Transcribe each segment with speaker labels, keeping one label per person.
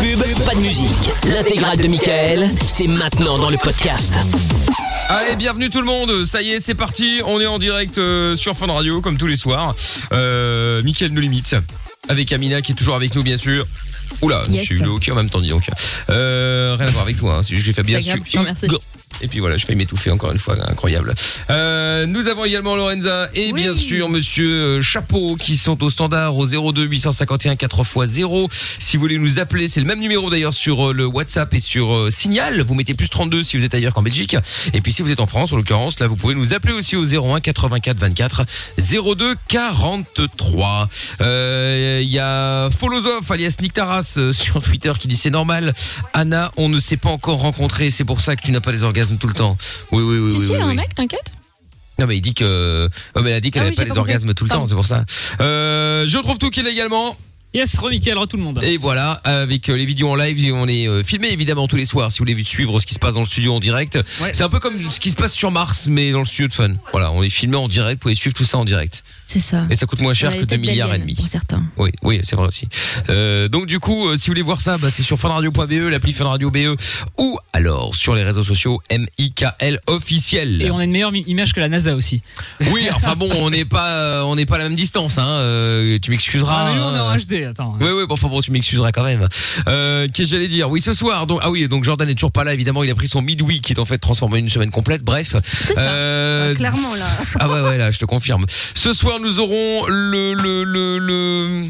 Speaker 1: pub, pas de musique. L'intégrale de Michael, c'est maintenant dans le podcast.
Speaker 2: Allez, bienvenue tout le monde. Ça y est, c'est parti. On est en direct euh, sur Fun Radio comme tous les soirs. Euh, Mickaël No Limite avec Amina qui est toujours avec nous bien sûr. Oula,
Speaker 3: Yes.
Speaker 2: j'ai eu le hockey en même temps dis donc. Euh, rien à voir avec toi, hein. c'est juste que j'ai fait bien
Speaker 3: C'est agréable, je te remercie.
Speaker 2: Et puis voilà, je vais m'étouffer encore une fois, incroyable. Euh, nous avons également Lorenza et bien sûr Monsieur euh, Chapeau qui sont au standard au 02 851 4x0. Si vous voulez nous appeler, c'est le même numéro d'ailleurs sur euh, le WhatsApp et sur euh, Signal. Vous mettez plus 32 si vous êtes ailleurs qu'en Belgique. Et puis si vous êtes en France, en l'occurrence, là vous pouvez nous appeler aussi au 01 84 24 02 43. Euh, Il y a Folosov alias Nick Taras euh, sur Twitter qui dit c'est normal. Anna, on ne s'est pas encore rencontré, c'est pour ça que tu n'as pas les orgasmes tout le temps. Oui, oui, oui.
Speaker 4: Si,
Speaker 2: oui,
Speaker 4: si,
Speaker 2: oui,
Speaker 4: elle a un
Speaker 2: oui.
Speaker 4: mec, t'inquiète.
Speaker 2: Non mais il dit que non, mais elle a dit qu'elle
Speaker 4: Ah oui,
Speaker 2: n'avait pas
Speaker 4: j'ai
Speaker 2: les
Speaker 4: pas compris.
Speaker 2: orgasmes tout le temps,
Speaker 4: Pardon.
Speaker 2: c'est pour ça. Euh, je trouve tout qu'il est également.
Speaker 5: Yes, Remickel, re tout le monde.
Speaker 2: Et voilà, avec euh, les vidéos en live, on est euh, filmé évidemment tous les soirs si vous voulez suivre ce qui se passe dans le studio en direct. C'est un peu comme ce qui se passe sur Mars mais dans le studio de Fun. Voilà, on est filmé en direct, vous pouvez suivre tout ça en direct.
Speaker 3: C'est ça.
Speaker 2: Et ça coûte moins cher
Speaker 3: On a
Speaker 2: que
Speaker 3: les
Speaker 2: 2
Speaker 3: têtes
Speaker 2: milliards et
Speaker 3: d'aliens,
Speaker 2: demi.
Speaker 3: Pour certains.
Speaker 2: Oui, oui, c'est vrai aussi. Euh, donc du coup, euh, si vous voulez voir ça, bah, c'est sur funradio.be, l'appli funradio.be E, ou alors sur les réseaux sociaux MIKL officiel.
Speaker 5: Et on a une meilleure mi- image que la NASA aussi.
Speaker 2: Oui, enfin bon, on n'est pas, euh, on n'est pas à la même distance. Hein. euh, tu m'excuseras.
Speaker 5: Ah, mais nous, on est en
Speaker 2: hein.
Speaker 5: HD, attends.
Speaker 2: Oui, oui, bon, enfin bon, tu m'excuseras quand même. Euh, Qu'est-ce que j'allais dire Oui, ce soir, donc, ah oui, donc Jordan est toujours pas là, évidemment, il a pris son midweek qui est en fait transformé en une semaine complète, bref. Euh,
Speaker 6: Clairement, là.
Speaker 2: Ah ouais, ouais, là, je te confirme. Ce soir, nous aurons le... le, le, le...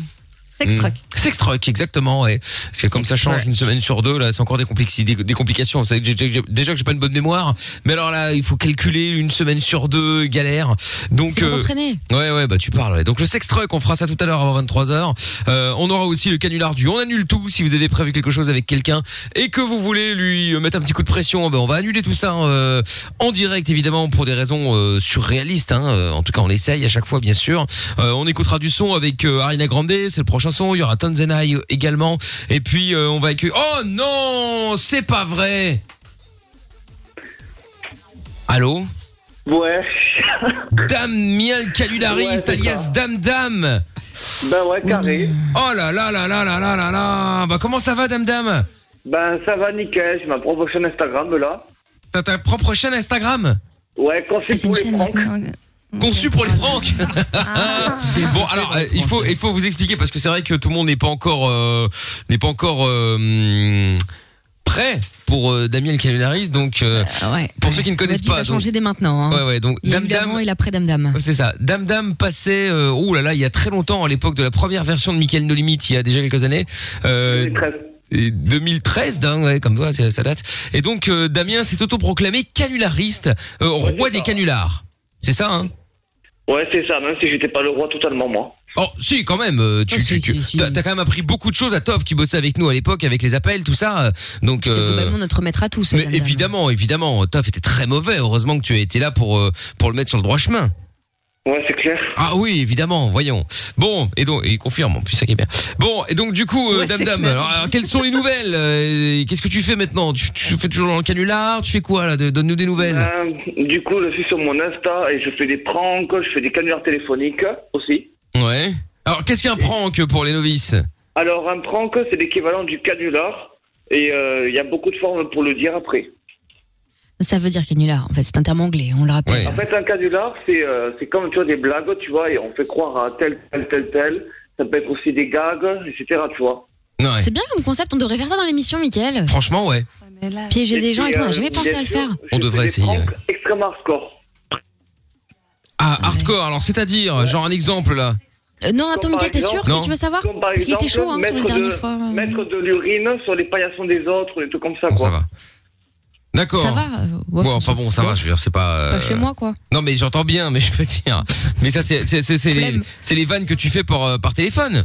Speaker 2: Sex truck. Sex truck, Hmm. exactement, ouais. Parce que comme ça change une semaine sur deux, là, c'est encore des, complexi- des, des complications. Vous savez que j'ai- j'ai- j'ai- déjà que j'ai pas une bonne mémoire, mais alors là, il faut calculer une semaine sur deux, galère. Donc,
Speaker 3: C'est pour
Speaker 2: euh,
Speaker 3: entraîner.
Speaker 2: Ouais, ouais, bah tu parles. ouais. Donc le sex truck, on fera ça tout à l'heure avant 23h. Euh, on aura aussi le canular du on annule tout. Si vous avez prévu quelque chose avec quelqu'un et que vous voulez lui euh, mettre un petit coup de pression, ben on va annuler tout ça hein, euh, en direct, évidemment, pour des raisons euh, surréalistes. Hein. Euh, En tout cas, on essaye à chaque fois, bien sûr. Euh, on écoutera du son avec euh, Ariana Grande, c'est le prochain son. Il y aura Tanzanai euh, également. Et puis, euh, on va accueillir... Oh non C'est pas vrai Allô
Speaker 7: Ouais.
Speaker 2: Damien Calulariste,
Speaker 7: Ouais, c'est
Speaker 2: alias Dame Dame.
Speaker 7: Ben ouais, carré.
Speaker 2: Oh là là là là là là là là. Bah comment ça va, Dame Dame
Speaker 7: Ben ça va nickel, j'ai ma propre chaîne Instagram là.
Speaker 2: T'as ta propre chaîne Instagram
Speaker 7: Ouais,
Speaker 2: Ah,
Speaker 7: conçue pour les pranks.
Speaker 2: Conçue pour les pranks. Ah, bon alors euh, il faut il faut vous expliquer parce que c'est vrai que tout le monde n'est pas encore euh, n'est pas encore euh, hum, prêt pour euh, Damien Calulariste donc euh, pour ceux qui ne connaissent
Speaker 3: Votre vie Bah, va
Speaker 2: pas donc-
Speaker 3: changer dès maintenant. hein.
Speaker 2: ouais ouais donc
Speaker 3: Il y a eu
Speaker 2: Dame Dame
Speaker 3: l'avant et l'après Dame Dame.
Speaker 2: C'est ça. Dame Dame passait, euh, oh là là, il y a très longtemps, à l'époque de la première version de Michael No Limit, il y a déjà quelques années. Euh,
Speaker 7: 2013.
Speaker 2: et 2013, dingue, ouais, comme toi, c'est- ça date. Et donc, euh, Damien s'est autoproclamé canulariste, euh, roi des canulars. C'est ça, hein
Speaker 7: Ouais, c'est ça, même si j'étais pas le roi totalement moi.
Speaker 2: Oh, si, quand même. euh, Tu, tu- tu- t'as t'as quand même appris beaucoup de choses à Tov qui bossait avec nous à l'époque, avec les appels, tout ça. euh, Donc,
Speaker 3: C'était
Speaker 2: euh,
Speaker 3: globalement notre maître à tous.
Speaker 2: mais évidemment, évidemment, Tov était très mauvais. Heureusement que tu as été là pour euh, pour le mettre sur le droit chemin.
Speaker 7: Ouais, c'est clair.
Speaker 2: Ah oui, évidemment, voyons. Bon, et donc, et il confirme, en plus, ça qui est bien. Bon, et donc, du coup, euh,
Speaker 7: Ouais,
Speaker 2: Dame
Speaker 7: c'est
Speaker 2: Dame,
Speaker 7: clair.
Speaker 2: alors, alors, quelles sont les nouvelles euh, Qu'est-ce que tu fais maintenant tu, tu fais toujours dans le canular Tu fais quoi, là De- Donne-nous des nouvelles.
Speaker 7: Ben, du coup, je suis sur mon Insta et je fais des pranks, je fais des canulars téléphoniques aussi.
Speaker 2: Ouais. Alors, qu'est-ce qu'un prank pour les novices
Speaker 7: Alors un prank, c'est l'équivalent du canular et euh, il y a beaucoup de formes pour le dire après.
Speaker 3: Ça veut dire canular. En fait, c'est un terme anglais. On le rappelle.
Speaker 7: En fait, un canular, c'est euh, c'est comme tu vois des blagues, tu vois, et on fait croire à tel, tel, tel, tel. Ça peut être aussi des gags, etc. Tu vois.
Speaker 2: Ouais.
Speaker 3: C'est bien comme concept. On devrait faire ça dans l'émission, Michael.
Speaker 2: Franchement, ouais.
Speaker 3: Piéger des
Speaker 7: Et
Speaker 3: gens et
Speaker 7: puis,
Speaker 3: tout. On n'a
Speaker 7: euh,
Speaker 3: jamais pensé
Speaker 7: bien
Speaker 3: à le
Speaker 7: sûr,
Speaker 3: faire.
Speaker 7: je
Speaker 2: On devrait
Speaker 7: fais des
Speaker 2: essayer,
Speaker 7: pranks
Speaker 2: ouais.
Speaker 7: Extrême hardcore.
Speaker 2: Ah, hardcore, alors, c'est-à-dire, genre un exemple, là.
Speaker 3: Euh, non, attends,
Speaker 7: Comme par
Speaker 3: Michael, t'es sûr
Speaker 7: exemple-
Speaker 3: que
Speaker 2: Non.
Speaker 3: tu veux savoir
Speaker 7: Comme par
Speaker 3: Parce qu'il était
Speaker 7: exemple,
Speaker 3: chaud hein, sur
Speaker 7: mettre
Speaker 3: le dernier
Speaker 7: de-
Speaker 3: fois. euh,
Speaker 7: Mettre de l'urine sur les paillassons des autres, et tout comme ça,
Speaker 2: Bon,
Speaker 7: quoi.
Speaker 2: ça va. D'accord.
Speaker 3: Ça va euh, ouais,
Speaker 2: Bon, enfin bon, ça va, je veux dire, c'est pas... euh,
Speaker 3: Pas chez moi, quoi.
Speaker 2: Non, mais j'entends bien, mais je veux dire... Mais ça, c'est c'est- c'est- c'est les,
Speaker 3: Flemme.
Speaker 2: c'est les vannes que tu fais par, euh, par téléphone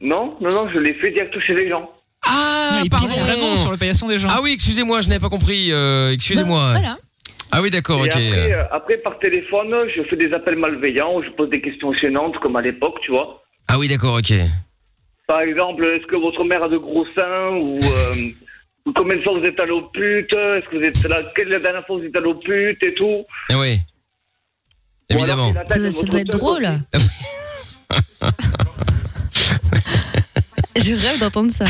Speaker 7: Non, non, non, je l'ai fait direct chez les gens.
Speaker 2: Ah,
Speaker 5: il pisse
Speaker 2: pardon
Speaker 5: vraiment sur le paillasson des gens.
Speaker 2: Ah oui, excusez-moi, je n'avais pas compris. euh, excusez-moi.
Speaker 3: Bah, Voilà.
Speaker 2: Ah oui, d'accord,
Speaker 7: et
Speaker 2: ok.
Speaker 7: après, euh, après, par téléphone, je fais des appels malveillants, où je pose des questions gênantes, comme à l'époque, tu vois.
Speaker 2: Ah oui, d'accord, ok.
Speaker 7: Par exemple, est-ce que votre mère a de gros seins ou euh, ou combien de fois vous êtes allé aux putes Est-ce que vous êtes là Quelle est la dernière fois que vous êtes allé aux putes et tout
Speaker 2: Ah oui.
Speaker 7: Ou alors,
Speaker 2: Évidemment.
Speaker 7: c'est la taille
Speaker 3: Ça, doit- ça
Speaker 7: de votre
Speaker 3: doit être
Speaker 7: teuf
Speaker 3: drôle.
Speaker 7: aussi.
Speaker 3: je rêve d'entendre ça.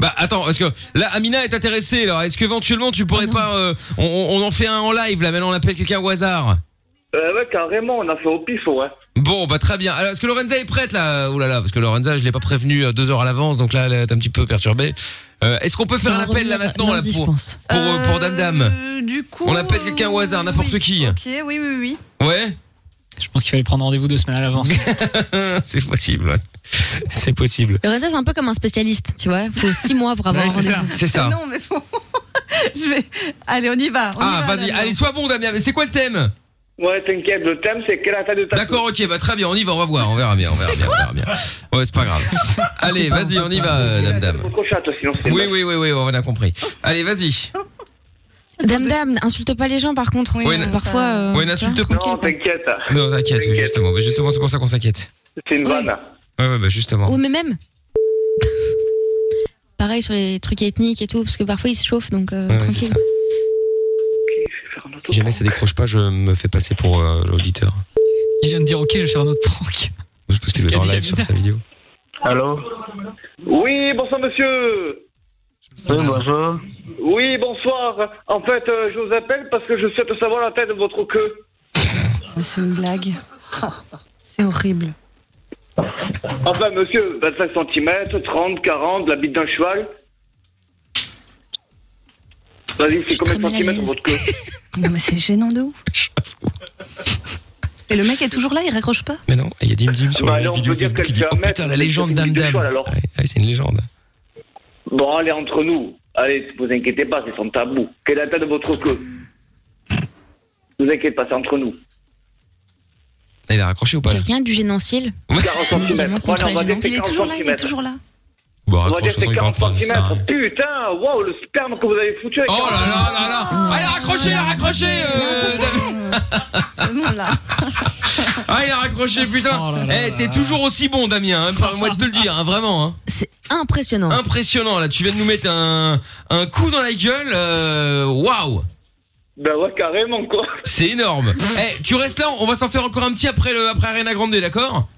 Speaker 2: Bah attends, parce que là Amina est intéressée. Alors est-ce qu'éventuellement tu
Speaker 3: Ah
Speaker 2: pourrais pas, euh, on, on- on en fait un en live là. Maintenant on appelle quelqu'un au hasard.
Speaker 7: Euh, ouais, carrément, on a fait au pif, ouais.
Speaker 2: Bon bah très bien. Alors est-ce que Lorenza est prête là Oh là là, parce que Lorenza je l'ai pas prévenue euh, deux heures à l'avance, donc là elle est un petit peu perturbée. Euh, est-ce qu'on peut faire un appel là maintenant là pour pour, euh, pour Dame Dame
Speaker 4: Euh, du coup.
Speaker 2: On appelle quelqu'un au hasard, n'importe
Speaker 4: oui.
Speaker 2: qui.
Speaker 4: Ok, oui, oui, oui.
Speaker 2: Ouais,
Speaker 5: Je pense qu'il fallait prendre rendez-vous deux semaines à l'avance.
Speaker 2: c'est possible. ouais. C'est possible.
Speaker 3: Lorenza, c'est un peu comme un spécialiste, tu vois. Faut six mois pour avoir
Speaker 5: Ouais,
Speaker 3: un
Speaker 5: c'est ça.
Speaker 3: rendez-vous.
Speaker 2: C'est ça.
Speaker 4: Non, mais bon. Je vais. Allez, on y va. on y
Speaker 2: Ah
Speaker 4: va,
Speaker 2: vas-y,
Speaker 4: Damien.
Speaker 2: allez sois bon Damien. Mais c'est quoi le thème
Speaker 7: Ouais, t'inquiète, le thème, c'est quelle est la taille de ta
Speaker 2: D'accord, ok, bah très bien, on y va, on va voir, on verra bien, on verra bien, on verra bien. Ouais, c'est pas grave. Allez, vas-y, on y va, euh, Dame Dame.
Speaker 7: Trop chat, toi, sinon c'est
Speaker 2: Oui,
Speaker 7: mal.
Speaker 2: oui, oui, oui, on a compris. Allez, vas-y.
Speaker 3: Dame, dame, insulte pas les gens par contre.
Speaker 4: Oui,
Speaker 3: parce
Speaker 4: non,
Speaker 3: que parfois.
Speaker 4: ça-
Speaker 3: euh,
Speaker 2: Ouais,
Speaker 3: tu
Speaker 2: n'insulte
Speaker 3: vois,
Speaker 2: pas.
Speaker 3: tranquille,
Speaker 7: Non,
Speaker 3: quoi.
Speaker 7: t'inquiète,
Speaker 2: Non, t'inquiète, justement, mais justement, c'est pour ça qu'on s'inquiète.
Speaker 7: c'est une
Speaker 3: Oui.
Speaker 7: vanne.
Speaker 2: Ouais, ouais, bah justement.
Speaker 3: Ouais, Oh, mais même. Pareil sur les trucs ethniques et tout, parce que parfois ils se chauffent, donc euh,
Speaker 2: Ouais, ouais,
Speaker 3: tranquille.
Speaker 2: c'est ça. Si jamais ça décroche pas, je me fais passer pour euh, l'auditeur.
Speaker 5: Il vient de dire ok, je vais faire un autre prank.
Speaker 2: C'est Parce qu'il
Speaker 5: Parce
Speaker 2: est en
Speaker 5: qu'il y a
Speaker 2: live
Speaker 5: des
Speaker 2: sur
Speaker 5: amis.
Speaker 2: sa vidéo.
Speaker 6: Allô
Speaker 7: Oui, bonsoir, monsieur.
Speaker 6: Oui, bonjour.
Speaker 7: Oui, bonsoir. En fait, euh, je vous appelle parce que je souhaite savoir la taille de votre queue.
Speaker 4: Mais C'est une blague. C'est horrible.
Speaker 7: Enfin, monsieur, 25 cm, 30, 40, la bite d'un cheval. Vas-y,
Speaker 3: Je
Speaker 7: c'est
Speaker 3: suis
Speaker 7: combien de
Speaker 3: très mal à
Speaker 7: centimètres
Speaker 3: l'aise.
Speaker 7: votre queue
Speaker 4: Non, mais c'est gênant de ouf. Et le mec est toujours là, il raccroche pas.
Speaker 2: Mais non, il y a Dim Dim sur
Speaker 7: Bah
Speaker 2: la
Speaker 7: alors, on
Speaker 2: vidéo
Speaker 7: peut dire
Speaker 2: Facebook qui dit
Speaker 7: qu'elle fait un
Speaker 2: Oh
Speaker 7: mètre,
Speaker 2: putain, la
Speaker 7: mais
Speaker 2: légende
Speaker 7: c'est
Speaker 2: Dame
Speaker 7: une
Speaker 2: Dame.
Speaker 7: fois, alors.
Speaker 2: Ouais, ouais, Ah c'est une légende.
Speaker 7: Bon, allez, entre nous. Allez, vous inquiétez pas, c'est sans tabou. Quelle est la taille de votre queue Vous inquiétez pas, c'est entre nous.
Speaker 2: Ah, Il a raccroché ou pas là
Speaker 3: Quelqu'un a du génantiel
Speaker 7: 40 cm.
Speaker 3: Évidemment, contre
Speaker 7: on va
Speaker 3: les gens.
Speaker 7: dire que
Speaker 4: Il
Speaker 7: c'est
Speaker 4: est
Speaker 7: 40
Speaker 4: toujours là, il est
Speaker 7: cm.
Speaker 4: toujours là.
Speaker 2: Bon,
Speaker 7: On va dire
Speaker 2: raccroche,
Speaker 7: que c'est
Speaker 2: il va
Speaker 7: 40
Speaker 2: prendre ça.
Speaker 7: cm.
Speaker 2: hein.
Speaker 7: Putain, waouh, le sperme que vous avez foutu avec
Speaker 2: Oh
Speaker 7: 40
Speaker 2: là là là là Ah, il a raccroché, il a raccroché euh, Dame-
Speaker 4: Bon, là.
Speaker 2: Ah, il a raccroché, putain.
Speaker 5: Oh là
Speaker 2: Eh,
Speaker 5: là là
Speaker 2: t'es
Speaker 5: là.
Speaker 2: toujours aussi bon, Damien. Hein, Permets-moi de te le dire, hein, vraiment. Hein.
Speaker 3: C'est impressionnant.
Speaker 2: Impressionnant, là. Tu viens de nous mettre un, un coup dans la gueule. euh, Waouh.
Speaker 7: Ben ouais, carrément, quoi.
Speaker 2: C'est énorme. Eh, tu restes là. On va s'en faire encore un petit après le après Arena Grande, d'accord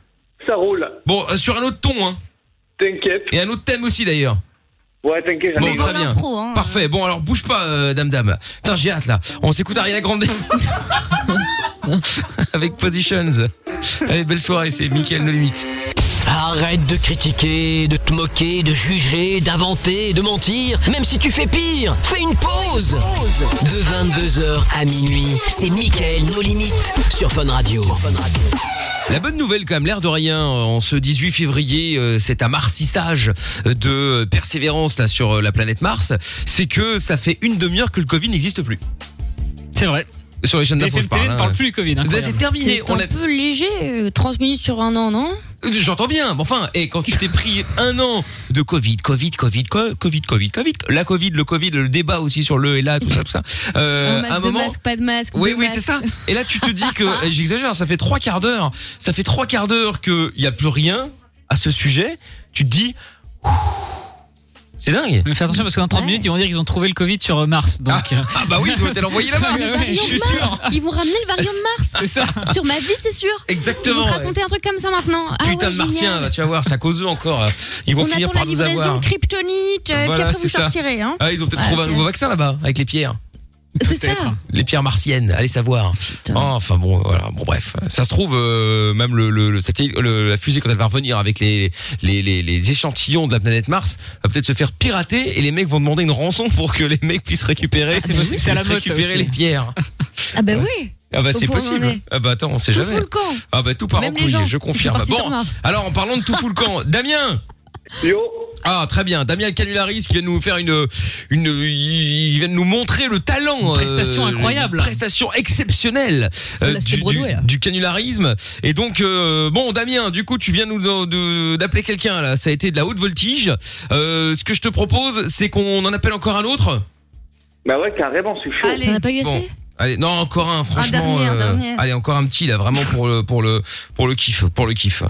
Speaker 7: Ça roule.
Speaker 2: Bon, euh, sur un autre ton, hein.
Speaker 7: T'inquiète.
Speaker 2: Et un autre thème aussi, d'ailleurs.
Speaker 7: Ouais, t'inquiète, j'en
Speaker 2: Bon,
Speaker 7: ai
Speaker 2: très bien.
Speaker 4: l'impro, hein.
Speaker 2: Parfait. Bon, alors bouge pas, euh, dame, dame. Putain, j'ai hâte là. On s'écoute Ariana Grande. Avec Positions. Allez, belle soirée. C'est Mickaël No Limite.
Speaker 1: Arrête de critiquer, de te moquer, de juger, d'inventer, de mentir. Même si tu fais pire, fais une pause. De 22h à minuit, c'est Mickaël, nos limites, sur Fun Radio.
Speaker 2: La bonne nouvelle quand même, l'air de rien, euh, en ce 18 février, euh, c'est un marcissage de euh, persévérance là sur euh, la planète Mars, c'est que ça fait une demi-heure que le Covid n'existe plus.
Speaker 5: C'est vrai.
Speaker 2: Sur les chaînes d'info,
Speaker 5: TFM
Speaker 2: je
Speaker 5: TV
Speaker 2: parle.
Speaker 5: ne
Speaker 2: hein.
Speaker 5: parle plus du Covid. incroyable.
Speaker 2: C'est terminé,
Speaker 3: C'est
Speaker 2: on
Speaker 3: un
Speaker 2: a- Euh,
Speaker 3: peu léger, euh, 30 minutes sur un an, non
Speaker 2: j'entends bien, mais enfin, et quand tu t'es pris un an de Covid, Covid, Covid, co- Covid, Covid, Covid, la Covid, le Covid, le débat aussi sur le et là, tout ça, tout ça,
Speaker 3: Un
Speaker 2: euh, à
Speaker 3: masque,
Speaker 2: un
Speaker 3: de
Speaker 2: moment...
Speaker 3: masque, pas de masque.
Speaker 2: Oui,
Speaker 3: deux
Speaker 2: oui,
Speaker 3: masques.
Speaker 2: c'est ça. Et là, tu te dis que, et j'exagère, ça fait trois quarts d'heure, ça fait trois quarts d'heure qu'il n'y a plus rien à ce sujet. Tu te dis, ouh, c'est dingue.
Speaker 5: Mais fais attention parce que dans 30
Speaker 3: Ouais.
Speaker 5: minutes, ils vont dire qu'ils ont trouvé le Covid sur euh, Mars. Donc, euh,
Speaker 2: Ah bah oui, tu vas te l'envoyer là-bas.
Speaker 5: Ouais, ouais, je suis sûr.
Speaker 3: Ils vont ramener le variant de Mars.
Speaker 5: C'est ça.
Speaker 3: sur ma vie, c'est sûr. Ils vont
Speaker 2: Ah, Exactement.
Speaker 3: te raconter un truc comme ça maintenant. Ah
Speaker 2: Putain
Speaker 3: ouais,
Speaker 2: de
Speaker 3: génial.
Speaker 2: martien, tu vas voir, ça cause eux encore. euh, Ils vont
Speaker 3: On
Speaker 2: finir
Speaker 3: attend la
Speaker 2: par nous
Speaker 3: livraison
Speaker 2: avoir.
Speaker 3: kryptonite, euh,
Speaker 2: Voilà,
Speaker 3: puis après
Speaker 2: c'est
Speaker 3: vous
Speaker 2: ça.
Speaker 3: sortirez. Hein.
Speaker 2: Ah, ils ont peut-être
Speaker 3: Ah,
Speaker 2: trouvé un
Speaker 3: ok.
Speaker 2: nouveau vaccin là-bas, avec les pierres.
Speaker 3: C'est ça.
Speaker 5: Peut-être.
Speaker 2: Les pierres martiennes, allez savoir.
Speaker 3: Putain.
Speaker 2: Ah, enfin bon, voilà, bon bref. Ça se trouve, euh, même le, le, le satellite, le- la fusée quand elle va revenir avec les, les, les, les échantillons de la planète Mars, va peut-être se faire pirater et les mecs vont demander une rançon pour que les mecs puissent récérer,
Speaker 5: c'est possible, c'est à la mode, ça
Speaker 2: récupérer
Speaker 5: aussi.
Speaker 2: les pierres.
Speaker 3: Ah bah oui.
Speaker 2: Ah bah c'est
Speaker 3: point où on
Speaker 2: possible.
Speaker 3: est.
Speaker 2: Ah bah attends, on sait
Speaker 3: Tout
Speaker 2: jamais.
Speaker 3: fout le camp.
Speaker 2: Ah bah tout part en
Speaker 3: Même les
Speaker 2: couille,
Speaker 3: gens
Speaker 2: je
Speaker 3: qui sont
Speaker 2: confirme.
Speaker 3: partis sur
Speaker 2: Bon,
Speaker 3: Mars.
Speaker 2: alors en parlant de tout fout le camp, Damien.
Speaker 7: Yo,
Speaker 2: Ah très bien, Damien Canularis qui vient de nous faire une une il vient de nous montrer le talent euh, une
Speaker 1: Euh,
Speaker 5: prestation incroyable.
Speaker 2: une prestation exceptionnelle euh,
Speaker 3: Oh Là, c'était
Speaker 2: du,
Speaker 3: Broadway,
Speaker 2: du-
Speaker 3: là.
Speaker 2: du canularisme et donc euh, bon Damien, du coup tu viens nous en- de- d'appeler quelqu'un là, ça a été de la haute voltige. Euh, ce que je te propose, c'est qu'on en appelle encore un autre.
Speaker 7: Bah ouais, carrément, c'est chaud.
Speaker 4: Allez.
Speaker 3: T'en as pas eu
Speaker 2: Bon.
Speaker 3: assez
Speaker 2: Allez, non, encore un franchement euh,
Speaker 4: dernier, un dernier.
Speaker 2: allez, encore un petit là vraiment pour le pour le pour le kiff, pour le kiff.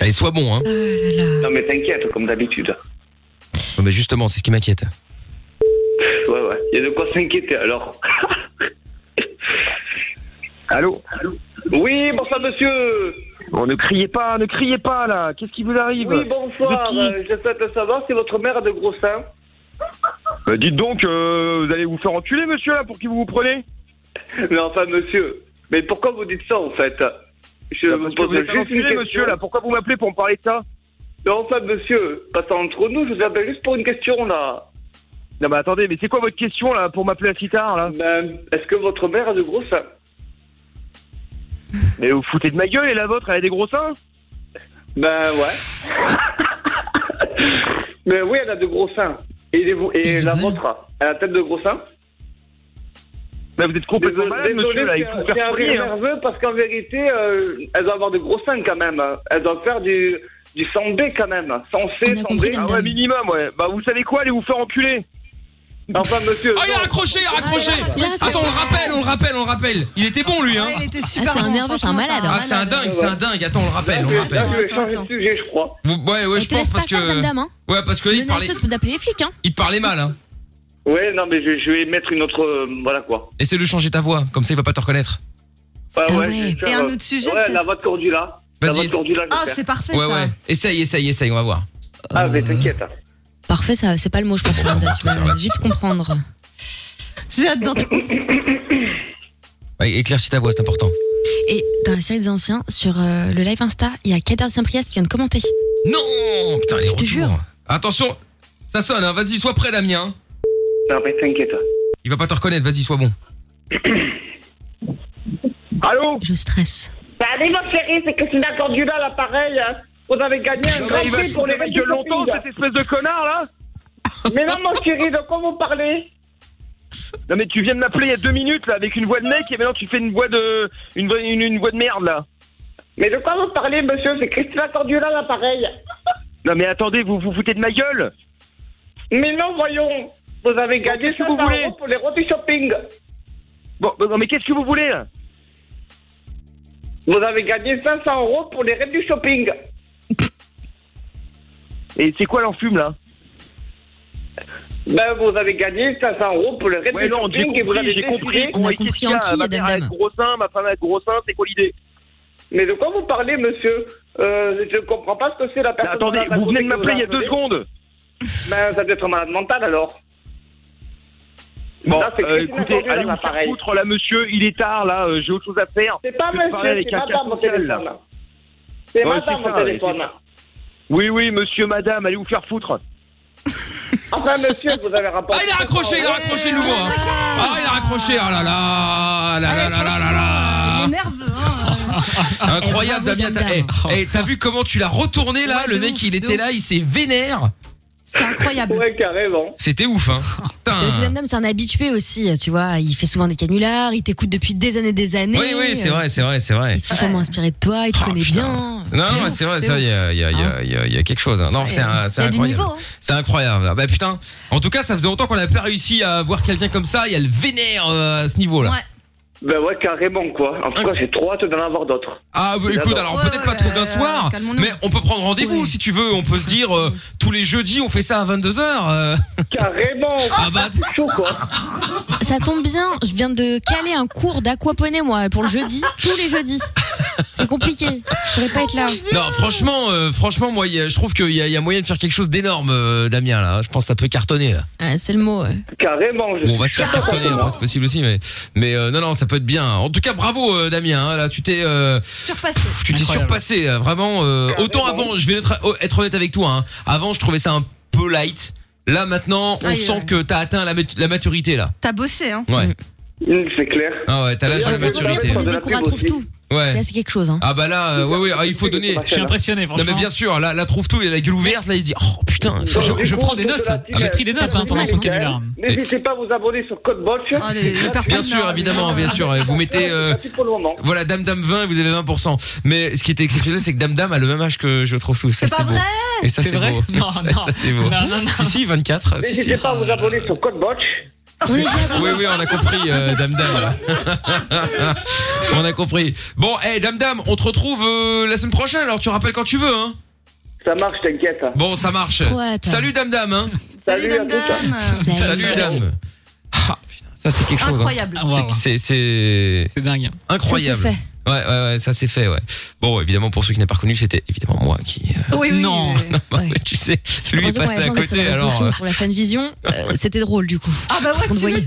Speaker 2: Allez, sois bon, hein.
Speaker 3: Oh là là.
Speaker 7: Non, mais t'inquiète, comme d'habitude.
Speaker 2: Ouais, Mais justement, c'est ce qui m'inquiète.
Speaker 7: Ouais, ouais. Il y a de quoi s'inquiéter alors.
Speaker 6: Allô
Speaker 7: Oui, bonsoir monsieur.
Speaker 6: Bon, Oh, ne criez pas, ne criez pas là. Qu'est-ce qui vous arrive
Speaker 7: Oui, bonsoir.
Speaker 6: Vous
Speaker 7: Euh, Je souhaite savoir si votre mère a de gros seins.
Speaker 6: Bah, Dites donc, euh, vous allez vous faire enculer, monsieur, là, pour qui vous vous prenez
Speaker 7: Mais enfin, monsieur, mais pourquoi vous dites ça en fait Je
Speaker 6: Bah,
Speaker 7: vous
Speaker 6: Parce que
Speaker 7: pose
Speaker 6: vous êtes
Speaker 7: juste
Speaker 6: un
Speaker 7: une
Speaker 6: enculé,
Speaker 7: question.
Speaker 6: monsieur, là. Pourquoi vous m'appelez pour me parler de ça
Speaker 7: Mais enfin, monsieur, passant entre nous, je vous appelle juste pour une question là.
Speaker 6: Non, mais attendez, mais c'est quoi votre question, là, pour m'appeler à si tard, là
Speaker 7: Ben, Est-ce que votre mère a de gros seins
Speaker 6: Mais vous vous foutez de ma gueule, et la vôtre, elle a des gros seins
Speaker 7: Ben ouais. mais oui, elle a de gros seins. Et, les vo- et
Speaker 3: Il
Speaker 7: la
Speaker 3: veut.
Speaker 7: vôtre, elle a peut-être de gros seins
Speaker 6: Bah, vous êtes complètement
Speaker 7: Désolé,
Speaker 6: malade, monsieur, là. Il faut vous
Speaker 7: c'est
Speaker 6: faire
Speaker 7: un
Speaker 6: soigner,
Speaker 7: rire
Speaker 6: hein.
Speaker 7: nerveux parce qu'en vérité, euh, elles doivent avoir de gros seins quand même. Elles doivent faire du, du 100B quand même. 100 C,
Speaker 3: On a
Speaker 7: 100
Speaker 3: compris,
Speaker 7: B.
Speaker 3: dame,
Speaker 6: Ah ouais,
Speaker 3: dame.
Speaker 6: minimum, ouais. Bah, vous savez quoi Allez vous faire enculer
Speaker 7: Enfin, monsieur.
Speaker 2: Oh, il a
Speaker 7: non.
Speaker 2: raccroché, il a raccroché.
Speaker 3: Il a raccroché.
Speaker 2: Attends, on le rappelle, on le rappelle, on le rappelle. Il était bon, lui, hein.
Speaker 4: Ouais, il était
Speaker 3: Ah,
Speaker 4: super
Speaker 3: c'est un
Speaker 4: bon,
Speaker 3: nerveux, c'est un
Speaker 4: franchement,
Speaker 3: malade.
Speaker 2: Ah, c'est un dingue, c'est un dingue. Attends, on le rappelle, on le
Speaker 7: Là, je- là,
Speaker 2: rappelle.
Speaker 7: je vais
Speaker 4: Attends,
Speaker 7: changer
Speaker 4: attends.
Speaker 7: de sujet, je crois.
Speaker 2: Vous- Ouais, ouais,
Speaker 3: Je
Speaker 2: je
Speaker 3: te
Speaker 2: pense
Speaker 3: laisse pas
Speaker 2: parce
Speaker 3: faire, dame,
Speaker 2: que.
Speaker 3: dame. Hein.
Speaker 2: Ouais, parce que là, il
Speaker 3: Menage
Speaker 2: parlait,
Speaker 3: toi d'appeler les flics. Hein.
Speaker 2: il parlait mal, hein.
Speaker 7: Ouais, non, mais je, je vais mettre une autre. euh, voilà quoi.
Speaker 2: Essaie de changer ta voix, comme ça, il va pas te reconnaître.
Speaker 7: Ah
Speaker 3: Ah
Speaker 7: ouais,
Speaker 3: ouais.
Speaker 7: je vais faire,
Speaker 4: Et un
Speaker 7: euh,
Speaker 4: autre sujet
Speaker 7: Ouais, la
Speaker 4: peut-être.
Speaker 7: voix de Cordula. La voix
Speaker 2: Vas-y.
Speaker 7: de Cordula, je
Speaker 4: Ah,
Speaker 7: vais faire.
Speaker 4: c'est parfait
Speaker 2: Ouais,
Speaker 4: ça.
Speaker 2: ouais. Essaye, essaye, essaye, on va voir. Euh,
Speaker 7: Ah, mais t'inquiète.
Speaker 3: Parfait, ça, c'est pas le mot, je pense. Lorenza, tu vas vite comprendre.
Speaker 4: J'ai hâte d'entendre.
Speaker 2: Ouais, éclaircis ta voix, c'est important.
Speaker 3: Et dans la série des anciens, sur euh, le live Insta, il y a Kader Saint-Priest qui vient de commenter.
Speaker 2: Non Putain, les
Speaker 3: Je te
Speaker 2: retours.
Speaker 3: jure.
Speaker 2: Attention, ça sonne, hein. vas-y, sois prêt, Damien.
Speaker 7: Non, mais t'inquiète.
Speaker 2: Il va pas te reconnaître, vas-y, sois bon.
Speaker 6: Allô
Speaker 3: Je stresse.
Speaker 8: Bah, Allez, ma chérie, c'est Christina Cordula, là, pareil. hein. Vous avez gagné un
Speaker 6: Non,
Speaker 8: grand
Speaker 6: mais Il va
Speaker 8: prix pour
Speaker 6: foutre
Speaker 8: les
Speaker 6: la gueule longtemps,
Speaker 8: résultats.
Speaker 6: cette espèce de connard, là
Speaker 8: Mais non, mon chéri, de quoi vous parlez
Speaker 6: Non mais tu viens de m'appeler il y a deux minutes là avec une voix de mec et maintenant tu fais une voix de une voix, une, une voix de merde là.
Speaker 8: Mais de quoi vous parlez, monsieur C'est Christina Cordula, là, pareil.
Speaker 6: Non mais attendez, vous vous foutez de ma gueule
Speaker 8: Mais non, voyons. Vous avez gagné
Speaker 6: qu'est-ce que vous
Speaker 8: 500
Speaker 6: voulez
Speaker 8: euros pour les rôtis shopping.
Speaker 6: Bon, bon, non mais qu'est-ce que vous voulez là
Speaker 7: Vous avez gagné 500 euros pour les raids du shopping.
Speaker 6: Et c'est quoi l'enfume là
Speaker 7: Ben, vous avez gagné 500 euros pour les raids
Speaker 6: Ouais
Speaker 7: du
Speaker 6: non, j'ai
Speaker 7: shopping et vous
Speaker 6: compris, j'ai
Speaker 7: avez décidé- Euh,
Speaker 6: compris.
Speaker 3: On a
Speaker 6: Ouais,
Speaker 3: compris
Speaker 6: qu'est-ce qu'il y
Speaker 3: en qui,
Speaker 6: Ma mère a
Speaker 3: dame.
Speaker 6: de gros seins, ma femme a de gros seins, c'est quoi l'idée
Speaker 7: Mais de quoi vous parlez, monsieur euh, Je comprends pas ce que c'est la
Speaker 6: Mais
Speaker 7: personne.
Speaker 6: Attendez,
Speaker 7: malade à
Speaker 6: vous
Speaker 7: côté
Speaker 6: venez de
Speaker 7: que
Speaker 6: m'appeler il y a
Speaker 7: vous
Speaker 6: deux secondes.
Speaker 7: Ben, ça doit être un malade mental alors.
Speaker 6: Bon,
Speaker 7: Là, c'est
Speaker 6: euh,
Speaker 7: Christina
Speaker 6: écoutez,
Speaker 7: Cordula,
Speaker 6: allez vous
Speaker 7: là,
Speaker 6: faire
Speaker 7: pareil.
Speaker 6: foutre là monsieur, il est tard là, euh, j'ai autre chose à faire.
Speaker 7: C'est pas
Speaker 6: Je vais parler
Speaker 7: monsieur,
Speaker 6: avec
Speaker 7: c'est
Speaker 6: un
Speaker 7: madame au
Speaker 6: casse-couille,
Speaker 7: téléphone.
Speaker 6: là.
Speaker 7: C'est
Speaker 6: Ouais,
Speaker 7: madame
Speaker 6: c'est
Speaker 7: au
Speaker 6: ça,
Speaker 7: téléphone.
Speaker 6: Oui oui monsieur madame, allez vous faire foutre.
Speaker 7: Enfin, monsieur, vous avez
Speaker 2: Ah,
Speaker 7: rapporté.
Speaker 2: il a raccroché, il a raccroché de nouveau. hein. Ah, il a raccroché, ah là là, là là là là là
Speaker 4: Il est
Speaker 2: là.
Speaker 4: nerveux, hein.
Speaker 2: Incroyable,
Speaker 3: Eh, bravo,
Speaker 2: Damien. T'as
Speaker 3: Damien.
Speaker 2: eh, eh, t'as vu comment tu l'as retourné là
Speaker 4: Ouais,
Speaker 2: Le
Speaker 4: de
Speaker 2: mec,
Speaker 4: ouf,
Speaker 2: il
Speaker 4: de
Speaker 2: était
Speaker 4: ouf.
Speaker 2: là, il s'est vénère.
Speaker 4: C'est incroyable.
Speaker 7: Ouais, carrément.
Speaker 2: C'était ouf, hein.
Speaker 3: Parce que
Speaker 2: Putain.
Speaker 3: Dame Dame, c'est un habitué aussi, tu vois. Il fait souvent des canulars, il t'écoute depuis des années des années.
Speaker 2: Oui, oui,
Speaker 4: euh,
Speaker 2: c'est vrai, c'est vrai, c'est vrai.
Speaker 3: Il s'est sûrement inspiré de toi, il te
Speaker 2: Ah,
Speaker 3: connaît
Speaker 2: putain.
Speaker 3: bien.
Speaker 2: Non, non, mais c'est vrai,
Speaker 3: C'est
Speaker 2: ça,
Speaker 3: bon.
Speaker 2: il y a, il y a- il y a- il y a- il y a quelque chose. hein. Non, c'est un- c'est
Speaker 4: Il y a du
Speaker 2: incroyable.
Speaker 4: niveau. hein.
Speaker 2: C'est incroyable. là. Bah putain. En tout cas, ça faisait longtemps qu'on n'avait pas réussi à voir quelqu'un comme ça. Il y a le vénère euh, à ce niveau-là.
Speaker 4: Ouais.
Speaker 7: Ben ouais, carrément, quoi. En tout cas, j'ai trop hâte d'en avoir d'autres.
Speaker 2: Ah bah, écoute,
Speaker 7: J'adore.
Speaker 2: alors
Speaker 4: Ouais,
Speaker 2: peut-être pas
Speaker 4: ouais,
Speaker 2: tous d'un
Speaker 4: euh,
Speaker 2: soir,
Speaker 4: calmons-nous.
Speaker 2: mais on peut prendre rendez-vous
Speaker 4: Oui.
Speaker 2: si tu veux. On peut se dire euh, tous les jeudis, on fait ça à 22 h
Speaker 7: Carrément
Speaker 2: Ah bah
Speaker 7: C'est chaud, quoi.
Speaker 3: Ça tombe bien, je viens de caler un cours d'aquaponie, moi, pour le jeudi, tous les jeudis. C'est compliqué, je pourrais pas être là.
Speaker 2: non, franchement, euh, franchement, moi, il y a- je trouve qu'il y, a- il y a moyen de faire quelque chose d'énorme, euh, Damien. Là, je pense que ça peut cartonner. Là.
Speaker 3: Ouais, c'est le mot. ouais.
Speaker 7: Carrément. je
Speaker 2: Bon, on va se
Speaker 7: suis
Speaker 2: faire
Speaker 7: fier de
Speaker 2: cartonner,
Speaker 7: moi.
Speaker 2: hein, c'est possible aussi, mais mais euh, non, non, ça peut être bien. En tout cas, bravo, euh, Damien. hein. là, tu t'es euh,
Speaker 4: Surpassé.
Speaker 2: tu t'es
Speaker 5: Incroyable.
Speaker 2: surpassé euh, vraiment euh,
Speaker 7: Carrément.
Speaker 2: autant avant je vais être, être honnête avec toi hein. avant je trouvais ça un peu light là maintenant on
Speaker 4: Aïe,
Speaker 2: sent
Speaker 4: aïe.
Speaker 2: que t'as atteint la, mat- la maturité là
Speaker 4: T'as bossé, hein.
Speaker 2: ouais
Speaker 3: Mm.
Speaker 7: Mmh, C'est clair.
Speaker 2: ah ouais t'as l'âge de la
Speaker 7: D'ailleurs,
Speaker 3: C'est bien
Speaker 2: maturité
Speaker 3: pour
Speaker 2: là.
Speaker 3: le
Speaker 7: de la
Speaker 3: décours à
Speaker 7: pub
Speaker 3: trouve
Speaker 7: aussi.
Speaker 3: tout.
Speaker 2: ouais
Speaker 3: Là, c'est quelque chose. Hein.
Speaker 2: ah bah là euh, ouais ouais ah, il faut donner
Speaker 5: Je suis impressionné,
Speaker 2: non
Speaker 5: franchement.
Speaker 2: mais bien sûr là la trouve tout il a la gueule ouverte là il se dit oh putain faut que je-
Speaker 5: Je, je prends des notes. J'ai pris des notes hein,
Speaker 3: T'as
Speaker 2: hein.
Speaker 5: pendant ton
Speaker 3: pris
Speaker 5: son
Speaker 3: des
Speaker 5: canular.
Speaker 7: N'hésitez pas à vous abonner sur Code Botch.
Speaker 4: Oh, les- les personnes,
Speaker 2: bien
Speaker 4: là,
Speaker 2: sûr
Speaker 4: les-
Speaker 7: Ah,
Speaker 2: évidemment bien sûr vous mettez euh,
Speaker 7: pour le moment.
Speaker 2: voilà dame dame 20 vous avez 20% mais ce qui était exceptionnel c'est que dame dame a le même âge que je trouve tout ça
Speaker 4: C'est
Speaker 2: c'est
Speaker 4: pas
Speaker 2: beau
Speaker 4: vrai
Speaker 2: et ça
Speaker 5: C'est
Speaker 2: c'est
Speaker 5: vrai
Speaker 2: beau
Speaker 5: Non,
Speaker 2: ça
Speaker 5: non.
Speaker 2: ça, c'est beau
Speaker 5: Non, non, non.
Speaker 2: si si 24 si si
Speaker 7: N'hésitez pas à vous abonner sur Code Botch.
Speaker 3: On est déjà
Speaker 2: Oui, oui, on a compris, euh, Dame Dame. on a compris. Bon, eh, Dame Dame, on te retrouve euh, la semaine prochaine, alors tu rappelles quand tu veux. Hein.
Speaker 7: Ça marche, t'inquiète.
Speaker 2: Bon, ça marche.
Speaker 3: Trop hâte.
Speaker 2: Salut Dame Dame. Hein.
Speaker 4: Salut,
Speaker 7: Salut à
Speaker 4: dame,
Speaker 7: tous.
Speaker 4: dame.
Speaker 3: Salut.
Speaker 2: Salut Dame. Ah, putain, ça c'est quelque chose. hein.
Speaker 4: Incroyable.
Speaker 5: Ah, waouh.
Speaker 2: C'est- C'est c'est
Speaker 5: C'est dingue.
Speaker 3: Ça, c'est
Speaker 2: incroyable.
Speaker 3: fait.
Speaker 2: Ouais, ouais, ouais, ça c'est fait, ouais. Bon, évidemment, pour ceux qui n'ont pas reconnu, c'était évidemment moi qui. euh,
Speaker 3: Oui, oui,
Speaker 2: non,
Speaker 3: oui, oui.
Speaker 2: non, bah, tu sais, lui est
Speaker 3: Heureusement qu'on
Speaker 2: passé
Speaker 3: a
Speaker 2: à
Speaker 3: la chance d'être sur les
Speaker 2: côté.
Speaker 3: réseaux
Speaker 2: Alors,
Speaker 3: sociaux pour la fan vision, euh, c'était drôle du coup. Ah bah ouais,
Speaker 2: euh,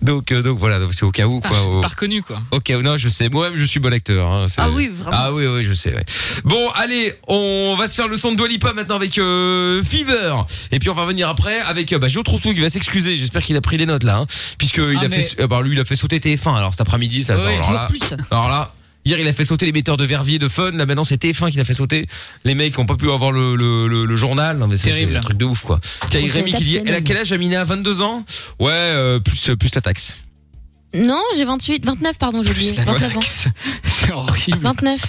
Speaker 2: donc, euh, donc voilà, donc c'est au cas où quoi. Au...
Speaker 5: reconnu quoi.
Speaker 2: Ok, non, je sais. Moi-même, je suis bon acteur. hein, c'est-
Speaker 5: Ah oui, vraiment.
Speaker 2: Ah oui, oui, je sais. ouais. Bon, allez, on va se faire le son de Dwalipa maintenant avec euh, Fever, et puis on va revenir après avec euh, bah, Joe Troutou qui va s'excuser. J'espère qu'il a pris les notes là, hein, puisque il
Speaker 5: Ah,
Speaker 2: a
Speaker 5: mais-
Speaker 2: fait, euh, bah, lui, il a fait sauter TF1. Alors cet après-midi, ça.
Speaker 5: Ouais,
Speaker 2: alors,
Speaker 5: toujours
Speaker 2: là,
Speaker 5: plus.
Speaker 2: Alors là. Hier, il a fait sauter les metteurs de Verviers, de Fun. Là, maintenant, c'est TF1 qui l'a fait sauter. Les mecs n'ont pas pu avoir le, le, le- le journal. Non, mais c'est-
Speaker 5: Terrible.
Speaker 2: c'est un truc de ouf, quoi. Tiens, il y a
Speaker 3: Faut que
Speaker 2: Rémi
Speaker 3: je
Speaker 2: qui dit,
Speaker 3: tape
Speaker 2: elle a
Speaker 3: Shannon.
Speaker 2: quel âge, Amina? 22 ans? Ouais, euh, plus, euh, plus la taxe.
Speaker 3: Non, j'ai 28, 29 pardon, j'ai oublié. 29 ans.
Speaker 5: C'est horrible.
Speaker 3: 29.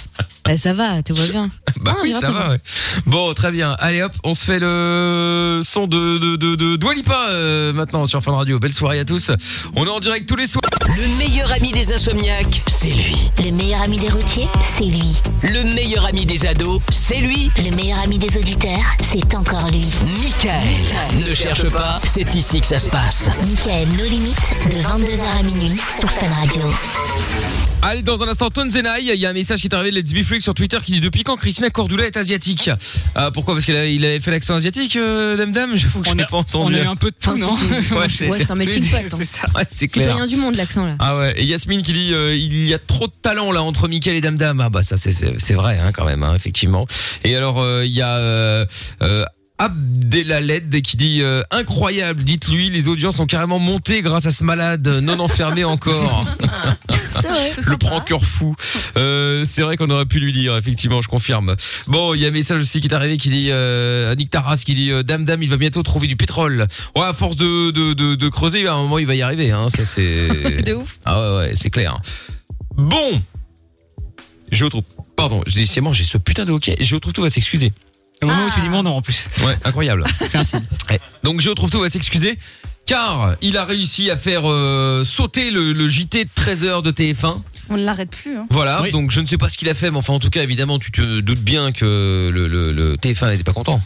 Speaker 3: Bah, ça va, tout va bien.
Speaker 2: Bah
Speaker 3: Ah,
Speaker 2: oui,
Speaker 3: j'ai
Speaker 2: ça
Speaker 3: retenu.
Speaker 2: va. Ouais. Bon, très bien. Allez hop, on se fait le son de de de, de Dua Lipa, euh, maintenant sur Fun Radio. Belle soirée à tous. On est en direct tous les soirs.
Speaker 1: Le meilleur ami des insomniaques, c'est lui.
Speaker 9: Le meilleur ami des routiers, c'est lui.
Speaker 1: Le meilleur ami des ados, c'est lui.
Speaker 9: Le meilleur ami des auditeurs, c'est encore lui.
Speaker 1: Michael. Ne cherche pas, c'est ici que ça se passe.
Speaker 9: Michael No Limites, de 22h à minuit sur Fun Radio.
Speaker 2: Allez, dans un instant, Tonzenai. Il y a un message qui est arrivé de Let's Be Freak sur Twitter qui dit depuis quand Christina Cordula est asiatique. Ah, pourquoi Parce qu'il a- il avait fait l'accent asiatique, euh, dame dame. Je vous que je
Speaker 5: On
Speaker 2: n'ai
Speaker 5: a,
Speaker 2: pas entendu.
Speaker 5: on a eu un peu de tout,
Speaker 3: Enfin,
Speaker 5: non
Speaker 3: c'était-
Speaker 2: Ouais, c'est-
Speaker 3: Ouais, c'est un melting pot. hein.
Speaker 5: C'est ça.
Speaker 2: Ouais, c'est
Speaker 3: C'est
Speaker 2: clair.
Speaker 3: rien du monde l'accent là.
Speaker 2: Ah ouais, et Yasmine qui dit euh, il y a trop de talent là entre Mickaël et Dame Dame. Ah bah ça c'est c'est c'est vrai hein, quand même hein, effectivement. Et alors euh, il y a euh, euh, Abdelaled qui dit euh, incroyable, dites-lui, les audiences ont carrément monté grâce à ce malade non enfermé encore.
Speaker 3: C'est vrai.
Speaker 2: Le pranker fou. Euh, c'est vrai qu'on aurait pu lui dire, effectivement, je confirme. Bon, il y a un message aussi qui est arrivé qui dit euh, à Nick Taras qui dit euh, Dame Dame, il va bientôt trouver du pétrole. Ouais, à force de de de, de creuser, à un moment il va y arriver. Hein, ça c'est.
Speaker 3: De ouf.
Speaker 2: Ah ouais, ouais, c'est clair. Bon, je retrouve. Pardon, je dis sciemment, j'ai ce putain de hockey. Je retrouve tout va s'excuser.
Speaker 5: Au moment où tu dis mon nom en plus.
Speaker 2: Ouais, incroyable.
Speaker 5: C'est un signe.
Speaker 2: Ouais. Donc je retrouve tout va s'excuser car il a réussi à faire euh, sauter le, le JT de 13h de TF1.
Speaker 4: On ne l'arrête plus. Hein.
Speaker 2: Voilà,
Speaker 5: Oui.
Speaker 2: donc je ne sais pas ce qu'il a fait, mais enfin en tout cas évidemment tu te doutes bien que le, le, le TF1 n'était pas content.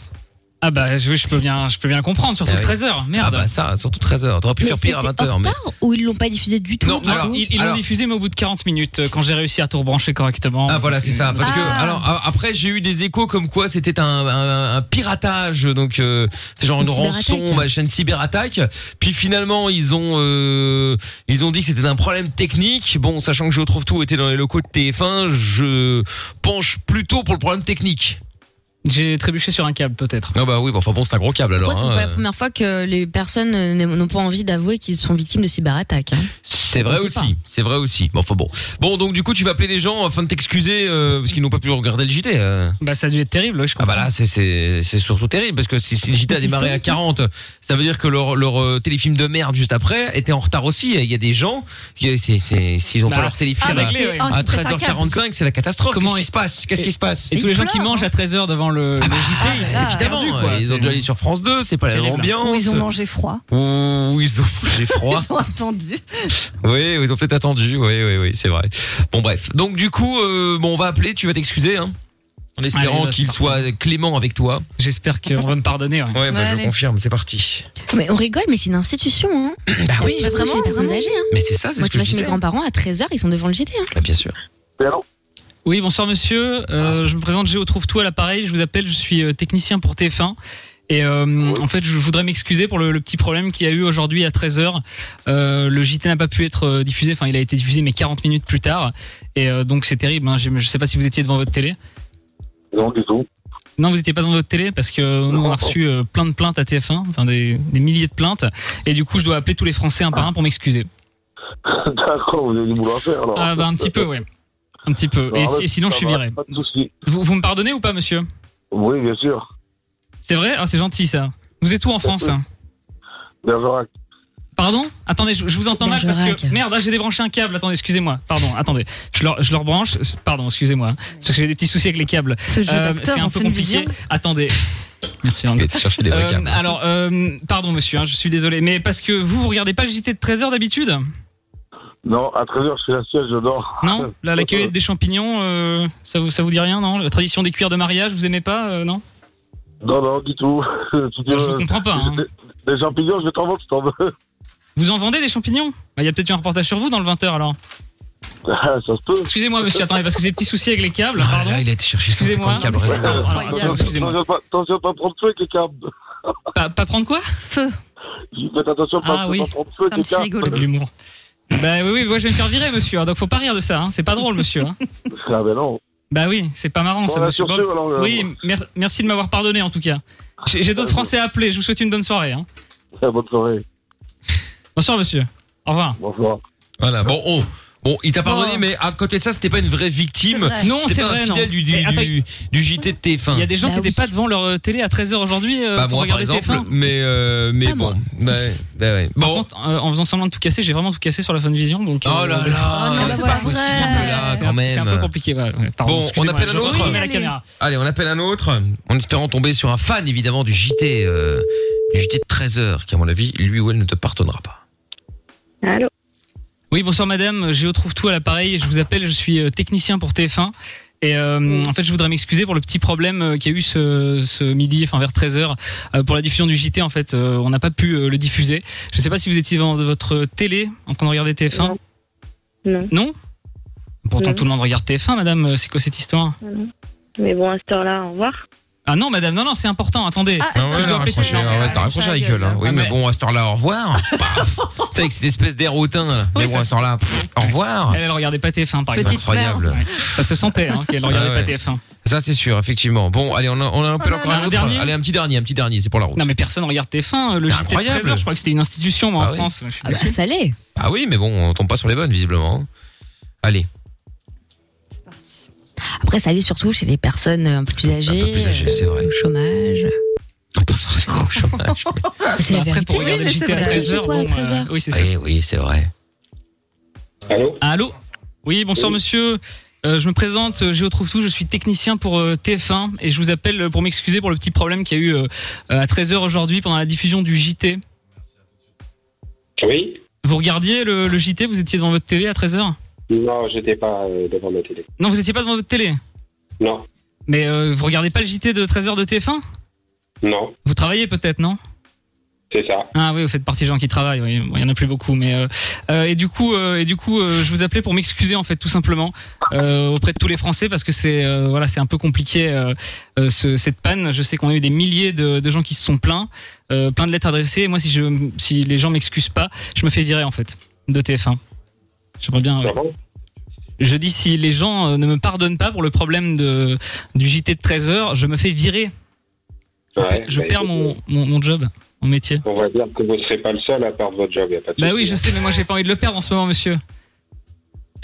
Speaker 5: Ah bah je, je peux bien, je peux bien comprendre, surtout
Speaker 2: Ah oui.
Speaker 5: 13h, merde.
Speaker 2: Ah bah ça, surtout 13h, t'aurais pu
Speaker 3: Mais
Speaker 2: faire
Speaker 3: c'était
Speaker 2: pire
Speaker 3: en
Speaker 2: à 20h.
Speaker 3: retard
Speaker 2: Mais...
Speaker 3: ou ils l'ont pas diffusé du tout
Speaker 2: Non,
Speaker 3: du
Speaker 5: Non,
Speaker 3: coup
Speaker 2: alors,
Speaker 5: ils ils l'ont
Speaker 2: alors-
Speaker 5: diffusé mais au bout de 40 minutes euh, quand j'ai réussi à tout rebrancher correctement. euh,
Speaker 2: Ah voilà c'est ça parce que
Speaker 4: Ah.
Speaker 2: alors a- après j'ai eu des échos comme quoi c'était un, un, un piratage donc euh, c'est genre
Speaker 3: Une
Speaker 2: une rançon
Speaker 3: cyberattaque.
Speaker 2: machin une cyberattaque puis finalement ils ont euh, ils ont dit que c'était un problème technique bon sachant que je retrouve tout était dans les locaux de TF1 je penche plutôt pour le problème technique
Speaker 5: J'ai trébuché sur un câble peut-être.
Speaker 2: non bah oui bon, enfin bon c'est un gros câble alors
Speaker 3: Moi, c'est
Speaker 2: hein,
Speaker 3: pas la
Speaker 2: euh.
Speaker 3: première fois que les personnes euh, n'aient- n'ont pas envie d'avouer qu'ils sont victimes de cyberattaques. hein.
Speaker 2: C'est vrai
Speaker 3: Je sais
Speaker 2: aussi, c'est vrai aussi. Bon, enfin bon. Bon, donc du coup, tu vas appeler les gens afin de t'excuser euh, parce qu'ils n'ont pas pu regarder le JT. euh.
Speaker 5: Bah ça a dû être terrible, ouais, je
Speaker 2: Ah bah
Speaker 5: comprends.
Speaker 2: là, c'est c'est c'est surtout terrible parce que si, si le JT a
Speaker 3: C'est
Speaker 2: démarré à
Speaker 3: historique, hein.
Speaker 2: 40, ça veut dire que leur leur euh, téléfilm de merde juste après était en retard aussi. Il y a des gens qui c'est c'est s'ils ont
Speaker 5: Bah,
Speaker 2: pas leur
Speaker 5: c'est
Speaker 2: téléfilm à-
Speaker 5: réglé, ouais.
Speaker 4: Ah,
Speaker 2: à
Speaker 4: c'est pas
Speaker 2: 13h45, c'est la catastrophe.
Speaker 5: Comment
Speaker 2: Qu'est-ce qui
Speaker 5: ils-
Speaker 2: se passe Qu'est-ce qui se passe Ah bah,
Speaker 5: Et tous les gens qui
Speaker 4: pleurent,
Speaker 5: mangent à 13h devant le, le JT, ils
Speaker 4: Ah, ça,
Speaker 5: étaient
Speaker 2: Évidemment,
Speaker 5: perdus, quoi.
Speaker 2: ils ont dû aller sur France 2, c'est pas la même
Speaker 5: Terrible.
Speaker 4: Ou
Speaker 2: ambiance.
Speaker 4: ils ont mangé froid.
Speaker 2: Ou ils ont mangé froid.
Speaker 4: Ils ont attendu.
Speaker 2: Oui, ils ont peut-être attendu. Oui, oui, oui, c'est vrai. Bon, bref. Donc, du coup, euh, bon, on va appeler. Tu vas t'excuser, hein. En espérant
Speaker 5: Allez, bah, c'est
Speaker 2: qu'il
Speaker 5: parti.
Speaker 2: soit clément avec toi.
Speaker 5: J'espère qu'on va me pardonner. ouais.
Speaker 2: Ouais,
Speaker 4: bah, je Allez.
Speaker 2: confirme. C'est parti.
Speaker 3: Mais on rigole, mais c'est une institution. Hein.
Speaker 2: Bah oui.
Speaker 3: Surtout chez les personnes âgées. hein.
Speaker 2: Mais c'est ça, c'est
Speaker 3: Moi,
Speaker 2: ce
Speaker 3: tu
Speaker 2: que
Speaker 3: vas
Speaker 2: je
Speaker 3: chez mes
Speaker 2: disais.
Speaker 3: grands-parents à 13h, ils sont devant le JT. hein.
Speaker 2: Bah, bien sûr.
Speaker 5: Oui, bonsoir monsieur. Euh, Je me présente, Géo Trouve Tout à l'appareil. Je vous appelle, je suis euh, technicien pour TF1. Et euh, en fait, je voudrais m'excuser pour le, le petit problème qu'il y a eu aujourd'hui à 13h. Euh, le JT n'a pas pu être euh, diffusé, enfin il a été diffusé mais 40 minutes plus tard. Et euh, donc c'est terrible, hein. je ne sais pas si vous étiez devant votre télé.
Speaker 7: Non, du tout.
Speaker 5: Non, vous n'étiez pas dans votre télé parce que nous on a reçu euh, plein de plaintes à TF1, enfin des, des milliers de plaintes. Et du coup, je dois appeler tous les Français un par un pour m'excuser.
Speaker 7: D'accord, vous avez du boulot à faire alors.
Speaker 5: Ah bah un petit peu, ouais. Un petit peu. Et, si- et sinon, je suis viré.
Speaker 7: Pas de soucis.
Speaker 5: Vous, vous me pardonnez ou pas, monsieur
Speaker 7: Oui, bien sûr.
Speaker 5: C'est vrai Ah, c'est gentil ça. Vous êtes où en France hein
Speaker 7: Bergerac.
Speaker 5: Pardon Attendez, je, je vous entends mal parce que
Speaker 3: Bergerac.
Speaker 5: merde, ah, j'ai débranché un câble. Attendez, excusez-moi. Pardon, attendez. Je leur, je leur branche. Pardon, excusez-moi. hein. C'est Parce que j'ai des petits soucis avec les câbles.
Speaker 4: Ce jeu
Speaker 5: Euh,
Speaker 4: d'acteur
Speaker 5: c'est un
Speaker 4: en
Speaker 5: peu
Speaker 4: fin de
Speaker 5: compliqué.
Speaker 4: vision.
Speaker 5: Attendez. Merci. Hans.
Speaker 2: chercher des
Speaker 5: Euh, alors, euh, pardon monsieur, hein, je suis désolé, mais parce que vous, vous regardez pas le JT de 13h d'habitude
Speaker 7: Non, à 13h, je suis la siège, je dors.
Speaker 5: Non Là, la cueillette des champignons, euh, ça, vous, ça vous dit rien, non La tradition des cuirs de mariage, vous aimez pas, euh, non
Speaker 7: Non, non, du tout. Tu
Speaker 5: Ah, Je vous comprends pas. hein.
Speaker 7: Des, des champignons, je vais t'en vendre, tu t'en veux.
Speaker 5: Vous en vendez des champignons Bah, Il y a peut-être eu un reportage sur vous dans le 20h alors.
Speaker 7: Ah, ça se peut.
Speaker 5: Excusez-moi, monsieur, attendez, parce que j'ai des petits soucis avec les câbles. Pardon.
Speaker 2: Ah Là, il a été chercher
Speaker 5: Excusez-moi.
Speaker 2: 150 câbles récemment.
Speaker 5: Alors, alors, attends, excusez-moi.
Speaker 7: Attention, pas- attention, pas prendre feu avec les câbles.
Speaker 5: Pas, pas prendre quoi
Speaker 7: Faites attention, pas,
Speaker 5: Ah oui.
Speaker 7: pas prendre feu avec
Speaker 10: Un
Speaker 7: les
Speaker 10: petit
Speaker 7: câbles.
Speaker 10: rigolo.
Speaker 5: De l'humour. Bah oui, oui, moi je vais me faire virer, monsieur. hein, donc faut pas rire de ça. hein, C'est pas drôle, monsieur. hein.
Speaker 7: Ah ben non.
Speaker 5: Bah oui, c'est pas marrant,
Speaker 7: Bon,
Speaker 5: ça,
Speaker 7: là,
Speaker 5: monsieur
Speaker 7: sur
Speaker 5: Bob.
Speaker 7: ce, alors, euh,
Speaker 5: Oui, mer- merci de m'avoir pardonné en tout cas. J'ai j'ai d'autres Français à appeler. Je vous souhaite une bonne soirée. Hein.
Speaker 7: bon, bonne soirée.
Speaker 5: Bonsoir, monsieur. Au revoir.
Speaker 7: Bonsoir.
Speaker 2: Voilà, bon, oh. Bon, il t'a pardonné,
Speaker 10: Oh.
Speaker 2: mais à côté de ça, c'était pas une vraie victime.
Speaker 10: C'est vrai.
Speaker 5: Non,
Speaker 2: C'était
Speaker 5: c'est
Speaker 2: pas
Speaker 5: vrai,
Speaker 2: un
Speaker 5: non.
Speaker 2: fidèle du, du,
Speaker 5: Et attends,
Speaker 2: du- du JT de TF1.
Speaker 5: Il y a des gens
Speaker 3: Bah
Speaker 5: qui n'étaient
Speaker 3: oui.
Speaker 5: pas devant leur euh, télé à 13h aujourd'hui euh,
Speaker 2: Bah
Speaker 5: pour
Speaker 2: moi par
Speaker 5: regarder
Speaker 2: exemple,
Speaker 5: TF1.
Speaker 2: mais euh, mais
Speaker 3: Pas
Speaker 2: bon.
Speaker 3: moi.
Speaker 2: Ouais, bah ouais.
Speaker 5: Par
Speaker 2: Bon.
Speaker 5: contre, euh, en faisant semblant de tout casser, j'ai vraiment tout cassé sur la Funvision. Donc,
Speaker 2: Oh
Speaker 5: euh,
Speaker 2: là
Speaker 5: c'est-
Speaker 2: là,
Speaker 3: non, bah
Speaker 2: c'est
Speaker 3: voilà.
Speaker 2: pas possible là
Speaker 5: c'est un-
Speaker 2: quand
Speaker 5: C'est un peu
Speaker 2: même.
Speaker 5: compliqué. voilà. Ouais, pardon,
Speaker 2: Bon, on
Speaker 5: excusez-moi,
Speaker 2: appelle un
Speaker 5: je
Speaker 2: autre
Speaker 5: remets la
Speaker 10: Allez.
Speaker 5: caméra.
Speaker 2: Allez, on appelle un autre en espérant tomber sur un fan évidemment du JT euh, du JT de 13h qui à mon avis, lui ou elle ne te pardonnera pas.
Speaker 1: Allô
Speaker 5: Oui, bonsoir madame, Géo trouve tout à l'appareil, je vous appelle, je suis euh, technicien pour TF1. Et
Speaker 1: Mm.
Speaker 5: euh, en fait, je voudrais m'excuser pour le petit problème euh, qu'il y a eu ce, ce midi, enfin vers 13h, euh, pour la diffusion du JT. En fait, euh, on n'a pas pu euh, le diffuser. Je ne sais pas si vous étiez devant votre télé en train de regarder TF1.
Speaker 1: Non.
Speaker 5: Non Pourtant,
Speaker 1: Non.
Speaker 5: tout le monde regarde TF1, madame. euh, C'est quoi cette histoire
Speaker 1: Mais bon, à cette heure-là, au revoir.
Speaker 5: Ah non, madame, non, non, c'est important, attendez.
Speaker 10: Ah,
Speaker 2: ouais,
Speaker 5: je dois
Speaker 2: t'as
Speaker 5: péter
Speaker 2: raccroché,
Speaker 5: la
Speaker 2: ouais, t'as raccroché la gueule. hein. Oui,
Speaker 5: Ah,
Speaker 2: mais
Speaker 5: mais-
Speaker 2: bon, à cette heure-là, au revoir. Paf. tu sais, avec cette espèce d'air hautain. là. Mais
Speaker 5: Oui,
Speaker 2: bon,
Speaker 5: ça
Speaker 2: à cette heure-là, pff, au revoir.
Speaker 5: Elle, elle regardait pas TF1, par exemple.
Speaker 10: Petite
Speaker 2: Incroyable.
Speaker 5: Ouais. Ça se sentait hein, qu'elle regardait
Speaker 2: Ah ouais.
Speaker 5: pas TF1.
Speaker 2: Ça, c'est sûr, effectivement. Bon, allez, on, a, on en appelle
Speaker 10: On en
Speaker 2: encore
Speaker 10: a
Speaker 5: un
Speaker 2: un autre.
Speaker 5: dernier
Speaker 2: Allez, un petit dernier, un petit dernier, c'est pour la route.
Speaker 5: Non, mais personne regarde TF1. euh, Le
Speaker 2: C'est
Speaker 5: JT de
Speaker 2: incroyable.
Speaker 5: 13h, je crois que c'était une institution, moi,
Speaker 2: Ah
Speaker 5: en
Speaker 2: oui.
Speaker 5: France. Je suis
Speaker 3: Ah bah,
Speaker 5: déçu.
Speaker 3: ça l'est.
Speaker 2: Ah oui, mais bon, on tombe pas sur les bonnes, visiblement. hein. Allez,
Speaker 3: Après, ça l'est surtout chez les personnes un peu plus
Speaker 2: un
Speaker 3: âgées.
Speaker 2: peu plus âgé, c'est vrai.
Speaker 3: euh,
Speaker 2: Ah,
Speaker 3: Au chômage.
Speaker 2: Au chômage.
Speaker 3: C'est la
Speaker 5: Après,
Speaker 3: vérité.
Speaker 5: pour regarder le
Speaker 10: Oui, mais
Speaker 5: JT à
Speaker 10: c'est vrai.
Speaker 5: 13h.
Speaker 3: Qu'il soit à
Speaker 2: euh,
Speaker 3: 13h.
Speaker 5: euh, oui, c'est ça.
Speaker 2: Oui, oui, c'est vrai.
Speaker 11: Allô
Speaker 5: Allô Oui, bonsoir, monsieur. Euh, je me présente, euh, Géo trouve tout, je suis technicien pour euh, TF1 et je vous appelle euh, pour m'excuser pour le petit problème qu'il y a eu euh, euh, à 13h aujourd'hui pendant la diffusion du JT.
Speaker 11: Oui
Speaker 5: Vous regardiez le, le JT, vous étiez devant votre télé à 13h
Speaker 11: Non, j'étais pas euh, devant ma télé.
Speaker 5: Non, vous étiez pas devant votre télé.
Speaker 11: Non,
Speaker 5: Mais euh, vous regardez pas le JT de 13h de TF1
Speaker 11: non,
Speaker 5: Vous travaillez peut-être, non
Speaker 11: c'est ça.
Speaker 5: Ah oui, vous faites partie des gens qui travaillent. Oui. Bon, il y en a plus beaucoup, mais euh, euh, et du coup, euh, et du coup, euh, je vous appelais pour m'excuser en fait, tout simplement, euh, auprès de tous les Français, parce que c'est euh, voilà, c'est un peu compliqué euh, euh, ce- cette panne. Je sais qu'on a eu des milliers de, de gens qui se sont plaints, euh, plein de lettres adressées. Et moi, si je, si les gens m'excusent pas, je me fais virer en fait de TF1. J'aimerais bien. euh,
Speaker 11: Ah bon
Speaker 5: je dis si les gens euh, ne me pardonnent pas pour le problème de du JT de 13 h je me fais virer. Je,
Speaker 11: Ouais,
Speaker 5: per- je
Speaker 11: bah,
Speaker 5: perds
Speaker 11: écoute,
Speaker 5: mon, mon mon job, mon métier.
Speaker 11: On va dire que vous ne serez pas le seul à perdre votre job, y a pas de
Speaker 5: Bah
Speaker 11: souci.
Speaker 5: oui, je sais, mais moi j'ai pas envie de le perdre en ce moment, monsieur.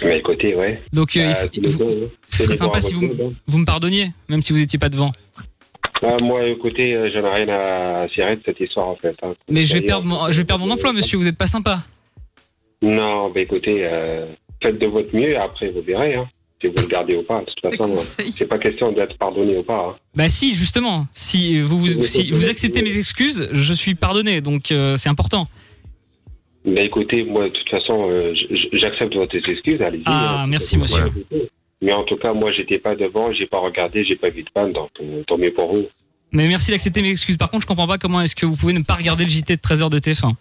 Speaker 11: Bah écoutez, ouais.
Speaker 5: Donc euh, il
Speaker 11: Ah,
Speaker 5: faut-
Speaker 11: tous les
Speaker 5: vous-
Speaker 11: deux, hein.
Speaker 5: ce
Speaker 11: Tous
Speaker 5: serait
Speaker 11: les
Speaker 5: sympa
Speaker 11: deux à
Speaker 5: si
Speaker 11: votre
Speaker 5: vous,
Speaker 11: tour, hein.
Speaker 5: vous me pardonniez, même si vous étiez pas devant.
Speaker 11: Ah, moi, écoutez, euh, j'en ai rien à cirer de cette histoire, en fait. hein.
Speaker 5: Mais je vais
Speaker 11: D'ailleurs,
Speaker 5: perdre mon, je vais perdre mon emploi, monsieur. Vous êtes pas sympa.
Speaker 11: Non, bah écoutez, euh, faites de votre mieux, après vous verrez, hein, si vous le gardez ou pas. De toute façon,
Speaker 10: conseil.
Speaker 11: euh, c'est pas question d'être pardonné ou pas. hein.
Speaker 5: Bah si, justement, si vous vous, si vous acceptez mes excuses, je suis pardonné, donc euh, c'est important.
Speaker 11: Bah écoutez, moi, de toute façon, euh, j- j- j'accepte votre excuse, allez-y.
Speaker 5: Ah,
Speaker 11: hein.
Speaker 5: merci, monsieur.
Speaker 11: Mais en tout cas, moi, j'étais pas devant, j'ai pas regardé, j'ai pas vu de panne, donc euh, tant mieux pour vous.
Speaker 5: Mais merci d'accepter mes excuses. Par contre, je comprends pas comment est-ce que vous pouvez ne pas regarder le JT de 13h de TF1.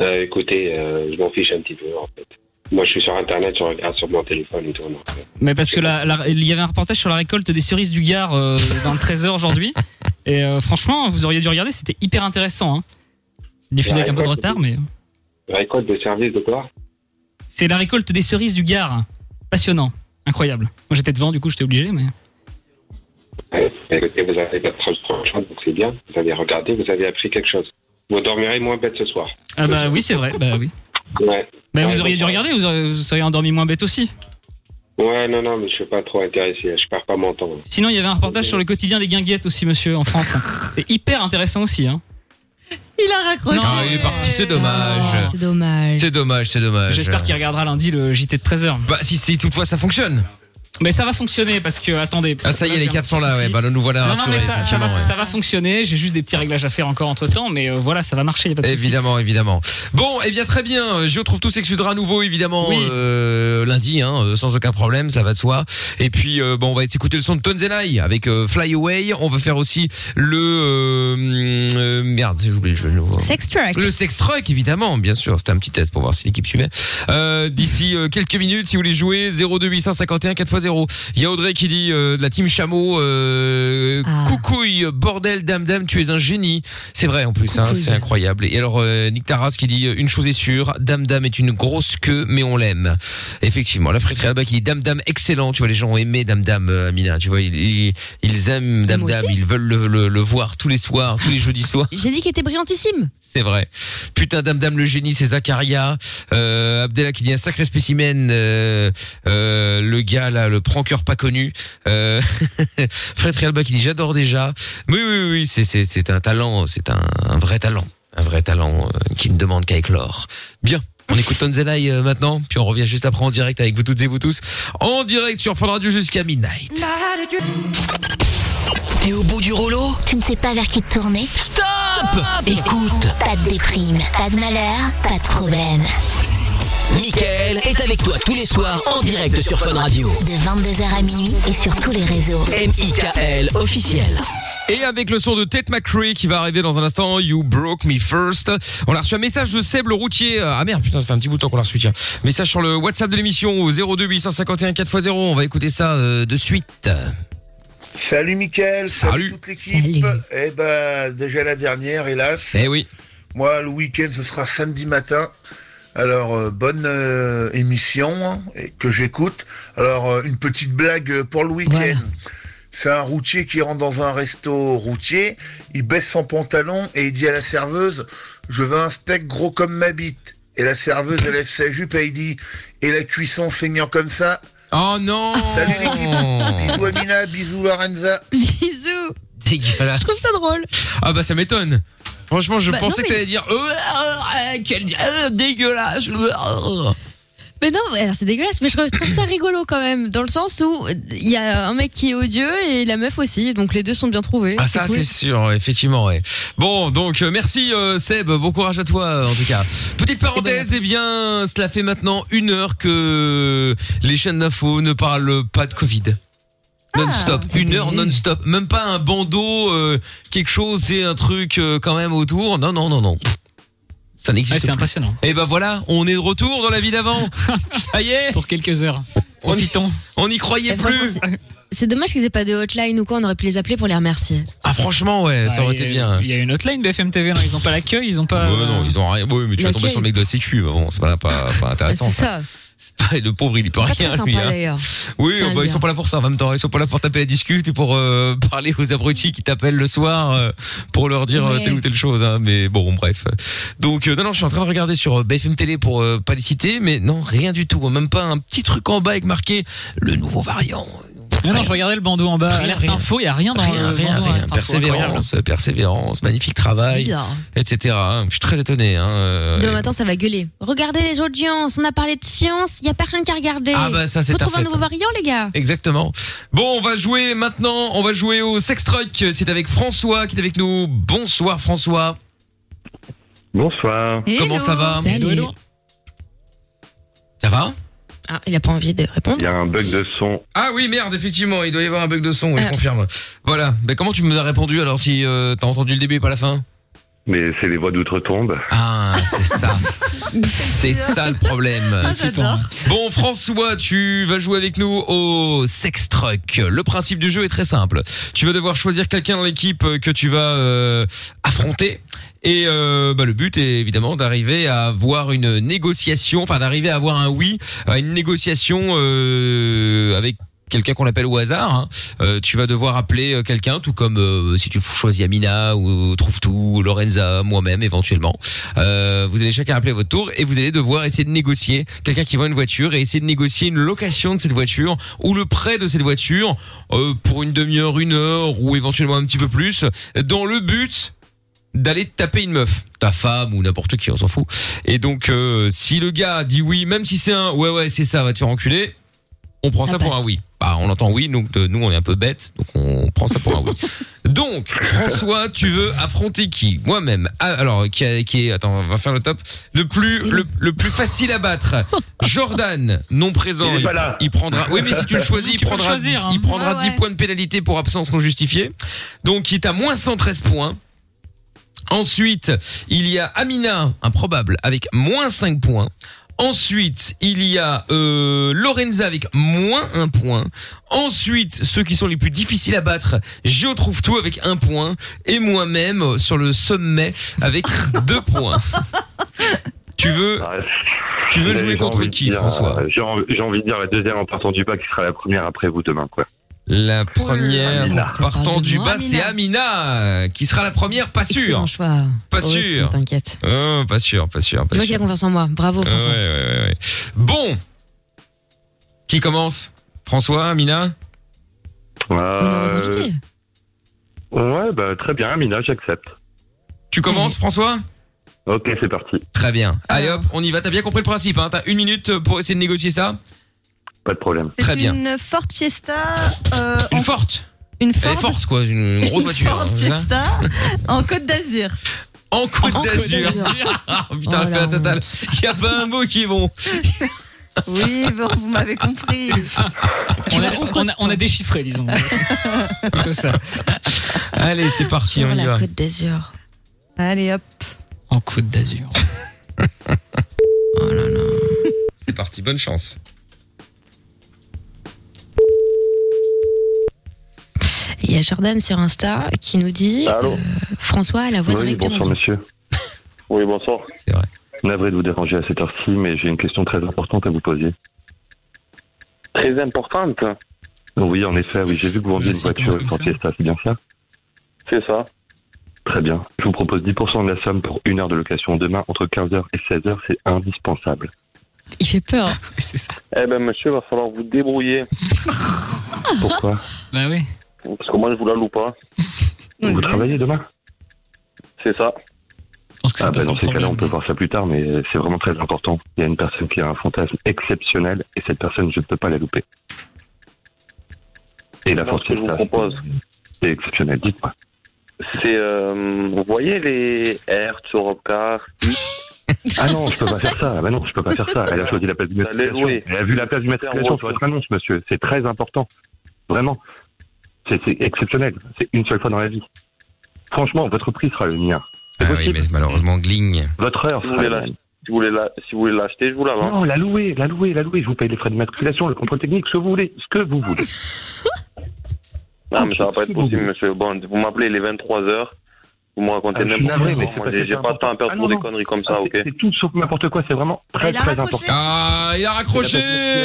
Speaker 11: Euh, écoutez, euh, je m'en fiche un petit peu, en fait. Moi, je suis sur Internet, je regarde sur mon téléphone et tout. donc, euh,
Speaker 5: Mais parce que la- la- il y avait un reportage sur la récolte des cerises du Gard euh, dans le 13h aujourd'hui. Et euh, franchement, vous auriez dû regarder, c'était hyper intéressant. Hein. C'est Diffusé
Speaker 11: La
Speaker 5: avec un peu de
Speaker 11: récolte,
Speaker 5: retard, mais...
Speaker 11: Récolte de service de quoi
Speaker 5: C'est la récolte des cerises du Gard. Passionnant. Incroyable. Moi j'étais devant, du coup j'étais obligé, mais.
Speaker 11: Ouais, bah, Écoutez, vous avez votre chose prochaine, donc c'est bien. Vous avez regardé, vous avez appris quelque chose. Vous dormirez moins bête ce soir.
Speaker 5: Ah bah oui, c'est vrai, bah oui.
Speaker 11: Ouais.
Speaker 5: Bah
Speaker 11: Ouais,
Speaker 5: vous auriez dû
Speaker 11: bon.
Speaker 5: regarder, vous auriez, vous seriez endormi moins bête aussi.
Speaker 11: Ouais, non, non, mais je suis pas trop intéressé. Je perds pas mon temps.
Speaker 5: Sinon, il y avait un reportage sur le quotidien des guinguettes aussi, monsieur, en France. C'est hyper intéressant aussi, hein.
Speaker 10: Il a raccroché.
Speaker 5: Non,
Speaker 2: Ah, il est parti, c'est dommage.
Speaker 3: Ah, c'est dommage.
Speaker 2: C'est dommage, c'est dommage.
Speaker 5: J'espère qu'il regardera lundi le JT de 13h.
Speaker 2: Bah, si, si toutefois ça fonctionne.
Speaker 5: Mais ça va fonctionner parce que attendez.
Speaker 2: Ah, ça y est, les quatre sont là, ouais. Bah, nous voilà
Speaker 5: Non, non, mais
Speaker 2: rassurés,
Speaker 5: ça, ça
Speaker 2: effectivement,
Speaker 5: va,
Speaker 2: ouais.
Speaker 5: ça va fonctionner. J'ai juste des petits réglages à faire encore entre temps, mais euh, voilà, ça va marcher. y a pas de souci.
Speaker 2: Évidemment, évidemment. Bon, eh bien très bien. Euh, Je retrouve tout s'excusera à nouveau évidemment
Speaker 5: Oui.
Speaker 2: euh, lundi, hein, euh, sans aucun problème, ça va de soi. Et puis euh, bon, on va écouter le son de Tonzenai avec euh, Fly Away. On va faire aussi le euh, euh, merde, j'ai oublié le jeu de nouveau.
Speaker 3: Sex Track.
Speaker 2: Le sex truck, évidemment, bien sûr. C'était un petit test pour voir si l'équipe suivait. Euh, D'ici euh, quelques minutes, si vous voulez jouer, 02851 4x0. Il y a Audrey qui dit euh, de la team chameau, euh,
Speaker 3: Ah.
Speaker 2: coucouille, bordel, dame, dame, tu es un génie. C'est vrai en plus, hein,
Speaker 12: Coucouille.
Speaker 2: c'est incroyable. Et alors, euh, Nick Taras qui dit euh, une chose est sûre, dame, dame est une grosse queue, mais on l'aime. Effectivement, la friterie là-bas qui dit dame, dame, excellent. Tu vois, les gens ont aimé dame, dame, euh, Amina. Tu vois, ils, ils, ils aiment dame,
Speaker 3: Moi
Speaker 2: dame,
Speaker 3: aussi.
Speaker 2: ils veulent le, le- le voir tous les soirs, tous les jeudis soirs.
Speaker 3: J'ai dit qu'il était brillantissime.
Speaker 2: C'est vrai. Putain, Dame Dame le génie, c'est Zakaria. Euh, Abdella qui dit un sacré spécimen. Euh, euh, le gars là, le pranker pas connu. Euh, Fred Rialba qui dit j'adore déjà. Oui, oui, oui, c'est c'est c'est un talent, c'est un, un vrai talent, un vrai talent euh, qui ne demande qu'à éclore. Bien. On écoute Tonzenai euh, maintenant, puis on revient juste après en direct avec vous toutes et vous tous. En direct sur Fun Radio jusqu'à midnight.
Speaker 9: T'es au bout du rouleau Tu ne sais pas vers qui te tourner Stop,
Speaker 1: Écoute
Speaker 9: Pas de déprime, pas de malheur, pas de problème.
Speaker 1: Mickaël est avec toi tous les soirs en direct sur Fun Radio.
Speaker 9: De 22h à minuit et sur tous les réseaux.
Speaker 1: M.I.K.L. officiel.
Speaker 2: Et avec le son de Tate McRae qui va arriver dans un instant, You Broke Me First. On a reçu un message de Seb le routier. Ah merde, putain, ça fait un petit bout de temps qu'on l'a reçu, tiens. Message sur le WhatsApp de l'émission au 02 851 4x0. On va écouter ça euh, de suite.
Speaker 13: Salut Mickaël,
Speaker 2: Salut.
Speaker 13: salut toute l'équipe. Eh ben déjà la dernière, hélas.
Speaker 2: Eh oui.
Speaker 13: Moi le week-end ce sera samedi matin. Alors euh, bonne euh, émission hein, et que j'écoute. Alors euh, une petite blague pour le week-end. C'est un routier qui rentre dans un resto routier, il baisse son pantalon et il dit à la serveuse Je veux un steak gros comme ma bite. Et la serveuse elle lève sa jupe et il dit Et la cuisson saignant comme ça
Speaker 2: Oh non
Speaker 13: Salut l'équipe Bisous Amina, bisous Lorenza
Speaker 3: Bisous
Speaker 2: Dégueulasse.
Speaker 3: Je trouve ça drôle.
Speaker 2: Ah bah ça m'étonne. Franchement, je
Speaker 3: Bah, non,
Speaker 2: pensais que
Speaker 3: mais-
Speaker 2: t'allais dire. Euh, euh, euh, quel- euh, dégueulasse. euh, euh.
Speaker 3: Mais non, alors c'est dégueulasse, mais je trouve ça rigolo quand même, dans le sens où il y a un mec qui est odieux et la meuf aussi, donc les deux sont bien trouvés.
Speaker 2: Ah ça
Speaker 3: cool.
Speaker 2: c'est sûr, effectivement. Ouais. Bon, donc euh, merci euh, Seb, bon courage à toi euh, en tout cas. Petite parenthèse, eh bien, cela fait maintenant une heure que les chaînes d'infos ne parlent pas de Covid. Ah, Non-stop, une heure non-stop, même pas un bandeau, euh, quelque chose et un truc euh, quand même autour. Non, non, non, non. Ça n'existe
Speaker 5: Ouais, Ah, c'est
Speaker 2: plus.
Speaker 5: impressionnant.
Speaker 2: Et ben voilà, on est de retour dans la vie d'avant. ça y est.
Speaker 5: Pour quelques heures.
Speaker 2: On y, on y croyait
Speaker 3: Et franchement,
Speaker 2: plus.
Speaker 3: c'est- C'est dommage qu'ils aient pas de hotline ou quoi, on aurait pu les appeler pour les remercier.
Speaker 2: Ah franchement ouais, ça
Speaker 5: Bah,
Speaker 2: aurait
Speaker 5: il y
Speaker 2: été
Speaker 5: a-
Speaker 2: bien.
Speaker 5: Il y a une hotline BFM TV, non, ils ont pas l'accueil, ils ont pas.
Speaker 2: Ouais, non, ils ont rien. Oui, mais tu vas tomber
Speaker 5: Laquelle
Speaker 2: sur le mec de la sécu. mais Bon, c'est pas, pas, pas intéressant.
Speaker 3: Ah, C'est ça.
Speaker 2: Pas- le pauvre, il y peut
Speaker 3: Pas
Speaker 2: rien,
Speaker 3: très
Speaker 2: lui.
Speaker 3: sympa
Speaker 2: hein.
Speaker 3: d'ailleurs.
Speaker 2: Oui,
Speaker 3: Tiens à le
Speaker 2: bah, ils
Speaker 3: dire.
Speaker 2: sont pas là pour ça en même temps. Ils sont pas là pour taper la discute et pour euh, parler aux abrutis qui t'appellent le soir euh, pour leur dire euh,
Speaker 12: Ouais.
Speaker 2: telle ou telle chose. hein. Mais bon, bref. Donc, euh, non, non, je suis en train de regarder sur euh, BFM Télé pour euh, pas les citer, mais non, rien du tout. Même pas un petit truc en bas avec marqué le nouveau variant.
Speaker 5: Non, non, je regardais le bandeau en bas.
Speaker 2: Rien,
Speaker 5: Alerte
Speaker 2: rien.
Speaker 5: info, il y a rien dans
Speaker 3: Euh,
Speaker 2: Rien,
Speaker 5: le
Speaker 2: rien,
Speaker 5: bandeau.
Speaker 2: rien.
Speaker 5: Alerte info, incroyable.
Speaker 2: Persévérance, persévérance, magnifique travail,
Speaker 3: Bizarre.
Speaker 2: etc. Je suis très étonné. Hein. euh,
Speaker 3: Demain matin, ça va gueuler. Regardez les audiences, on a parlé de science, il y a personne qui a regardé.
Speaker 2: Ah bah, ça, c'est
Speaker 3: Faut trouver
Speaker 2: ta
Speaker 3: un
Speaker 2: fête,
Speaker 3: nouveau
Speaker 2: hein.
Speaker 3: variant, les gars.
Speaker 2: Exactement. Bon, on va jouer maintenant. On va jouer au Sex Truck. C'est avec François qui est avec nous. Bonsoir François.
Speaker 14: Bonsoir.
Speaker 2: Comment ça va Ça va
Speaker 3: Ah, il a pas envie de répondre.
Speaker 14: Il y a un bug de son.
Speaker 2: Ah oui, merde, effectivement, il doit y avoir un bug de son, oui, je confirme. Voilà. Ben comment tu me as répondu alors si euh, t'as entendu le début et pas la fin
Speaker 14: Mais c'est les voix d'outre-tombe.
Speaker 2: Ah, c'est ça. c'est ça le problème.
Speaker 14: Ah, j'adore.
Speaker 2: Bon, François, tu vas jouer avec nous au Sex Truck. Le principe du jeu est très simple. Tu vas devoir choisir quelqu'un dans l'équipe euh, que tu vas euh, affronter. Et euh, bah, le but est évidemment d'arriver à avoir une négociation, enfin d'arriver à avoir un oui à une négociation euh, avec quelqu'un qu'on appelle au hasard. hein. Euh, tu vas devoir appeler euh, quelqu'un, tout comme euh, si tu choisis Amina ou trouve tout, Lorenza, moi-même éventuellement. Euh, vous allez chacun appeler à votre tour et vous allez devoir essayer de négocier quelqu'un qui vend une voiture et essayer de négocier une location de cette voiture ou le prêt de cette voiture euh, pour une demi-heure, une heure ou éventuellement un petit peu plus, dans le but d'aller te taper une meuf, ta femme ou n'importe qui, on s'en fout. Et donc euh, si le gars dit oui, même si c'est un ouais ouais c'est ça, va te faire enculer, on prend ça,
Speaker 12: Ça
Speaker 2: pour
Speaker 12: passe.
Speaker 2: un oui. Bah, on entend oui, donc euh, nous on est un peu bête, donc on prend ça pour un oui. Donc François, tu veux affronter qui Moi-même. Ah, alors qui, a- qui est attends, on va faire le top. Le plus le, le plus facile à battre. Jordan, non présent,
Speaker 6: Il est pas
Speaker 2: il-
Speaker 6: là.
Speaker 2: il prendra. Oui, mais si tu le choisis,
Speaker 6: Tu
Speaker 2: il
Speaker 6: peux le
Speaker 2: prendra
Speaker 6: choisir, hein.
Speaker 2: il prendra
Speaker 6: Ah ouais.
Speaker 2: 10 points de pénalité pour absence non justifiée. Donc il est à moins 113 points. Ensuite, il y a Amina, improbable, avec moins 5 points. Ensuite, il y a euh, Lorenza avec moins 1 point. Ensuite, ceux qui sont les plus difficiles à battre, Gio trouve tout avec 1 point. Et moi-même euh, sur le sommet avec 2 points. Tu veux, tu veux
Speaker 14: Mais
Speaker 2: jouer
Speaker 14: j'ai
Speaker 2: contre
Speaker 14: envie de
Speaker 2: qui,
Speaker 14: dire,
Speaker 2: François
Speaker 14: euh, J'ai envie, j'ai envie de dire la deuxième en partant du bas qui sera la première après vous demain, quoi.
Speaker 2: La première
Speaker 14: Amina.
Speaker 2: partant
Speaker 14: parle de
Speaker 2: du
Speaker 14: moi,
Speaker 2: bas,
Speaker 14: Amina.
Speaker 2: c'est Amina euh, qui sera la première, pas sûr.
Speaker 3: Excellent choix.
Speaker 2: Pas
Speaker 3: Ouais,
Speaker 2: sûr.
Speaker 3: si, T'inquiète.
Speaker 2: Euh, pas sûr, pas sûr,
Speaker 3: Je
Speaker 2: pas
Speaker 3: vois qu'il a
Speaker 2: sûr.
Speaker 3: confiance en moi. Bravo,
Speaker 2: Euh,
Speaker 3: François.
Speaker 2: ouais, ouais, ouais, ouais. Bon, qui commence François, Amina
Speaker 14: Euh, Ouais, bah très bien, Amina, j'accepte.
Speaker 2: Tu commences, François
Speaker 14: Ok, c'est parti.
Speaker 2: Très bien. Allez hop, on y va. T'as bien compris le principe, hein T'as une minute pour essayer de négocier ça
Speaker 14: Pas de problème.
Speaker 2: Très bien.
Speaker 4: Une forte fiesta. euh,
Speaker 2: Une
Speaker 4: en-
Speaker 2: forte
Speaker 4: Une
Speaker 2: Elle
Speaker 4: forte.
Speaker 2: est forte, quoi. Une grosse
Speaker 4: Une
Speaker 2: voiture.
Speaker 4: Ford
Speaker 2: hein, c'est ça
Speaker 4: Fiesta en Côte d'Azur.
Speaker 2: En Côte
Speaker 4: En Côte
Speaker 2: d'Azur.
Speaker 4: d'Azur.
Speaker 2: Ah, Putain, elle fait la totale. Il a pas un mot qui est bon.
Speaker 4: Oui, bon, vous m'avez compris.
Speaker 5: On a, on a- on a déchiffré, disons. Plutôt ça.
Speaker 2: Allez, c'est parti, on y va.
Speaker 3: d'Azur.
Speaker 4: Allez hop.
Speaker 5: En Côte d'Azur.
Speaker 2: C'est parti, bonne chance.
Speaker 3: Il y a Jordan sur Insta qui nous dit
Speaker 14: Allô
Speaker 3: euh, François a la voix d'un
Speaker 14: Oui,
Speaker 3: mec de
Speaker 14: bonsoir,
Speaker 3: Londres.
Speaker 14: monsieur. Oui, bonsoir.
Speaker 2: C'est vrai.
Speaker 14: Navré de vous déranger à cette heure-ci, mais j'ai une question très importante à vous poser.
Speaker 7: Très importante.
Speaker 14: Oui, en effet, oui, j'ai vu que vous vendiez une voiture sans Fiesta, c'est bien ça
Speaker 7: C'est ça.
Speaker 14: Très bien. Je vous propose 10% de la somme pour une heure de location demain entre 15h et 16h, c'est indispensable.
Speaker 3: Il fait peur.
Speaker 7: Eh ben, monsieur, va falloir vous débrouiller.
Speaker 14: Pourquoi
Speaker 5: Bah oui.
Speaker 7: Parce que moi, je vous la loue pas.
Speaker 14: Vous travaillez demain
Speaker 7: C'est ça.
Speaker 14: Ah bah dans ces cas-là, on peut voir ça plus tard, mais euh, c'est vraiment très important. Il y a une personne qui a un fantasme exceptionnel et cette personne, je ne peux pas la louper. Et la force
Speaker 7: que je vous propose.
Speaker 14: C'est exceptionnel, dites-moi.
Speaker 7: C'est, euh, vous voyez les R sur K,
Speaker 14: Ah non, je peux pas faire ça. Bah non, je peux pas faire ça. Elle a choisi la place du
Speaker 7: Allez,
Speaker 14: matriculation.
Speaker 7: oui.
Speaker 14: Elle a vu la place du matriculation sur votre annonce, monsieur. C'est très important. Vraiment. C'est c'est exceptionnel. C'est une seule fois dans la vie. Franchement, votre prix sera le mien.
Speaker 2: Ah oui, mais malheureusement, Gling.
Speaker 14: Votre heure
Speaker 7: Si vous
Speaker 14: sera
Speaker 7: voulez
Speaker 14: la
Speaker 7: l'ach-
Speaker 14: mienne.
Speaker 7: si vous voulez la- si vous voulez l'acheter, je vous la vends.
Speaker 14: Non, la louer, la louer, la louer. Je vous paye les frais de matriculation, le contrôle technique, ce que vous voulez. Ce que vous voulez.
Speaker 7: Non, mais ça va pas être possible, monsieur. Bon, vous m'appelez les 23h. Vous me racontez
Speaker 14: Ah, je suis
Speaker 7: n'importe
Speaker 14: navré, mais
Speaker 7: quoi.
Speaker 14: c'est
Speaker 7: Moi,
Speaker 14: pas
Speaker 7: j'ai
Speaker 14: très
Speaker 7: j'ai pas de temps à perdre
Speaker 14: Ah,
Speaker 7: pour
Speaker 14: non,
Speaker 7: des
Speaker 14: non.
Speaker 7: conneries comme ça, ok
Speaker 14: C'est tout sauf n'importe quoi. C'est vraiment très, très important.
Speaker 2: Ah, il a raccroché,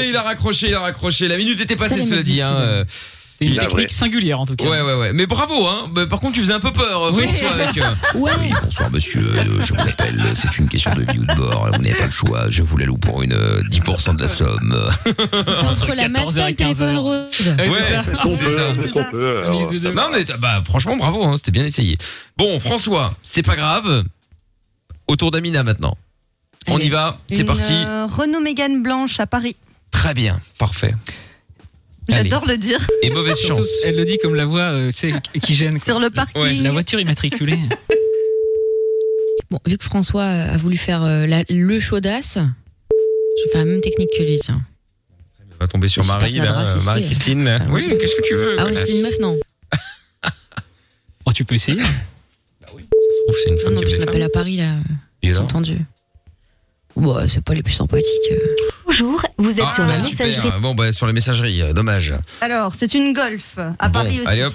Speaker 2: il a raccroché, il a raccroché. La minute était passée,
Speaker 5: C'est la
Speaker 2: cela
Speaker 5: minute
Speaker 2: dit. Hein.
Speaker 5: finale.
Speaker 2: euh,
Speaker 5: C'est une
Speaker 2: il a-
Speaker 5: technique singulière, en tout cas.
Speaker 2: Ouais, ouais, ouais. Mais bravo, hein. Bah, par contre, tu faisais un peu peur, euh, François, avec. euh,
Speaker 3: Ouais.
Speaker 2: Bonsoir monsieur, Euh, je vous appelle, c'est une question de vie ou de bord, vous n'avez pas le choix, je vous la loue pour une euh, 10% de la somme.
Speaker 3: Entre la mafia et le téléphone rose.
Speaker 2: Ouais, c'est ça. Non mais t'as- bah, franchement bravo, hein, c'était bien essayé. Bon François, c'est pas grave, autour d'Amina maintenant. On y va, c'est
Speaker 4: Une,
Speaker 2: parti.
Speaker 4: euh, Renault Mégane blanche à Paris.
Speaker 2: Très bien, parfait.
Speaker 4: J'adore le dire.
Speaker 2: Et mauvaise
Speaker 5: Surtout,
Speaker 2: chance.
Speaker 5: Elle le dit comme la voix euh, tu sais, qui gêne. Sur
Speaker 4: le parking.
Speaker 5: La voiture immatriculée.
Speaker 3: Bon, vu que François a voulu faire euh, la- le chaudasse, je vais faire la même technique que lui, tiens. Ah,
Speaker 2: On va tomber sur
Speaker 3: Je suis
Speaker 2: Marie,
Speaker 3: personne
Speaker 2: là,
Speaker 3: adroite,
Speaker 2: euh,
Speaker 3: si,
Speaker 2: Marie-Christine. là. Oui, qu'est-ce que tu veux
Speaker 3: Ah oui,
Speaker 2: connasse
Speaker 3: c'est une meuf, non
Speaker 5: Oh, tu peux essayer.
Speaker 2: Bah Je trouve que c'est une
Speaker 3: Non,
Speaker 2: femme
Speaker 3: non,
Speaker 2: qui aime
Speaker 3: tu
Speaker 2: les
Speaker 3: m'appelles
Speaker 2: femmes.
Speaker 3: à Paris, là.
Speaker 2: Il est là.
Speaker 3: Entendu. Ouais, c'est pas les plus sympathiques. euh.
Speaker 4: Bonjour, vous êtes
Speaker 2: Ah, bah, super. Bon, bah, sur la messagerie, euh, dommage.
Speaker 4: Alors, c'est une Golf à
Speaker 2: Bon,
Speaker 4: Paris aussi.
Speaker 2: allez hop.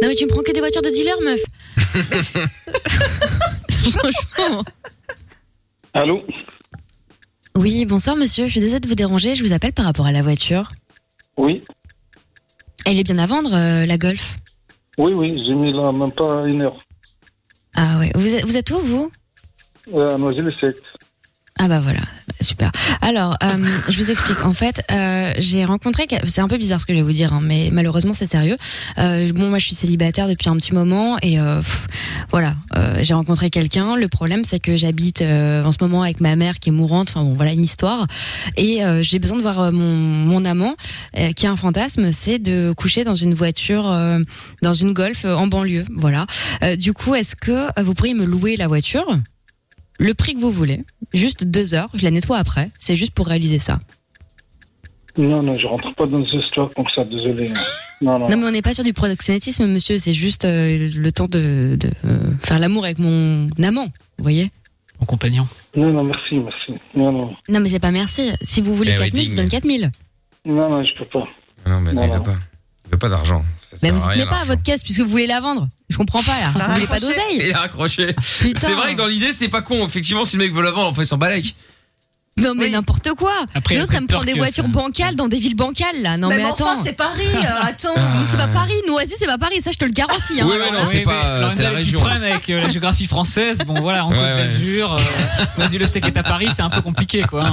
Speaker 3: Non, mais tu me prends que des voitures de dealer, meuf Franchement.
Speaker 7: Allô
Speaker 3: Oui, bonsoir, monsieur. Je suis désolée de vous déranger. Je vous appelle par rapport à la voiture.
Speaker 7: Oui,
Speaker 3: Elle est bien à vendre, euh, la Golf
Speaker 7: oui, oui, j'ai mis là même pas une heure.
Speaker 3: Ah ouais. Vous êtes, vous êtes où, vous
Speaker 7: Euh, À Noisy-le-Sec.
Speaker 3: Ah bah voilà, super. Alors, euh, je vous explique. En fait, euh, j'ai rencontré, que- c'est un peu bizarre ce que je vais vous dire, hein, mais malheureusement c'est sérieux. Euh, bon, moi je suis célibataire depuis un petit moment et euh, pff, voilà, euh, j'ai rencontré quelqu'un. Le problème c'est que j'habite euh, en ce moment avec ma mère qui est mourante. Enfin bon, voilà une histoire. Et euh, j'ai besoin de voir euh, mon, mon amant, euh, qui a un fantasme, c'est de coucher dans une voiture, euh, dans une Golf euh, en banlieue. Voilà. Euh, du coup, est-ce que euh, vous pourriez me louer la voiture le prix que vous voulez, juste deux heures, je la nettoie après, c'est juste pour réaliser ça.
Speaker 12: Non, non, je rentre pas dans ce histoire comme ça, désolé. Non, non.
Speaker 3: Non mais on n'est pas sur du proxénétisme, monsieur, c'est juste euh, le temps de, de, euh, faire l'amour avec mon amant, vous voyez
Speaker 5: Mon compagnon.
Speaker 12: Non, non, merci, merci. Non, non.
Speaker 3: Non mais c'est pas merci, si vous voulez
Speaker 2: Eh oui,
Speaker 3: 4000, je
Speaker 2: digne.
Speaker 3: vous donne 4000.
Speaker 12: Non, non, je peux pas.
Speaker 2: Ah Non, mais non, il a pas. Il a pas d'argent. Ça
Speaker 3: Mais
Speaker 2: sert
Speaker 3: vous
Speaker 2: à rien,
Speaker 3: tenez pas à
Speaker 2: l'argent.
Speaker 3: votre caisse puisque vous voulez la vendre, je comprends pas là, vous voulez pas
Speaker 2: Il
Speaker 3: d'oseille
Speaker 2: a raccroché.
Speaker 3: Putain.
Speaker 2: C'est vrai que dans l'idée, c'est pas con. Effectivement, si le mec veut la vendre, enfin, il s'en balèque.
Speaker 3: Non mais n'importe quoi
Speaker 2: Après,
Speaker 3: L'autre
Speaker 2: elle
Speaker 3: elle me
Speaker 2: fait
Speaker 3: prend des
Speaker 2: peur que
Speaker 3: voitures
Speaker 2: ça-
Speaker 3: bancales dans des villes bancales là, non mais,
Speaker 4: Mais bon,
Speaker 3: attends
Speaker 4: enfin, c'est Paris, euh, attends.
Speaker 3: Mais C'est pas Paris, Noisy c'est pas Paris, ça je te le garantis hein,
Speaker 2: Ah. Oui, oui,
Speaker 3: alors
Speaker 2: non,
Speaker 3: là.
Speaker 2: c'est pas, euh,
Speaker 5: alors,
Speaker 2: c'est
Speaker 5: vous
Speaker 2: la
Speaker 5: avez un petit
Speaker 2: région.
Speaker 5: problème avec euh, la géographie française. Bon, voilà, en
Speaker 2: Ouais,
Speaker 5: Côte
Speaker 2: ouais.
Speaker 5: d'Azur, vas-y, le sec est à Paris, c'est un peu compliqué, quoi.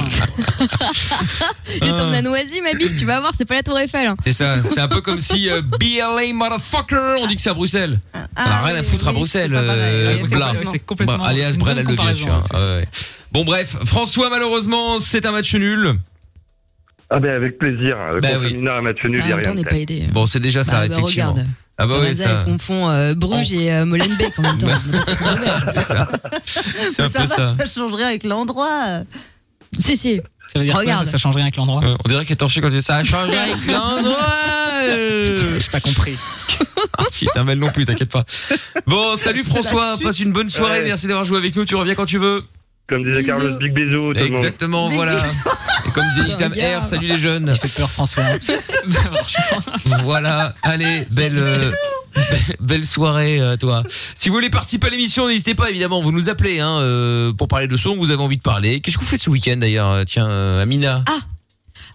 Speaker 5: hein.
Speaker 3: Je
Speaker 2: Euh,
Speaker 3: vais t'emmener à Noisy ma biche, tu vas voir, c'est pas la tour Eiffel hein.
Speaker 2: C'est ça. C'est un peu comme si euh, BLA motherfucker, on dit que c'est à Bruxelles.
Speaker 3: Ah,
Speaker 2: on a rien à foutre à Bruxelles. euh, là.
Speaker 5: C'est complètement-
Speaker 2: Bah, allez,
Speaker 5: c'est une
Speaker 2: Alfred,
Speaker 5: bonne
Speaker 2: elle le bien
Speaker 5: comparaison,
Speaker 2: sûr. hein.
Speaker 5: c'est
Speaker 2: Ouais, ouais. Bon, bref, François, malheureusement, c'est un match nul.
Speaker 14: Ah ben avec plaisir.
Speaker 2: Bah
Speaker 14: Contre
Speaker 2: oui.
Speaker 14: Mina, un match nul,
Speaker 3: Ah,
Speaker 14: il y a
Speaker 3: en même temps,
Speaker 14: rien.
Speaker 3: on n'est pas aidé.
Speaker 2: Bon, c'est déjà ça,
Speaker 3: Bah, bah,
Speaker 2: effectivement.
Speaker 3: regarde.
Speaker 2: Ah bah oui,
Speaker 3: Lorenza,
Speaker 2: ça.
Speaker 3: elle confond euh, Bruges et euh, Molenbeek en même temps. Mais c'est trop bien.
Speaker 2: C'est un
Speaker 4: ça,
Speaker 2: peu
Speaker 4: va,
Speaker 2: ça.
Speaker 4: ça change rien avec l'endroit.
Speaker 3: Si, si.
Speaker 5: Ça veut dire
Speaker 3: Regarde.
Speaker 5: quoi ça, ça change rien avec l'endroit
Speaker 2: Euh, On dirait qu'elle est torchée quand tu dis ça a changé avec l'endroit. euh.
Speaker 5: J'ai pas compris.
Speaker 2: Ah, putain, mais elle non plus, t'inquiète pas. Bon, salut François, passe une bonne soirée,
Speaker 14: Ouais.
Speaker 2: merci d'avoir joué avec nous, tu reviens quand tu veux.
Speaker 14: Comme disait Carlos, big bisous. tout le monde.
Speaker 2: Exactement,
Speaker 14: Big
Speaker 2: voilà. Et comme disait Nick Tam
Speaker 14: Regarde.
Speaker 2: R, salut les jeunes. Je
Speaker 5: fais peur François.
Speaker 2: voilà, allez, belle... euh, be- Belle soirée euh, toi. Si vous voulez participer à l'émission, n'hésitez pas évidemment, vous nous appelez hein, euh, pour parler de ce dont vous avez envie de parler. Qu'est-ce que vous faites ce week-end d'ailleurs euh, Tiens, euh, Amina.
Speaker 3: Ah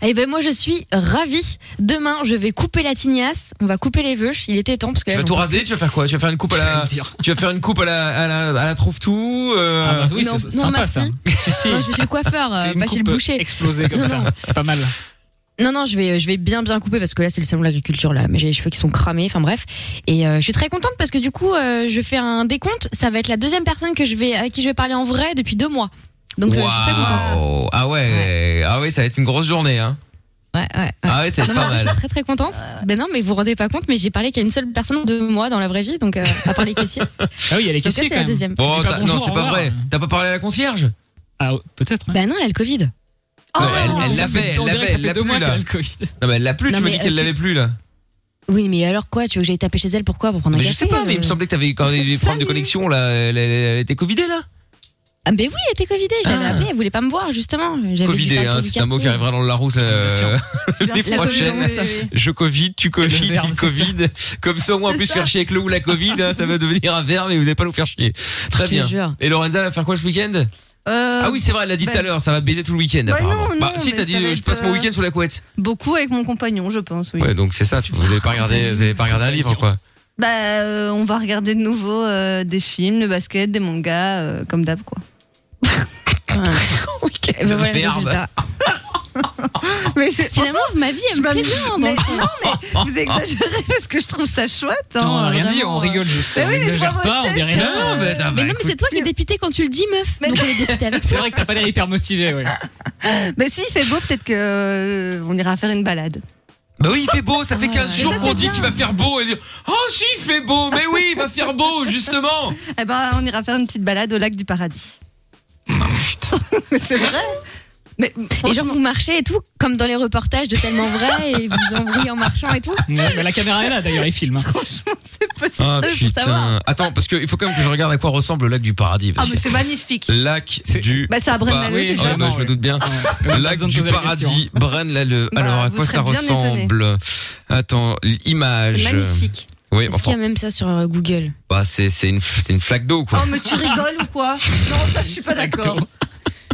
Speaker 3: Eh ben moi je suis ravie. Demain je vais couper la tignasse, on va couper les veuches, il était temps parce que
Speaker 5: Ah,
Speaker 2: Tu
Speaker 3: là,
Speaker 2: vas
Speaker 3: j'en
Speaker 2: tout
Speaker 3: peux
Speaker 2: raser,
Speaker 3: plus.
Speaker 2: tu vas faire quoi Tu vas faire une coupe à la Tu vas faire une coupe à la à la, à la euh, trouve tout
Speaker 5: Ah bah oui,
Speaker 3: non,
Speaker 5: c'est
Speaker 3: non,
Speaker 5: sympa
Speaker 3: merci.
Speaker 5: ça. Si, si.
Speaker 3: Non, je vais chez le coiffeur, euh,
Speaker 5: T'as une
Speaker 3: pas chez le
Speaker 5: coupe
Speaker 3: boucher.
Speaker 5: Explosée comme
Speaker 3: Non,
Speaker 5: ça,
Speaker 3: non.
Speaker 5: c'est pas mal.
Speaker 3: Non non, je vais je vais bien bien couper parce que là c'est le salon de l'agriculture là, mais j'ai les cheveux qui sont cramés, enfin bref. Et euh, je suis très contente parce que du coup euh, je fais un décompte, ça va être la deuxième personne que je vais à qui je vais parler en vrai depuis deux mois. Donc euh, je suis très contente.
Speaker 2: Waouh. Ah ouais, ah ouais, ça va être une grosse journée hein.
Speaker 3: Ouais, ouais, ouais.
Speaker 2: Ah ouais, ça va être
Speaker 3: Non,
Speaker 2: pas
Speaker 3: mais Je
Speaker 2: mal.
Speaker 3: suis très très contente. Ben non, mais vous vous rendez pas compte, mais j'ai parlé qu'à une seule personne en deux mois dans la vraie vie, donc euh, à part les caissiers.
Speaker 5: Ah oui, il y a les
Speaker 3: Donc ça,
Speaker 5: caissiers
Speaker 3: c'est
Speaker 5: quand
Speaker 3: la
Speaker 5: même.
Speaker 3: deuxième.
Speaker 5: Tu
Speaker 2: Bon,
Speaker 5: dis pas
Speaker 2: t'as-
Speaker 5: bonjour,
Speaker 2: non, c'est
Speaker 5: au
Speaker 2: pas
Speaker 5: revoir.
Speaker 2: vrai. T'as pas parlé à la concierge
Speaker 5: Ah, peut-être.
Speaker 3: Bah non, elle a le Covid. Oh.
Speaker 2: Non, mais elle- Elle
Speaker 5: Ça
Speaker 2: l'a
Speaker 5: fait-
Speaker 2: fait, elle
Speaker 5: on
Speaker 2: l'a
Speaker 5: dirait que
Speaker 2: fait,
Speaker 5: ça
Speaker 2: elle
Speaker 5: fait
Speaker 2: l'a
Speaker 5: deux
Speaker 2: plus
Speaker 5: mois
Speaker 2: là.
Speaker 5: qu'elle a le
Speaker 2: Non mais elle l'a plus,
Speaker 3: Non,
Speaker 2: tu m'as
Speaker 3: mais,
Speaker 2: dit
Speaker 3: euh,
Speaker 2: qu'elle
Speaker 3: tu-
Speaker 2: l'avait plus là.
Speaker 3: Oui, mais alors quoi Tu veux que j'aille taper chez elle Pourquoi Pour prendre un
Speaker 2: Mais je
Speaker 3: café
Speaker 2: sais pas, mais il me
Speaker 3: euh
Speaker 2: semblait que t'avais eu quand même des problèmes de connexion là, elle elle- elle était covidée là.
Speaker 3: Ah, ben oui, elle était Covidée, je l'avais appelée, elle voulait pas me voir justement. J'avais dû faire
Speaker 2: Ah. Covidée,
Speaker 3: le tour
Speaker 2: hein,
Speaker 3: du
Speaker 2: c'est un mot qui
Speaker 3: euh, quartier.
Speaker 2: arrivera dans le Larousse euh, les
Speaker 3: La
Speaker 2: prochaines.
Speaker 3: Covid, oui, oui.
Speaker 2: Je Covid, tu Covid,
Speaker 5: Le verbe,
Speaker 2: il
Speaker 5: c'est ça.
Speaker 2: Covid. Comme ça, au moins, en plus,
Speaker 5: ça.
Speaker 2: faire chier avec le ou la Covid, hein, ça va devenir un verbe et vous n'allez pas nous faire chier. Très
Speaker 5: te
Speaker 2: bien.
Speaker 5: jure.
Speaker 2: Et Lorenza, elle va faire quoi ce week-end Ah oui, c'est vrai, elle l'a dit tout à l'heure, ça va baiser tout le week-end
Speaker 4: Bah
Speaker 2: apparemment.
Speaker 4: non,
Speaker 2: bah
Speaker 4: non,
Speaker 2: si,
Speaker 4: mais
Speaker 2: t'as dit,
Speaker 4: ça va
Speaker 2: euh, je
Speaker 4: être,
Speaker 2: passe mon
Speaker 4: euh,
Speaker 2: week-end sous la couette.
Speaker 4: Beaucoup avec mon compagnon, je pense, oui.
Speaker 2: Ouais, donc c'est ça, tu, vous avez pas regardé, vous avez pas regardé un livre quoi.
Speaker 4: Bah, euh, on va regarder de nouveau euh, des films, le basket, des mangas, euh, comme d'hab, quoi.
Speaker 3: Eh ben, voilà le
Speaker 2: Merde.
Speaker 3: résultat. Finalement, ma vie, elle me plaît bien. dans
Speaker 4: Mais
Speaker 3: le fond.
Speaker 4: non, mais vous exagérez parce que je trouve ça chouette.
Speaker 5: Non, on a
Speaker 3: Oh,
Speaker 4: hein,
Speaker 5: rien
Speaker 4: vraiment.
Speaker 5: dit, on
Speaker 3: euh.
Speaker 5: rigole juste.
Speaker 4: Mais
Speaker 5: on
Speaker 4: oui, mais je
Speaker 5: n'exagère
Speaker 4: vois
Speaker 5: pas,
Speaker 4: votre
Speaker 5: on dit rien.
Speaker 4: tête. Non,
Speaker 2: mais non,
Speaker 3: Mais non, mais c'est toi qui es dépité quand tu le dis, meuf. Donc elle est dépitée avec
Speaker 5: C'est
Speaker 3: toi.
Speaker 5: vrai que t'as pas l'air hyper motivé, ouais.
Speaker 4: Mais s'il fait beau, peut-être que euh, on ira faire une balade.
Speaker 2: Bah oui, il fait beau, ça fait 15 jours qu'on dit qu'il va faire beau et dire "Oh si, il fait beau." Mais oui, il va faire beau justement.
Speaker 4: Eh ben, on ira faire une petite balade au lac du paradis. Mais c'est vrai. Mais
Speaker 3: Et genre, vous marchez et tout, comme dans les reportages de tellement vrai, et vous embrouillez en marchant et tout.
Speaker 5: Ouais, bah, la caméra est là d'ailleurs, il filme.
Speaker 2: Ah
Speaker 3: Euh, pour
Speaker 2: putain.
Speaker 3: savoir.
Speaker 2: Attends, parce que il faut quand même que je regarde à quoi ressemble le lac du paradis.
Speaker 4: Ah,
Speaker 2: parce
Speaker 4: mais
Speaker 2: que-
Speaker 4: c'est magnifique.
Speaker 2: Lac du
Speaker 4: Bah, c'est à Braine-l'Alleud,
Speaker 2: Paradis.
Speaker 4: déjà.
Speaker 2: Oh, bah, je me doute bien. Lac
Speaker 5: besoin de
Speaker 2: du
Speaker 5: poser la
Speaker 2: paradis,
Speaker 5: question.
Speaker 2: Braine-l'Alleud. Alors, à
Speaker 4: Bah, vous
Speaker 2: quoi ça
Speaker 4: serez bien
Speaker 2: ressemble Attends, l'image.
Speaker 4: C'est magnifique.
Speaker 2: Ah, Oui,
Speaker 3: Est-ce
Speaker 2: enfin,
Speaker 3: qu'il y a même ça sur euh, Google
Speaker 2: bah, c'est c'est une, c'est une flaque d'eau,
Speaker 4: Oh,
Speaker 2: quoi.
Speaker 4: mais tu rigoles ou quoi Non, ça, je suis pas d'accord.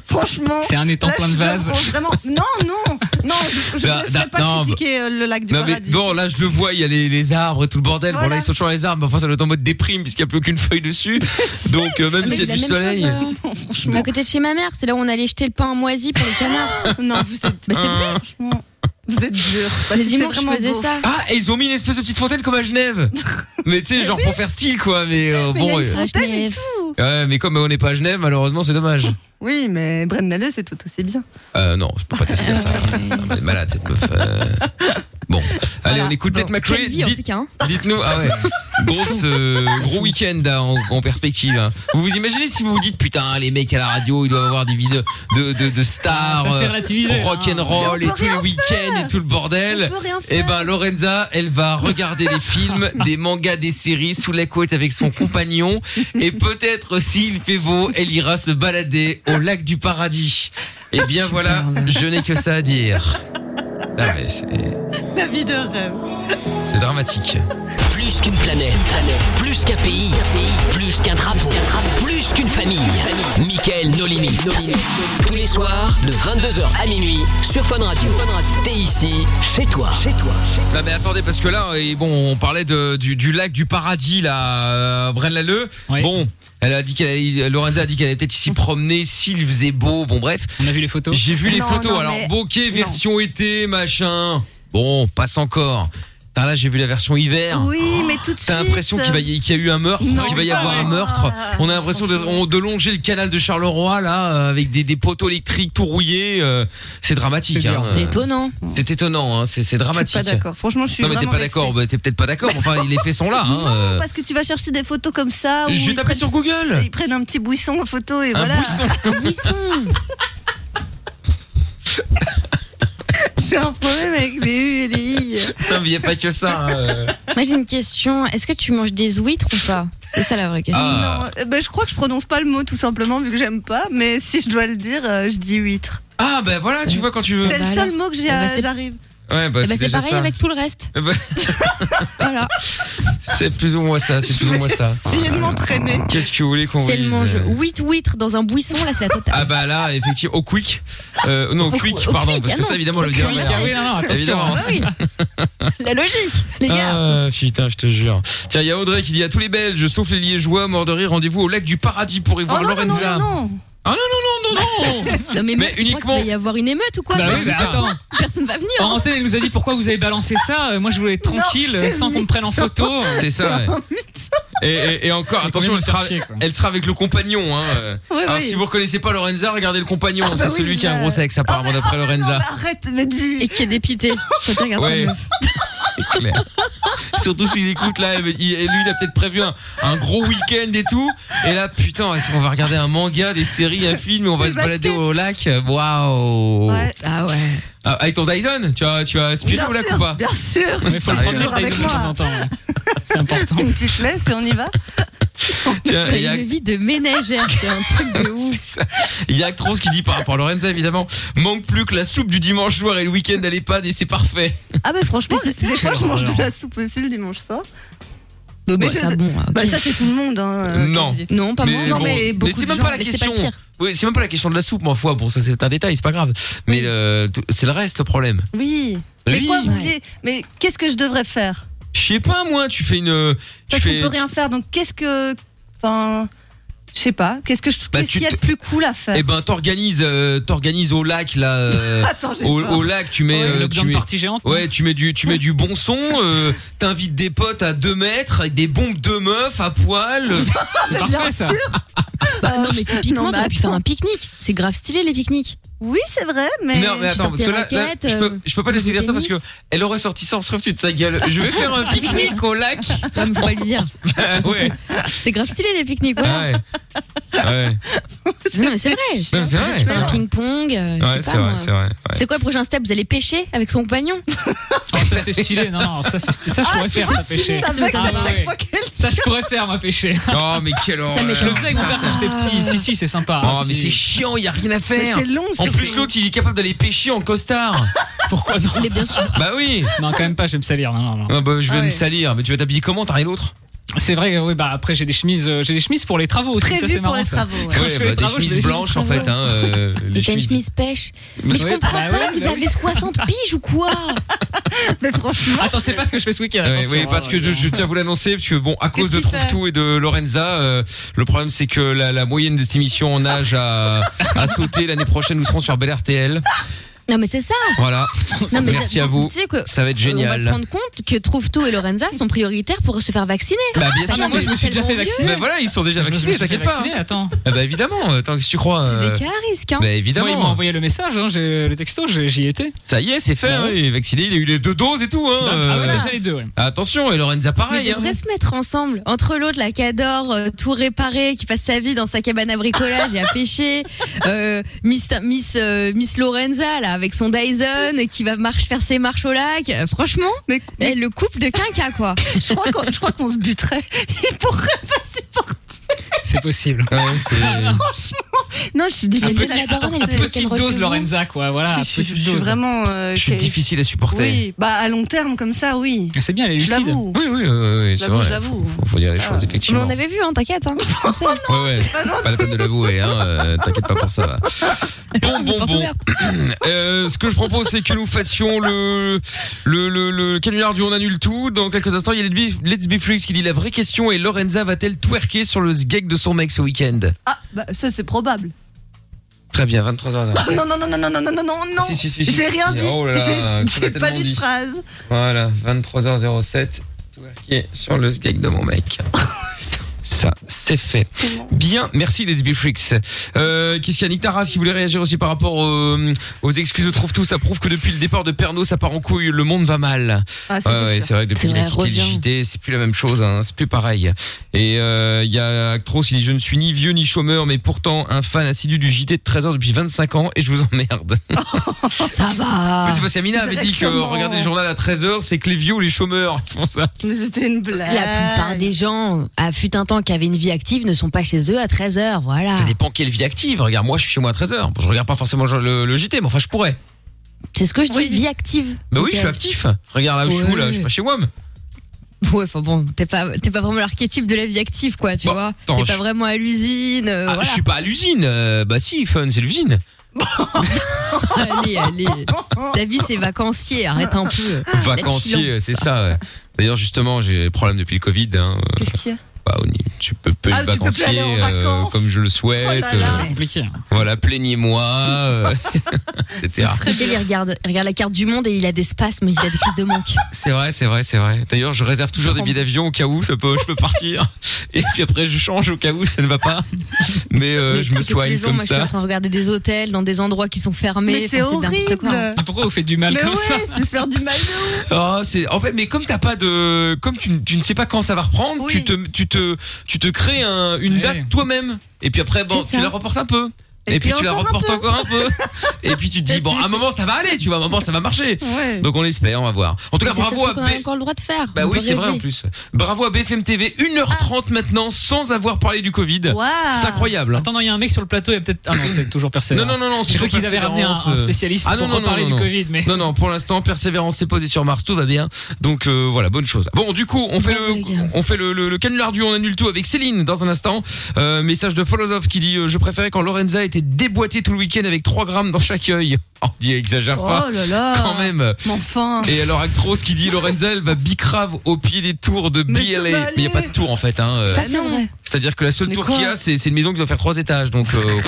Speaker 4: franchement.
Speaker 5: C'est un étang
Speaker 4: là,
Speaker 5: plein de
Speaker 4: je
Speaker 5: vases.
Speaker 4: le pense Vraiment. Non, non, non, je, je
Speaker 2: Non,
Speaker 4: ne laisserai
Speaker 2: non, Bah,
Speaker 4: pas
Speaker 2: non, bah,
Speaker 4: critiquer euh, le lac du
Speaker 2: Non mais
Speaker 4: paradis.
Speaker 2: bon là je le vois il y a les, les arbres et tout le bordel bon là
Speaker 4: Voilà.
Speaker 2: ils sont toujours les arbres mais enfin ça doit être en mode déprime puisqu'il n'y a plus aucune feuille dessus donc euh,
Speaker 4: Ah,
Speaker 2: même
Speaker 3: Mais
Speaker 2: s'il y a
Speaker 3: c'est
Speaker 2: du
Speaker 3: la même
Speaker 2: soleil
Speaker 4: hein.
Speaker 3: chose, euh, À côté de chez ma mère, c'est là où on allait jeter le pain moisi pour les canards.
Speaker 4: non, vous êtes. Ah.
Speaker 3: Bah, c'est vrai.
Speaker 4: Vous êtes dur.
Speaker 3: Les
Speaker 4: c'est
Speaker 3: dimanches, je
Speaker 4: vraiment
Speaker 3: faisais
Speaker 4: beau.
Speaker 3: ça.
Speaker 2: ah et ils ont mis une espèce de petite fontaine comme à Genève mais tu sais genre pour faire style quoi mais euh,
Speaker 4: Mais il y a
Speaker 2: bon
Speaker 4: une
Speaker 2: euh,
Speaker 4: fontaine et tout.
Speaker 2: ouais, mais comme on n'est pas à Genève malheureusement c'est dommage
Speaker 4: Oui, mais Brennaleux, c'est tout aussi bien.
Speaker 2: euh, non je peux pas tester ça Non, mais elle est malade cette meuf euh. bon allez on écoute peut-être
Speaker 3: Quelle
Speaker 2: McRae
Speaker 3: vie, en
Speaker 2: Dites-
Speaker 3: tout cas. hein.
Speaker 2: Dites-nous, ah ouais, grosse, euh, gros week-end hein, en, en perspective. hein. Vous vous imaginez si vous vous dites putain les mecs à la radio ils doivent avoir des vidéos de, de, de stars,
Speaker 5: Ah, ça fait
Speaker 2: euh,
Speaker 5: relativiser, hein.
Speaker 2: rock'n'roll
Speaker 5: Mais
Speaker 2: et
Speaker 5: on peut
Speaker 2: tous les
Speaker 5: rien
Speaker 2: week-ends et tout le bordel. Et ben Lorenza elle va regarder des films, des mangas, des séries sous la couette avec son compagnon et peut-être s'il fait beau elle ira se balader au lac du paradis. Et bien voilà, je n'ai que ça à dire. Non, mais c'est-
Speaker 4: La vie de rêve.
Speaker 2: c'est dramatique.
Speaker 1: Plus qu'une planète, plus qu'un pays, plus qu'un drapeau, plus qu'une famille. Michael No Limit. Tous les soirs, de 22h à minuit, sur Fun Radio. T'es ici, chez toi. Chez toi.
Speaker 2: Non mais attendez parce que là euh, et bon on parlait de, du, du lac du paradis là euh, Brenne Laleu. Bon, elle a dit qu'elle allait- Lorenza a dit qu'elle allait peut-être s'y promener s'il faisait beau. Bon bref,
Speaker 5: on a vu les photos.
Speaker 2: J'ai vu les
Speaker 5: Non,
Speaker 2: photos.
Speaker 5: non,
Speaker 2: Alors
Speaker 5: mais-
Speaker 2: bokeh version été machin. Bon, passe encore. Putain, là j'ai vu la version hiver.
Speaker 4: Oui, mais tout de suite.
Speaker 2: T'as l'impression qu'il va y- qu'il y a eu un meurtre,
Speaker 4: Non,
Speaker 2: qu'il va y
Speaker 4: ça
Speaker 2: avoir
Speaker 4: va.
Speaker 2: un meurtre. On a l'impression de, on- de longer le canal de Charleroi là euh, avec des, des poteaux électriques tout rouillés. euh, c'est dramatique. hein.
Speaker 3: C'est étonnant.
Speaker 2: C'est étonnant, hein, c'est c'est dramatique.
Speaker 4: pas d'accord. Franchement, je suis
Speaker 2: Non, mais t'es
Speaker 4: vraiment
Speaker 2: pas d'accord, bah, t'es peut-être pas d'accord. mais Enfin, les faits sont là. Hein. euh.
Speaker 4: Parce que tu vas chercher des photos comme ça.
Speaker 2: Je
Speaker 4: où
Speaker 2: vais
Speaker 4: ils
Speaker 2: taper
Speaker 4: prennent-
Speaker 2: sur Google.
Speaker 4: Ils prennent un petit buisson en photo et
Speaker 2: Un
Speaker 4: voilà.
Speaker 2: buisson.
Speaker 4: Un
Speaker 3: buisson.
Speaker 4: J'ai un problème avec les U et les I.
Speaker 2: Non, mais y a pas que ça. hein.
Speaker 3: Moi, j'ai une question. Est-ce que tu manges des huîtres ou pas C'est ça la vraie question.
Speaker 2: Ah.
Speaker 4: Euh, ben, je crois que je prononce pas le mot tout simplement vu que j'aime pas, mais si je dois le dire, euh, je dis huître.
Speaker 2: Ah, bah voilà, tu vois quand tu veux.
Speaker 4: C'est le seul mot que j'ai,
Speaker 3: Eh ben,
Speaker 4: euh,
Speaker 3: c'est-
Speaker 4: j'arrive.
Speaker 2: Ouais, bah,
Speaker 3: Eh ben,
Speaker 2: c'est
Speaker 3: c'est
Speaker 2: déjà
Speaker 3: pareil
Speaker 2: ça.
Speaker 3: avec tout le reste.
Speaker 2: Eh ben,
Speaker 3: Voilà.
Speaker 2: c'est plus ou moins ça, c'est plus ou moins ça.
Speaker 4: Essayez de m'entraîner.
Speaker 2: Qu'est-ce que vous voulez qu'on vous
Speaker 3: Si elle
Speaker 2: dise
Speaker 3: mange
Speaker 2: euh
Speaker 3: 8 huîtres dans un buisson, là, c'est la totale.
Speaker 2: Ah bah là, effectivement, au quick. Euh, non, au
Speaker 3: Au
Speaker 2: quick,
Speaker 3: quick, au
Speaker 2: pardon,
Speaker 3: quick,
Speaker 2: parce que
Speaker 3: ah
Speaker 2: ça,
Speaker 3: non.
Speaker 2: évidemment, le
Speaker 3: Parce
Speaker 2: gars.
Speaker 3: que oui, ah oui, non, non, attention.
Speaker 2: Évidemment.
Speaker 3: Ah bah oui. La logique, les gars.
Speaker 2: Ah putain, je te jure. Tiens, il y a Audrey qui dit à tous les Belges, sauf les Liégeois, morts de rire, rendez-vous au lac du paradis
Speaker 4: Oh
Speaker 2: pour y
Speaker 3: Oh,
Speaker 2: voir Lorenza. Ah non, non, non, non, non
Speaker 3: Non, mais,
Speaker 2: Mais
Speaker 3: meuf, tu crois
Speaker 2: uniquement-
Speaker 3: qu'il va y avoir une émeute ou quoi
Speaker 5: Bah
Speaker 3: Ça,
Speaker 5: oui, mais
Speaker 3: ça,
Speaker 5: attends.
Speaker 3: Personne va venir. hein.
Speaker 5: En antenne, elle nous a dit pourquoi vous avez balancé ça. Euh, Moi, je voulais être tranquille, euh, sans qu'on me prenne en photo.
Speaker 2: C'est ça, ouais. Et, et- et encore, attention, elle sera, elle sera avec le compagnon. Hein. euh.
Speaker 4: Ouais,
Speaker 2: Alors,
Speaker 4: oui.
Speaker 2: Si vous reconnaissez pas Lorenza, regardez le compagnon.
Speaker 4: Ah bah
Speaker 2: c'est
Speaker 4: oui,
Speaker 2: celui qui a un
Speaker 4: mais-
Speaker 2: gros sexe, apparemment, d'après Lorenza.
Speaker 4: Arrête, mais dis.
Speaker 3: Et qui est dépité. Quand tu regardes
Speaker 2: Ouais.
Speaker 3: ça,
Speaker 2: C'est clair. Surtout s'il écoute là, il- il- lui il a peut-être prévu un, un gros week-end et tout. Et là, putain, est-ce qu'on va regarder un manga, des séries, un film et on va se balader au lac
Speaker 1: Oh.
Speaker 2: Waouh
Speaker 3: Ah ouais.
Speaker 2: Ah, Avec ton Dyson, tu as, tu as aspiré
Speaker 4: Bien
Speaker 2: au lac
Speaker 4: sûr,
Speaker 2: ou pas Ah,
Speaker 4: Bien sûr.
Speaker 2: Mais faut le
Speaker 4: Ça
Speaker 2: prendre,
Speaker 4: toujours
Speaker 2: le
Speaker 4: avec
Speaker 2: Dyson,
Speaker 4: moi.
Speaker 2: de temps en
Speaker 5: C'est important.
Speaker 4: Une petite laisse et on y va.
Speaker 2: Tiens,
Speaker 3: T'as
Speaker 2: Euh, il y a-
Speaker 3: une vie de ménagère, c'est un truc de ouf.
Speaker 2: Il y a Actros qui dit par rapport à Lorenza, évidemment, manque plus que la soupe du dimanche soir et le week-end à l'EHPAD et c'est parfait.
Speaker 4: Ah bah franchement, des fois je mange de
Speaker 2: Horreur.
Speaker 4: la soupe aussi le dimanche soir.
Speaker 3: Donc,
Speaker 4: Mais
Speaker 3: bon,
Speaker 4: je-
Speaker 3: ça, bon, ok.
Speaker 4: Bah ça c'est tout le monde. Hein, euh,
Speaker 2: non.
Speaker 4: quasi. Non,
Speaker 2: bon.
Speaker 4: mais beaucoup
Speaker 2: c'est
Speaker 4: de
Speaker 2: même
Speaker 4: gens.
Speaker 2: pas la
Speaker 4: Mais c'est
Speaker 2: question.
Speaker 4: le pire.
Speaker 2: Oui, c'est même pas la question de la soupe, ma foi. Bon, ça c'est un détail, c'est pas grave. Mais euh, tout- c'est le reste le problème.
Speaker 4: Oui. Mais
Speaker 2: Oui.
Speaker 4: quoi vous vouliez Mais qu'est-ce que je devrais faire
Speaker 2: Je sais pas moi, tu fais une tu
Speaker 4: Parce qu'on
Speaker 2: fais
Speaker 4: peut rien faire. Donc qu'est-ce que, enfin, je sais pas. Qu'est-ce que je,
Speaker 2: Bah,
Speaker 4: qu'est-ce
Speaker 2: tu
Speaker 4: qu'il y a
Speaker 2: te-
Speaker 4: de plus cool à faire
Speaker 2: Eh ben t'organises euh, t'organises au lac là euh,
Speaker 4: Attends, j'ai
Speaker 2: au,
Speaker 4: peur.
Speaker 2: au lac tu mets
Speaker 5: Ouais,
Speaker 2: euh,
Speaker 5: une
Speaker 2: tu
Speaker 5: grande
Speaker 2: mets
Speaker 5: partie géante, non
Speaker 2: ouais tu mets du tu mets du bon son euh, t'invites des potes à 2 mètres avec des bombes de meufs à poil
Speaker 4: C'est parfait, Bien ça. sûr.
Speaker 3: Bah, non, mais typiquement,
Speaker 4: Non, mais
Speaker 3: t'aurais pu faire un pique-nique. C'est grave stylé, les pique-niques.
Speaker 4: Oui, c'est vrai, mais.
Speaker 2: non mais attends parce que là, là, je
Speaker 3: euh,
Speaker 2: peux je peux pas te laisser dire ça parce que elle aurait sorti ça en se de sa gueule je vais faire un
Speaker 3: Ah,
Speaker 2: pique-nique au lac
Speaker 3: Non, mais faut pas lui dire.
Speaker 2: Ah, ouais
Speaker 3: C'est grave stylé, les pique-niques.
Speaker 2: Ah
Speaker 3: voilà.
Speaker 2: ouais Ah ouais
Speaker 3: Non, mais c'est vrai.
Speaker 2: Non, mais c'est vrai.
Speaker 3: Tu fais un ping-pong. euh, je sais
Speaker 2: Ouais,
Speaker 3: pas,
Speaker 2: c'est vrai,
Speaker 3: moi.
Speaker 2: c'est vrai, ouais.
Speaker 3: C'est quoi le prochain step Vous allez pêcher avec son compagnon
Speaker 5: Oh, ça, c'est stylé. Non, non, ça, c'est stylé. Ça, je pourrais faire, ça, pêcher.
Speaker 3: ça m'étonne
Speaker 5: Ah,
Speaker 3: pas.
Speaker 5: ouais. Ça, je pourrais faire, moi, pêcher.
Speaker 2: Oh mais quelle horreur
Speaker 5: Je le faisais avec mon père quand j'étais petit. Si, si, c'est sympa.
Speaker 2: Oh,
Speaker 5: hein,
Speaker 2: mais
Speaker 5: si.
Speaker 2: c'est chiant, il y a rien à faire.
Speaker 5: Mais c'est long,
Speaker 2: En
Speaker 5: surtout.
Speaker 2: plus l'autre, il est capable d'aller pêcher en costard. Pourquoi non
Speaker 3: Mais bien sûr.
Speaker 2: Bah oui.
Speaker 5: Non, quand même pas, je vais me salir. Non, non, non.
Speaker 2: Ah bah, je vais
Speaker 5: Ah
Speaker 2: me
Speaker 5: ouais.
Speaker 2: salir, mais tu vas t'habiller comment T'as rien d'autre
Speaker 5: C'est vrai, oui, bah après j'ai des chemises, euh, j'ai des chemises pour les travaux aussi,
Speaker 4: Prévues
Speaker 5: ça c'est
Speaker 4: pour
Speaker 5: marrant.
Speaker 4: les
Speaker 5: ça.
Speaker 4: travaux, ouais.
Speaker 5: Quand
Speaker 2: Ouais,
Speaker 5: je fais
Speaker 2: bah,
Speaker 5: les
Speaker 2: des
Speaker 5: travaux, je
Speaker 2: chemises
Speaker 5: fais des
Speaker 2: blanches, en fait, hein, euh, les
Speaker 3: Et t'as une
Speaker 2: chemises-
Speaker 3: chemise pêche. Mais je
Speaker 5: Ouais,
Speaker 3: comprends
Speaker 5: bah
Speaker 3: pas,
Speaker 5: ouais,
Speaker 3: vous
Speaker 5: bah
Speaker 3: avez 60 piges ou quoi
Speaker 4: Mais franchement.
Speaker 5: Attends, c'est pas ce que je fais ce week-end.
Speaker 2: Ouais,
Speaker 5: attention,
Speaker 2: oui, parce
Speaker 5: hein,
Speaker 2: que je, je tiens à vous l'annoncer, parce que bon, à cause de Trouve Tout et de Lorenza, euh, le problème c'est que la, la moyenne de cette émission en âge a, a sauté. L'année prochaine, nous serons sur Bel RTL.
Speaker 3: Non, mais c'est ça.
Speaker 2: Voilà.
Speaker 3: Non, mais
Speaker 2: Merci
Speaker 3: tu-
Speaker 2: à vous.
Speaker 3: tu sais que
Speaker 2: Ça va être
Speaker 3: On va
Speaker 2: génial.
Speaker 3: se rendre compte que Trouve-Tout et Lorenza sont prioritaires pour se faire vacciner.
Speaker 2: Bah bien
Speaker 3: Ah,
Speaker 2: sûr.
Speaker 3: mais moi, je me suis déjà fait vacciner.
Speaker 2: Bah voilà, ils sont déjà
Speaker 5: me suis
Speaker 2: vaccinés,
Speaker 5: déjà fait
Speaker 2: t'inquiète pas.
Speaker 5: vacciner, attends.
Speaker 2: Ah bah évidemment, euh, tant que tu crois. euh,
Speaker 3: Des cas à risque, hein.
Speaker 2: Bah évidemment.
Speaker 5: Moi, il m'a envoyé le message, hein, j'ai- le texto, j'ai- j'y étais.
Speaker 2: Ça y est, c'est fait,
Speaker 5: Bah
Speaker 2: hein,
Speaker 5: ouais.
Speaker 2: il est vacciné, il a eu les deux doses et tout. Hein,
Speaker 5: Ah,
Speaker 2: euh,
Speaker 5: ouais, déjà les deux, ouais.
Speaker 2: Attention, et Lorenza
Speaker 3: Mais
Speaker 2: pareil.
Speaker 3: ils
Speaker 2: hein.
Speaker 3: devraient se mettre ensemble. Entre l'autre, là, qui adore euh, tout réparer, qui passe sa vie dans sa cabane à bricolage et à pêcher. euh, Miss, Miss, euh, Miss Lorenza, là, avec son Dyson, qui va marche, faire ses marches au lac. Euh, Franchement, eh, le couple de quinca, quoi.
Speaker 4: Je crois qu'on, je crois qu'on se buterait. Il pourrait passer par.
Speaker 5: C'est possible.
Speaker 2: euh,
Speaker 4: Franchement. Non, je suis
Speaker 5: Un
Speaker 4: difficile
Speaker 5: petit-
Speaker 4: à supporter.
Speaker 5: un petite dose Lorenza quoi, voilà,
Speaker 4: Je suis-
Speaker 5: petite
Speaker 4: je suis
Speaker 5: dose.
Speaker 4: vraiment. euh,
Speaker 2: Je suis
Speaker 4: c'est-
Speaker 2: difficile à supporter.
Speaker 4: Oui, bah à long terme comme ça, oui.
Speaker 2: Ah,
Speaker 5: C'est bien, elle est
Speaker 4: Je
Speaker 5: lucide.
Speaker 4: l'avoue.
Speaker 2: Oui, oui, euh, oui,
Speaker 4: Je
Speaker 2: c'est
Speaker 4: l'avoue,
Speaker 2: vrai.
Speaker 4: je l'avoue. Ah.
Speaker 2: Faut, faut dire les choses,
Speaker 3: Mais
Speaker 2: effectivement.
Speaker 3: on avait vu, hein, t'inquiète. Hein. On sait.
Speaker 2: Ouais, ouais, pas la peine de l'avouer, hein, euh, t'inquiète pas pour ça. va. Bon, bon, bon. Euh, ce que je propose, c'est que nous fassions le, le, le, le canular du on annule tout. Dans quelques instants, il y a Let's Be- Let's Be Freaks qui dit la vraie question est Lorenza va-t-elle twerker sur le sgeg de son mec ce week-end
Speaker 4: Ah, bah ça c'est probable.
Speaker 2: Très bien, 23h.
Speaker 4: Ah, Non, non, non, non, non, non, non, non, non, non.
Speaker 2: Si, si, si, si.
Speaker 4: J'ai rien dit.
Speaker 2: Oh là là,
Speaker 4: J'ai-
Speaker 2: tu
Speaker 4: j'ai
Speaker 2: l'as
Speaker 4: pas
Speaker 2: tellement
Speaker 4: dit
Speaker 2: dit. Euh,
Speaker 4: de phrase.
Speaker 2: Voilà, 23h07, twerker sur le sgeg de mon mec. Ça, c'est fait. Bien, merci Let's Be Freaks. Euh, Qu'est-ce qu'il y a Nick Taras qui voulait réagir aussi par rapport euh, aux excuses de Trouve-Tout Ça prouve que depuis le départ de Pernaut, ça part en couille, le monde va mal.
Speaker 4: Ah,
Speaker 2: Ouais, ouais, c'est vrai que
Speaker 3: C'est
Speaker 2: depuis qu'il a
Speaker 3: vrai,
Speaker 2: quitté le
Speaker 3: reviens.
Speaker 2: JT, c'est plus la même chose, hein, c'est plus pareil. Et euh, il y a Actros qui dit « Je ne suis ni vieux ni chômeur, mais pourtant un fan assidu du JT de 13h depuis 25 ans et je vous emmerde. »
Speaker 3: Ça va.
Speaker 4: Ah.
Speaker 2: Mais c'est parce qu'Amina avait dit que
Speaker 3: Exactement.
Speaker 2: regarder le journal à 13h, c'est que les vieux ou les chômeurs qui font ça.
Speaker 4: Mais c'était une blague.
Speaker 3: La plupart des gens, à fut un temps qui avaient une vie active, ne sont pas chez eux à 13h, voilà.
Speaker 2: Ça dépend quelle vie active. Regarde, moi, je suis chez moi à 13h. Bon, je regarde pas forcément le, le JT, mais enfin, je pourrais.
Speaker 3: C'est ce que je dis, vie active. euh,
Speaker 2: Bah oui,
Speaker 3: Michael.
Speaker 2: je suis actif. Regarde là où je suis,
Speaker 3: Ouais.
Speaker 2: là, je suis pas chez
Speaker 4: Euh,
Speaker 2: WAM.
Speaker 3: Ouais, enfin bon, t'es pas, t'es pas vraiment l'archétype de la vie active, quoi, tu vois.
Speaker 2: attends,
Speaker 3: T'es pas
Speaker 2: je-
Speaker 3: vraiment à l'usine, euh,
Speaker 2: Ah,
Speaker 3: voilà.
Speaker 2: je suis pas à l'usine. Euh, bah si, fun, c'est l'usine.
Speaker 3: allez, allez. Ta vie, c'est vacancier, arrête un peu.
Speaker 4: Ah,
Speaker 2: Vacancier,
Speaker 3: La
Speaker 2: c'est ça. ouais. D'ailleurs, justement, j'ai des problèmes depuis le Covid. Hein. Euh, bah,
Speaker 4: Qu'est-ce qu'il y a
Speaker 2: on y- tu peux peu
Speaker 4: Ah, tu peux plus
Speaker 2: vacancier
Speaker 4: aller en
Speaker 2: euh,
Speaker 4: vacances.
Speaker 2: comme je le souhaite.
Speaker 4: Oh là là.
Speaker 2: euh,
Speaker 4: C'est
Speaker 5: compliqué.
Speaker 2: Voilà, plaignez-moi, euh, etc.
Speaker 3: Michael, il regarde, il regarde la carte du monde et il a des spasmes, il a des crises de manque.
Speaker 2: C'est vrai, c'est vrai, c'est vrai. D'ailleurs, je réserve toujours des billets d'avion au cas où ça peut, je peux partir. Et puis après, je change au cas où ça ne va pas. Mais euh,
Speaker 3: Mais
Speaker 2: je me
Speaker 3: c'est que tous les
Speaker 2: soigne
Speaker 3: jours,
Speaker 2: comme
Speaker 3: moi, Je suis en
Speaker 2: ça.
Speaker 3: train de regarder des hôtels dans des endroits qui sont fermés.
Speaker 4: Mais c'est
Speaker 3: Enfin, n'importe quoi.
Speaker 4: horrible.
Speaker 5: Ah, pourquoi vous faites du mal
Speaker 4: Mais
Speaker 5: comme ça
Speaker 4: ouais, c'est se faire du mal. de ouf.
Speaker 2: Ah, c'est en fait, mais comme t'as pas de, comme tu, n- tu ne sais pas quand ça va reprendre, tu te, tu te, tu te crées un- une
Speaker 5: Ouais.
Speaker 2: date toi-même. Et puis après, bon,
Speaker 3: C'est
Speaker 2: tu
Speaker 3: ça.
Speaker 2: la reportes un peu. Et,
Speaker 4: Et
Speaker 2: puis,
Speaker 4: puis
Speaker 2: tu la
Speaker 4: encore un
Speaker 2: reportes
Speaker 4: peu.
Speaker 2: encore un peu. Et puis tu te dis bon, à un moment ça va aller, tu vois, à un moment ça va marcher.
Speaker 4: Ouais.
Speaker 2: Donc on l'espère, on va voir. En tout
Speaker 3: Mais
Speaker 2: cas,
Speaker 3: c'est ce
Speaker 2: bravo à
Speaker 3: truc qu'on a
Speaker 2: B.
Speaker 3: encore le droit de faire.
Speaker 2: Bah
Speaker 3: On
Speaker 2: oui,
Speaker 3: peut
Speaker 2: c'est vrai
Speaker 3: rêver.
Speaker 2: en plus. Bravo à BFM TV, 1h30 maintenant sans avoir parlé du Covid.
Speaker 4: Waouh.
Speaker 2: C'est incroyable. hein.
Speaker 5: Attends, non, il y a un mec sur le plateau, il y a peut-être. Ah non, c'est toujours personne.
Speaker 2: Non, non, non, non,
Speaker 5: Je crois qu'ils avaient ramené un, un spécialiste
Speaker 2: Ah, non,
Speaker 5: pour
Speaker 2: non, non,
Speaker 5: parler
Speaker 2: non,
Speaker 5: du
Speaker 2: non.
Speaker 5: Covid, mais.
Speaker 2: Non, non, pour l'instant, Persévérance s'est posée sur Mars, tout va bien. Donc euh, voilà, bonne chose. Bon, du coup, on fait
Speaker 3: Bravo, les
Speaker 2: le,
Speaker 3: gars.
Speaker 2: on fait le, le, le canular du on annule tout avec Céline dans un instant. Euh, message de Folozov qui dit euh, je préférais quand Lorenza était déboîtée tout le week-end avec 3 grammes dans chaque œil. Oh, dis, exagère
Speaker 4: Oh
Speaker 2: pas.
Speaker 4: là là.
Speaker 2: Quand même.
Speaker 4: Mais enfin.
Speaker 2: Et alors Actros qui dit Lorenza elle va bicrave au pied des tours de
Speaker 4: Mais tu
Speaker 2: BLA.
Speaker 4: vas
Speaker 2: Mais il y a
Speaker 4: aller.
Speaker 2: pas de tour en fait hein. euh,
Speaker 3: Ça, c'est
Speaker 4: Ah, non.
Speaker 3: vrai.
Speaker 2: C'est-à-dire que la seule
Speaker 4: Mais
Speaker 2: tour
Speaker 4: quoi
Speaker 2: qu'il y a c'est c'est une maison qui doit faire trois étages donc euh,
Speaker 3: Ouais,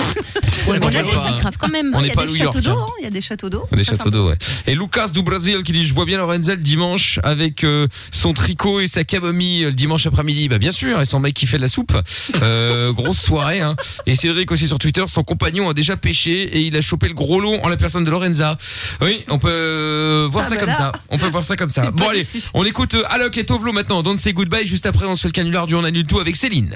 Speaker 2: on
Speaker 3: mais on
Speaker 2: est
Speaker 3: a des
Speaker 2: pas-
Speaker 3: grave quand même.
Speaker 2: on
Speaker 4: Il
Speaker 2: n'est
Speaker 4: y
Speaker 2: pas à
Speaker 4: a
Speaker 2: New
Speaker 4: des
Speaker 2: York.
Speaker 4: châteaux
Speaker 2: hein.
Speaker 4: d'eau, hein, il y a des châteaux d'eau.
Speaker 2: Des
Speaker 4: Ça,
Speaker 2: châteaux d'eau, ouais. Et Lucas du Brésil qui dit je vois bien Lorenza le dimanche avec euh, son tricot et sa camomille euh, le dimanche après-midi. Bah bien sûr, et son mec qui fait de la soupe. Euh, grosse soirée. Hein. Et Cédric aussi sur Twitter, son compagnon a déjà pêché et il a chopé le gros lot en la personne de Lorenza. Oui, on peut euh, voir
Speaker 4: Ah
Speaker 2: ça
Speaker 4: bah
Speaker 2: comme
Speaker 4: là.
Speaker 2: ça. On peut voir ça comme ça.
Speaker 4: pas
Speaker 2: Bon allez,
Speaker 4: déçu.
Speaker 2: on écoute euh, Alok et Tovlo maintenant. Don't say goodbye. Juste après, on se fait le canular du on annule tout avec Céline.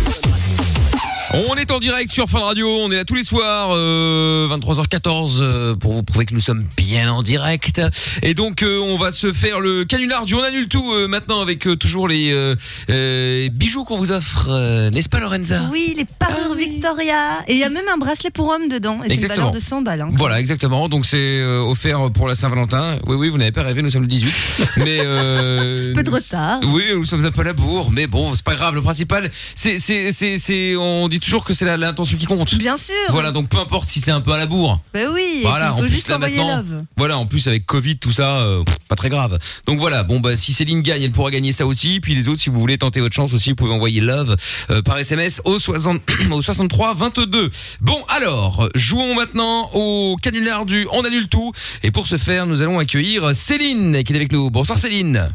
Speaker 2: On est en direct sur Fun Radio, on est là tous les soirs, euh, 23h14, euh, pour vous prouver que nous sommes bien en direct. Et donc, euh, on va se faire le canular du On annule tout euh, maintenant avec euh, toujours les euh, euh, bijoux qu'on vous offre, euh, n'est-ce pas Lorenza
Speaker 4: Oui, les parures Victoria. Et il y a même un bracelet pour homme dedans. Et c'est une
Speaker 2: Ah Exactement.
Speaker 4: valeur de 100 balles. hein.
Speaker 2: Voilà, exactement. Donc c'est euh, offert pour la Saint-Valentin. Oui, oui, vous n'avez pas rêvé, nous sommes le 18. Mais euh,
Speaker 4: Peu de retard.
Speaker 2: Oui, nous sommes un peu à la bourre, mais bon, c'est pas grave. Le principal, c'est, c'est, c'est, c'est- on dit toujours que c'est la- l'intention qui compte.
Speaker 4: Bien sûr.
Speaker 2: Voilà, donc peu importe si c'est un peu à la bourre.
Speaker 4: Bah oui, et
Speaker 2: Voilà,
Speaker 4: puis,
Speaker 2: en
Speaker 4: faut
Speaker 2: plus
Speaker 4: juste
Speaker 2: là
Speaker 4: envoyer
Speaker 2: maintenant,
Speaker 4: love.
Speaker 2: voilà, en plus avec Covid, tout ça, euh, pff, pas très grave. Donc voilà, bon bah si Céline gagne, elle pourra gagner ça aussi. Puis les autres, si vous voulez tenter votre chance aussi, vous pouvez envoyer love euh, par SMS au 60 au 63 22. Bon alors, jouons maintenant au canular du on annule tout. Et pour ce faire, nous allons accueillir Céline qui est avec nous. Bonsoir Céline.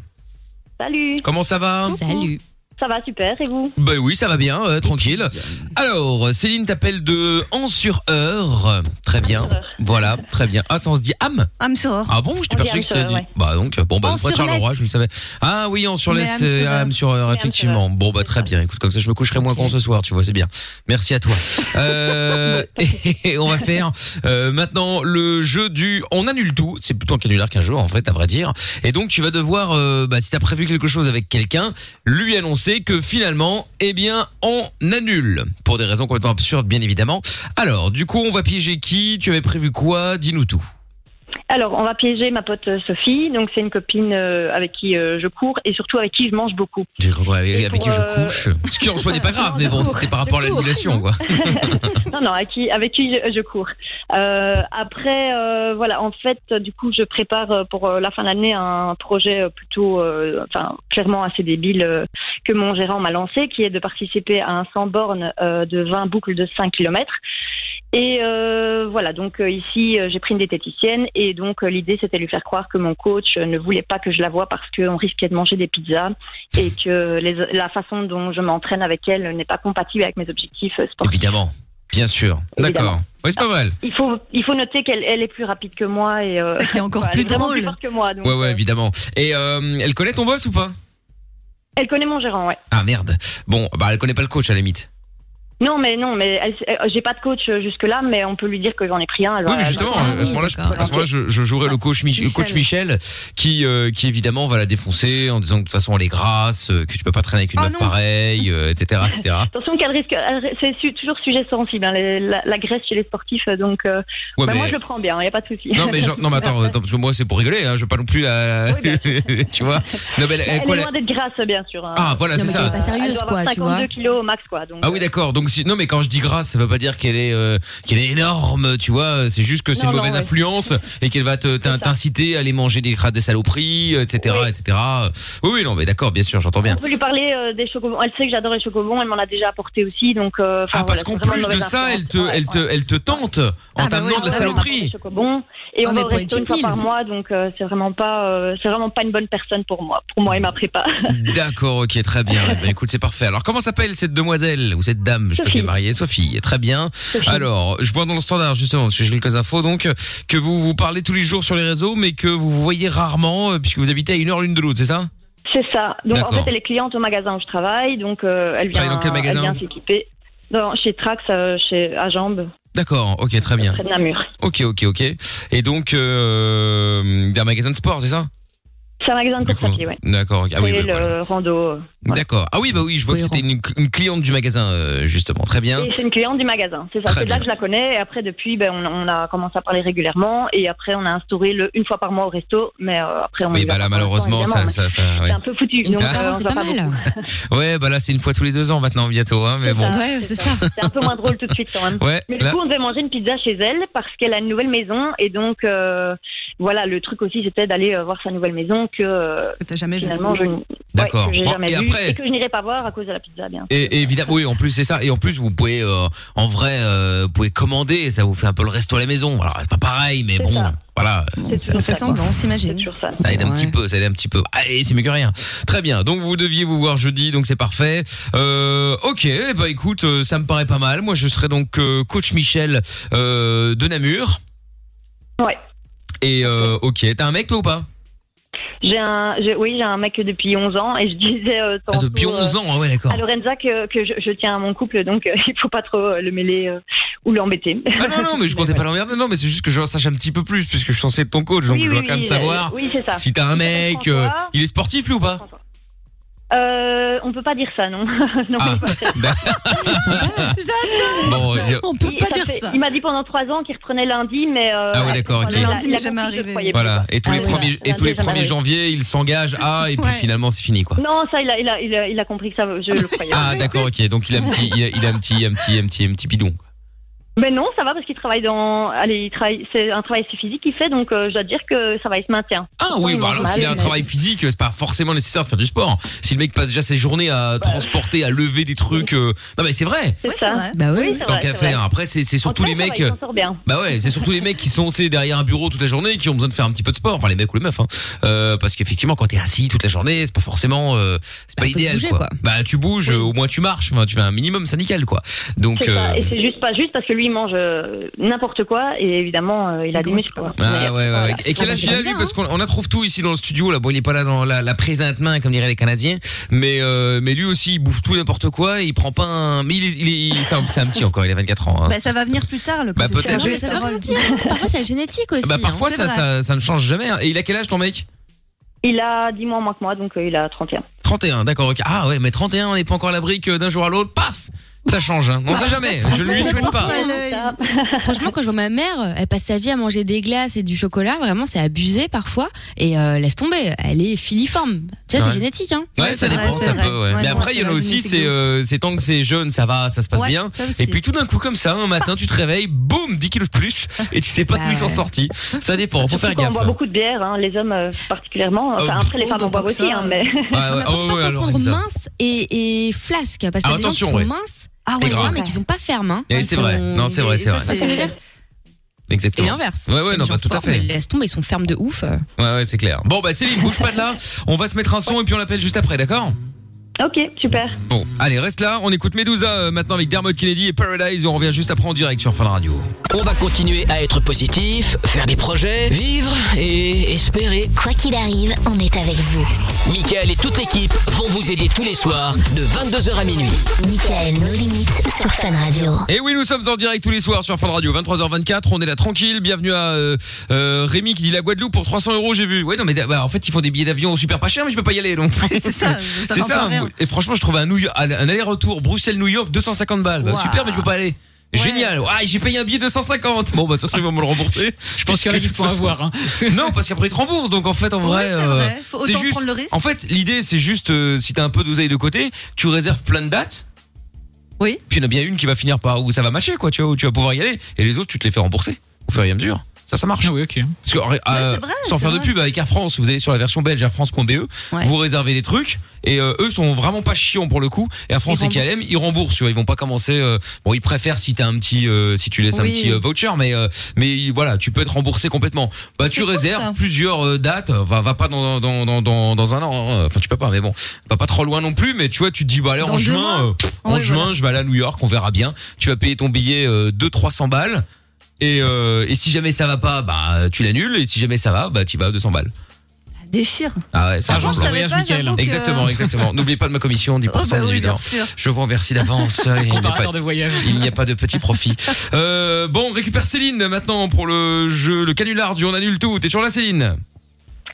Speaker 8: Salut.
Speaker 2: Comment ça va
Speaker 8: Salut. Ça va super, et vous
Speaker 2: Bah oui, ça va bien, euh, tranquille. Alors, Céline t'appelle de An sur Heure. Très bien. Voilà, très bien. Ah, ça on se dit Am
Speaker 4: Âme sur or.
Speaker 2: ah bon, je t'ai
Speaker 4: On dit
Speaker 2: perçu que
Speaker 4: Am
Speaker 2: c'était
Speaker 4: sur
Speaker 2: dit.
Speaker 4: Heure, ouais.
Speaker 2: Bah donc, bon, bah,
Speaker 4: En
Speaker 2: une fois de
Speaker 4: surlaisse.
Speaker 2: Charleroi, je le savais. Ah oui, en sur
Speaker 4: Mais
Speaker 2: l'Est,
Speaker 4: Am sur Heure.
Speaker 2: Am sur Heure, effectivement. Bon, bah très bien. Écoute, comme ça, je me coucherai moins con ce soir, tu vois, c'est bien. Merci à toi. Euh, et on va faire euh, maintenant le jeu du on annule tout. C'est plutôt un canular qu'un jeu, en fait, à vrai dire. Et donc, tu vas devoir, euh, bah, si t'as prévu quelque chose avec quelqu'un, lui annoncer que finalement, eh bien, on annule. Pour des raisons complètement absurdes, bien évidemment. Alors, du coup, on va piéger qui Tu avais prévu quoi Dis-nous tout.
Speaker 8: Alors, on va piéger ma pote euh, Sophie. Donc, c'est une copine euh, avec qui euh, je cours et surtout avec qui je mange beaucoup.
Speaker 2: J'ai compris, avec, avec qui
Speaker 8: pour,
Speaker 2: je
Speaker 8: euh,
Speaker 2: couche. Ce qui en soi n'est pas grave, mais bon, c'était par rapport à l'annulation, quoi.
Speaker 8: non, non, avec qui, avec qui je, je cours. Euh, après, euh, voilà, en fait, euh, du coup, je prépare euh, pour euh, la fin de l'année un projet euh, plutôt, euh, enfin, clairement assez débile euh, que mon gérant m'a lancé, qui est de participer à un 100 bornes euh, de 20 boucles de 5 km. Et euh, voilà, donc euh, ici, euh, j'ai pris une diététicienne et donc euh, l'idée, c'était de lui faire croire que mon coach euh, ne voulait pas que je la voie parce qu'on risquait de manger des pizzas et que les- la façon dont je m'entraîne avec elle n'est pas compatible avec mes objectifs euh, sportifs.
Speaker 2: Évidemment, bien sûr. D'accord. Oui, c'est pas mal.
Speaker 8: Il faut, il faut noter qu'elle elle est plus rapide que moi et euh, qui est encore plus drôle. Plus forte que moi, Ah, donc.
Speaker 2: Ouais, ouais, évidemment. Et euh, elle connaît ton boss ou pas
Speaker 8: Elle connaît mon gérant, ouais.
Speaker 2: Ah merde. Bon, bah elle connaît pas le coach à la limite.
Speaker 8: Non, mais non, mais elle- euh, j'ai pas de coach euh, jusque là, mais on peut lui dire que j'en ai pris un. alors
Speaker 2: Oui, mais
Speaker 8: elle-
Speaker 2: justement, à
Speaker 8: Ah
Speaker 2: ce moment-là, je, à ce moment-là, je- je jouerai le coach, Mich- le coach Michel, qui, euh, qui évidemment va la défoncer en disant que de toute façon elle est grasse, euh, que tu peux pas traîner avec une meuf pareille, euh, etc., etc.
Speaker 8: Ah, Attention qu'elle risque, elle- c'est su- toujours sujet sensible, hein, les- la, la graisse chez les sportifs, euh, donc euh,
Speaker 2: Ouais,
Speaker 8: bah,
Speaker 2: mais-
Speaker 8: moi je le prends bien, il y a pas de souci.
Speaker 2: Non mais genre, non mais attends, attends parce que moi c'est pour rigoler, hein, je veux pas non plus la, tu vois. Non mais elle, elle-
Speaker 8: elle,
Speaker 2: quoi,
Speaker 8: est
Speaker 2: elle-
Speaker 8: loin d'être grasse, bien sûr. hein.
Speaker 2: Ah, voilà, Non, c'est mais ça. elle est pas
Speaker 8: Elle
Speaker 3: sérieuse,
Speaker 8: doit avoir
Speaker 3: quoi, tu vois.
Speaker 8: 52 kilos au max, quoi. Donc,
Speaker 2: Ah oui d'accord donc si non mais quand je dis grasse ça veut pas dire qu'elle est euh, qu'elle est énorme tu vois c'est juste que c'est
Speaker 8: Non,
Speaker 2: une
Speaker 8: non,
Speaker 2: mauvaise
Speaker 8: ouais.
Speaker 2: influence et qu'elle va te t'in- t'inciter à aller manger des crades euh, des saloperies etc etc oui oui non mais d'accord bien sûr j'entends bien
Speaker 8: On peut lui parler euh, des chocobons. Elle sait que j'adore les chocobons. Elle m'en a déjà apporté aussi. Donc, euh, enfin,
Speaker 2: ah parce
Speaker 8: voilà,
Speaker 2: qu'en
Speaker 8: c'est vraiment une
Speaker 2: plus de
Speaker 8: mauvaise
Speaker 2: ça elle te elle te elle te tente
Speaker 8: Ah
Speaker 2: en
Speaker 8: bah
Speaker 2: t'amenant de la saloperie
Speaker 8: Chocobon. Et
Speaker 3: Ah,
Speaker 8: on
Speaker 3: mais
Speaker 8: va au
Speaker 3: pour les
Speaker 8: resto une
Speaker 3: cheat
Speaker 8: fois
Speaker 3: meals.
Speaker 8: par mois. Donc, euh, c'est vraiment pas, euh, c'est vraiment pas une bonne personne pour moi. Pour moi et ma prépa.
Speaker 2: D'accord, ok, très bien. Eh ben, écoute, c'est parfait. Alors, comment s'appelle cette demoiselle ou cette dame Je sais pas si elle est mariée. Sophie, très bien. Alors, je vois dans le standard, justement, parce que j'ai quelques infos, donc, que vous vous parlez tous les jours sur les réseaux, mais que vous vous voyez rarement, euh, puisque vous habitez à une heure l'une de l'autre, c'est ça
Speaker 8: c'est ça. Donc, en
Speaker 2: D'accord.
Speaker 8: fait, elle est cliente au magasin où je travaille. Donc, euh, elle
Speaker 2: Tu travailles
Speaker 8: vient,
Speaker 2: dans quel magasin
Speaker 8: elle vient s'équiper. Dans- Chez Trax, euh, chez à Jambes,
Speaker 2: D'accord, ok, très bien.
Speaker 8: près de Namur.
Speaker 2: Ok, ok, ok. Et donc, euh, d'un magasin de sport, c'est ça
Speaker 8: C'est un magasin de course à pied, ouais.
Speaker 2: D'accord, ok. ah oui,
Speaker 8: Et
Speaker 2: bah,
Speaker 8: le rando. euh.
Speaker 2: d'accord. Ah oui, bah oui, je vois que c'était une, une cliente du magasin, euh, justement. Très bien.
Speaker 8: Et c'est une cliente du magasin, c'est ça.
Speaker 2: Très
Speaker 8: C'est de là
Speaker 2: bien.
Speaker 8: que je la connais. Et après, depuis, ben, on, on a commencé à parler régulièrement. Et après, on a instauré le une fois par mois au resto. Mais euh, après, on
Speaker 2: Oui,
Speaker 8: y
Speaker 2: bah
Speaker 8: va
Speaker 2: là,
Speaker 8: pas pour l'instant,
Speaker 2: malheureusement, ça,
Speaker 8: évidemment,
Speaker 2: ça, ça,
Speaker 8: mais
Speaker 2: ouais.
Speaker 8: C'est un peu foutu.
Speaker 2: Une
Speaker 8: donc,
Speaker 2: fois par
Speaker 8: euh,
Speaker 2: mois,
Speaker 8: on
Speaker 2: c'est
Speaker 8: va
Speaker 2: pas
Speaker 8: beaucoup.
Speaker 2: mal. Ouais, bah là, c'est une fois tous les deux ans maintenant, bientôt, hein, mais bon.
Speaker 8: Ça, Ah, c'est ça. C'est un peu moins drôle tout de suite quand même.
Speaker 2: Ouais,
Speaker 8: Mais du
Speaker 2: là-
Speaker 8: coup, on devait manger une pizza chez elle parce qu'elle a une nouvelle maison. Et donc, euh, voilà, le truc aussi, c'était d'aller euh, voir sa nouvelle maison que, euh, finalement, je, n-
Speaker 2: D'accord.
Speaker 8: que j'ai
Speaker 2: Bon,
Speaker 8: jamais
Speaker 2: et
Speaker 8: vue
Speaker 2: après-
Speaker 8: et que je n'irai pas voir à cause de la pizza, bien.
Speaker 2: Et, et évidemment, oui, en plus c'est ça. Et en plus, vous pouvez, euh, en vrai, euh, vous pouvez commander. Ça vous fait un peu le resto à la maison. Alors c'est pas pareil, mais bon, voilà.
Speaker 4: C'est
Speaker 2: Ça, ça-
Speaker 4: semblant, s'imagine.
Speaker 2: ça aide un petit peu, ça aide un petit peu. Allez, c'est mieux que rien. Très bien. Donc vous deviez vous voir jeudi, donc c'est parfait. Euh, ok, bah écoute, euh, ça me paraît pas mal. Moi, je serai donc euh, coach Michel euh, de Namur.
Speaker 8: Ouais.
Speaker 2: Et euh, ok, t'as un mec toi ou pas
Speaker 8: J'ai un, j'ai- oui, j'ai un mec depuis 11 ans et je disais euh,
Speaker 2: Ah,
Speaker 8: tantôt,
Speaker 2: depuis 11
Speaker 8: euh,
Speaker 2: ans, ah ouais, d'accord.
Speaker 8: à Lorenza que, que je, je tiens à mon couple, donc euh, il faut pas trop euh, le mêler euh, ou l'embêter.
Speaker 2: Ah non, non, mais je comptais pas l'emmerder. Non, mais c'est juste que je sache un petit peu plus, puisque je suis censé être ton coach, donc
Speaker 8: Oui,
Speaker 2: je dois
Speaker 8: oui,
Speaker 2: quand même
Speaker 8: oui,
Speaker 2: savoir
Speaker 8: euh, oui, c'est ça.
Speaker 2: si t'as un mec. euh,
Speaker 8: François.
Speaker 2: il est sportif, lui, ou pas
Speaker 8: Euh, on peut pas dire ça, non. non
Speaker 2: Ah. Bon, il y a-
Speaker 8: peut pas dire ça. Il m'a dit pendant trois ans qu'il reprenait lundi, mais euh,
Speaker 2: Ah ouais, d'accord,
Speaker 8: après,
Speaker 2: ok.
Speaker 8: voilà,
Speaker 4: Lundi
Speaker 8: il a
Speaker 4: n'est jamais
Speaker 8: compris que je
Speaker 4: arrivé.
Speaker 8: croyais plus.
Speaker 2: Voilà. Et tous les
Speaker 8: Ah, voilà.
Speaker 2: premiers, et tous les
Speaker 8: Lundi n'est jamais
Speaker 2: premiers
Speaker 8: arrivé.
Speaker 2: janvier, il s'engage. Ah, et puis
Speaker 8: Ouais.
Speaker 2: finalement, c'est fini, quoi.
Speaker 8: Non, ça, il a, il a, il a, il a compris que ça, je le croyais.
Speaker 2: Ah, d'accord, ok. Donc, il a un petit, il a, il a un petit, un petit, un petit, un petit bidon.
Speaker 8: Mais non, ça va parce qu'il travaille dans. Allez, il travaille. C'est un travail assez physique qu'il fait, donc euh, je dois te dire que ça va, il se maintient.
Speaker 2: Ah oui, bah alors
Speaker 8: normal,
Speaker 2: s'il a un
Speaker 8: mais-
Speaker 2: travail physique, c'est pas forcément nécessaire de faire du sport. Si le mec passe déjà ses journées à transporter, à lever des trucs, euh, non mais c'est vrai.
Speaker 8: C'est ça.
Speaker 3: Bah oui.
Speaker 8: c'est
Speaker 2: Tant
Speaker 8: vrai,
Speaker 2: qu'à
Speaker 8: c'est vrai.
Speaker 2: faire. Après, c'est c'est surtout
Speaker 8: En tout
Speaker 2: les
Speaker 8: cas, ça va,
Speaker 2: mecs.
Speaker 8: il s'en sort bien.
Speaker 2: Bah ouais, c'est surtout les mecs qui sont tu sais, derrière un bureau toute la journée et qui ont besoin de faire un petit peu de sport. Enfin les mecs ou les meufs, hein. Euh, parce qu'effectivement quand t'es assis toute la journée, c'est pas forcément, euh, c'est pas
Speaker 8: faut se
Speaker 2: idéal
Speaker 8: bouger,
Speaker 2: quoi.
Speaker 8: quoi.
Speaker 2: Bah tu bouges, euh, au moins tu marches, enfin, tu fais un minimum, c'est nickel quoi. Donc
Speaker 8: C'est ça.
Speaker 2: euh,
Speaker 8: Et c'est juste pas juste parce que lui il mange euh, n'importe quoi et évidemment euh, il a des muscles. quoi.
Speaker 2: Ah ouais, ouais, ouais. Et quel âge il a lui Parce qu'on on a trouve tout ici dans le studio. Là, bon, il est pas là dans la, la présente main comme diraient les Canadiens, mais euh, mais lui aussi, il bouffe tout et n'importe quoi. Il prend pas un. Mais il, est- il est- c'est un, c'est un petit encore. Il a 24 ans. hein.
Speaker 4: Bah, ça va venir plus tard, le
Speaker 2: Bah,
Speaker 4: côté
Speaker 2: peut-être.
Speaker 4: cholestérol.
Speaker 2: Non,
Speaker 3: Ah, mais ça veut rien dire. Parfois, c'est la génétique aussi.
Speaker 2: Bah, parfois
Speaker 3: hein.
Speaker 2: ça, ça ça ne change jamais. hein. Et il a quel âge ton mec
Speaker 8: Il a 10 mois moins que moi, donc euh, il a 31.
Speaker 2: 31. D'accord. ok. Ah ouais, mais 31, on n'est pas encore à la brique euh, d'un jour à l'autre. Paf, ça change. Hein. Non, ça jamais. Je ne lui souhaite pas.
Speaker 3: Franchement, quand je vois ma mère, elle passe sa vie à manger des glaces et du chocolat, vraiment, c'est abusé parfois. Et euh, laisse tomber, elle est filiforme. Tu sais,
Speaker 2: Ouais.
Speaker 3: c'est génétique, hein.
Speaker 2: Ouais, ça dépend, ça peut. Ouais. Mais après, il y en a aussi, c'est euh, c'est tant que c'est jeune, ça va, ça se passe
Speaker 3: Ouais,
Speaker 2: bien.
Speaker 3: ça aussi.
Speaker 2: Et puis tout d'un coup, comme ça, un matin, tu te réveilles, boum, 10 kilos de plus, et tu sais
Speaker 3: Bah
Speaker 2: pas d'où ils sont sortis. Ça dépend, faut faire
Speaker 8: Surtout qu'on
Speaker 2: gaffe.
Speaker 8: boit beaucoup de bière, hein, les hommes euh, particulièrement. Enfin, après, les femmes en boivent aussi, hein, mais.
Speaker 2: Ouais, ouais, oh, ouais, alors,
Speaker 3: Prendre
Speaker 2: Renza.
Speaker 3: mince et, et flasque, parce que t'as
Speaker 2: Ah,
Speaker 3: des gens qui
Speaker 2: attention,
Speaker 3: sont
Speaker 2: ouais.
Speaker 3: minces,
Speaker 2: Ah
Speaker 3: ah
Speaker 2: ouais, grave.
Speaker 3: mais qui sont pas fermes. Hein.
Speaker 2: Eh, c'est vrai. Non, c'est vrai, c'est vrai.
Speaker 3: C'est ça que je veux dire Et
Speaker 2: Exactement.
Speaker 3: l'inverse.
Speaker 2: Ouais, ouais, non, bah, tout à
Speaker 3: Forme, mais
Speaker 2: fait.
Speaker 3: Laisse tomber, ils sont fermes de ouf.
Speaker 2: Ouais, ouais, c'est clair. Bon, bah, Céline, bouge pas de là. On va se mettre un son et puis on l'appelle juste après, d'accord?
Speaker 8: Ok, super.
Speaker 2: Bon, allez, reste là. On écoute Medusa euh, maintenant avec Dermot Kennedy et Paradise. On revient juste après en direct sur Fun Radio.
Speaker 1: On va continuer à être positif, faire des projets, vivre et espérer.
Speaker 9: Quoi qu'il arrive, on est avec vous.
Speaker 1: Michael et toute l'équipe vont vous aider tous les soirs de 22h à minuit.
Speaker 9: Michael, nos limites sur Fun Radio.
Speaker 2: Et oui, nous sommes en direct tous les soirs sur Fun Radio, 23h24. On est là tranquille. Bienvenue à euh, euh, Rémi qui dit la Guadeloupe pour 300 euros. J'ai vu. Ouais, non, mais bah, en fait, ils font des billets d'avion super pas chers, mais je peux pas y aller. Donc, c'est
Speaker 15: ça
Speaker 2: ça. C'est
Speaker 15: vend pas
Speaker 2: ça.
Speaker 15: rien.
Speaker 2: Et franchement, je trouve un, New York- un aller-retour Bruxelles-New York 250 balles. Bah,
Speaker 15: Waouh.
Speaker 2: Super, mais je peux pas aller. Génial. Ah, j'ai payé un billet 250. Bon, bah, de toute façon, ils vont me le rembourser. Je
Speaker 5: pense qu'il y en a qui se font avoir, hein.
Speaker 2: Non, parce qu'après, ils te remboursent. Donc, en fait, en vrai, euh,
Speaker 4: Faut
Speaker 2: c'est
Speaker 4: autant
Speaker 2: juste.
Speaker 4: prendre le risque.
Speaker 2: En fait, l'idée, c'est juste, euh, si t'as un peu d'oseille de côté, tu réserves plein de dates.
Speaker 4: Oui.
Speaker 2: Puis il y en a bien une qui va finir par où ça va matcher, quoi, tu vois, où tu vas pouvoir y aller. Et les autres, tu te les fais rembourser au fur et à mesure. Ça, ça marche.
Speaker 5: oui, ok.
Speaker 2: Parce que, euh, sans faire de pub, avec Air France, vous allez sur la version belge, airfrance.be, E, vous réservez les trucs, et euh, eux sont vraiment pas chiants pour le coup. Et Air France et KLM, ils remboursent, tu vois, ils vont pas commencer. euh, bon, ils préfèrent si t'as un petit, euh, si tu laisses un
Speaker 15: Oui.
Speaker 2: petit euh, voucher, mais euh, mais voilà, tu peux être remboursé complètement. Bah, tu réserves plusieurs euh, dates. Va, va pas dans dans dans dans, dans un an. hein. Enfin, tu peux pas, mais bon, va pas trop loin non plus. Mais tu vois, tu te dis bah allez en
Speaker 15: Dans deux
Speaker 2: juin,
Speaker 15: mois.
Speaker 2: euh, en
Speaker 15: Ouais,
Speaker 2: juin, je vais aller à New York, on verra bien. Tu vas payer ton billet euh, 2 300 balles. Et, euh, et si jamais ça va pas, bah tu l'annules. Et si jamais ça va, bah tu vas à 200 balles.
Speaker 4: Déchire.
Speaker 2: Ah ouais, c'est
Speaker 4: Ah,
Speaker 2: un
Speaker 4: je
Speaker 2: bon plan.
Speaker 4: savais Voyage, pas, Mickaël. j'avoue que-
Speaker 2: Exactement, exactement. N'oubliez pas de ma commission, 10%,
Speaker 4: Oh, bah oui,
Speaker 2: évidemment.
Speaker 4: bien sûr.
Speaker 2: Je vous remercie d'avance. Il n'y a
Speaker 5: Comparateur
Speaker 2: pas-
Speaker 5: de voyage.
Speaker 2: il n'y a pas de petit profit. Euh, bon, on récupère Céline maintenant pour le jeu, le canular du On annule tout. T'es toujours là, Céline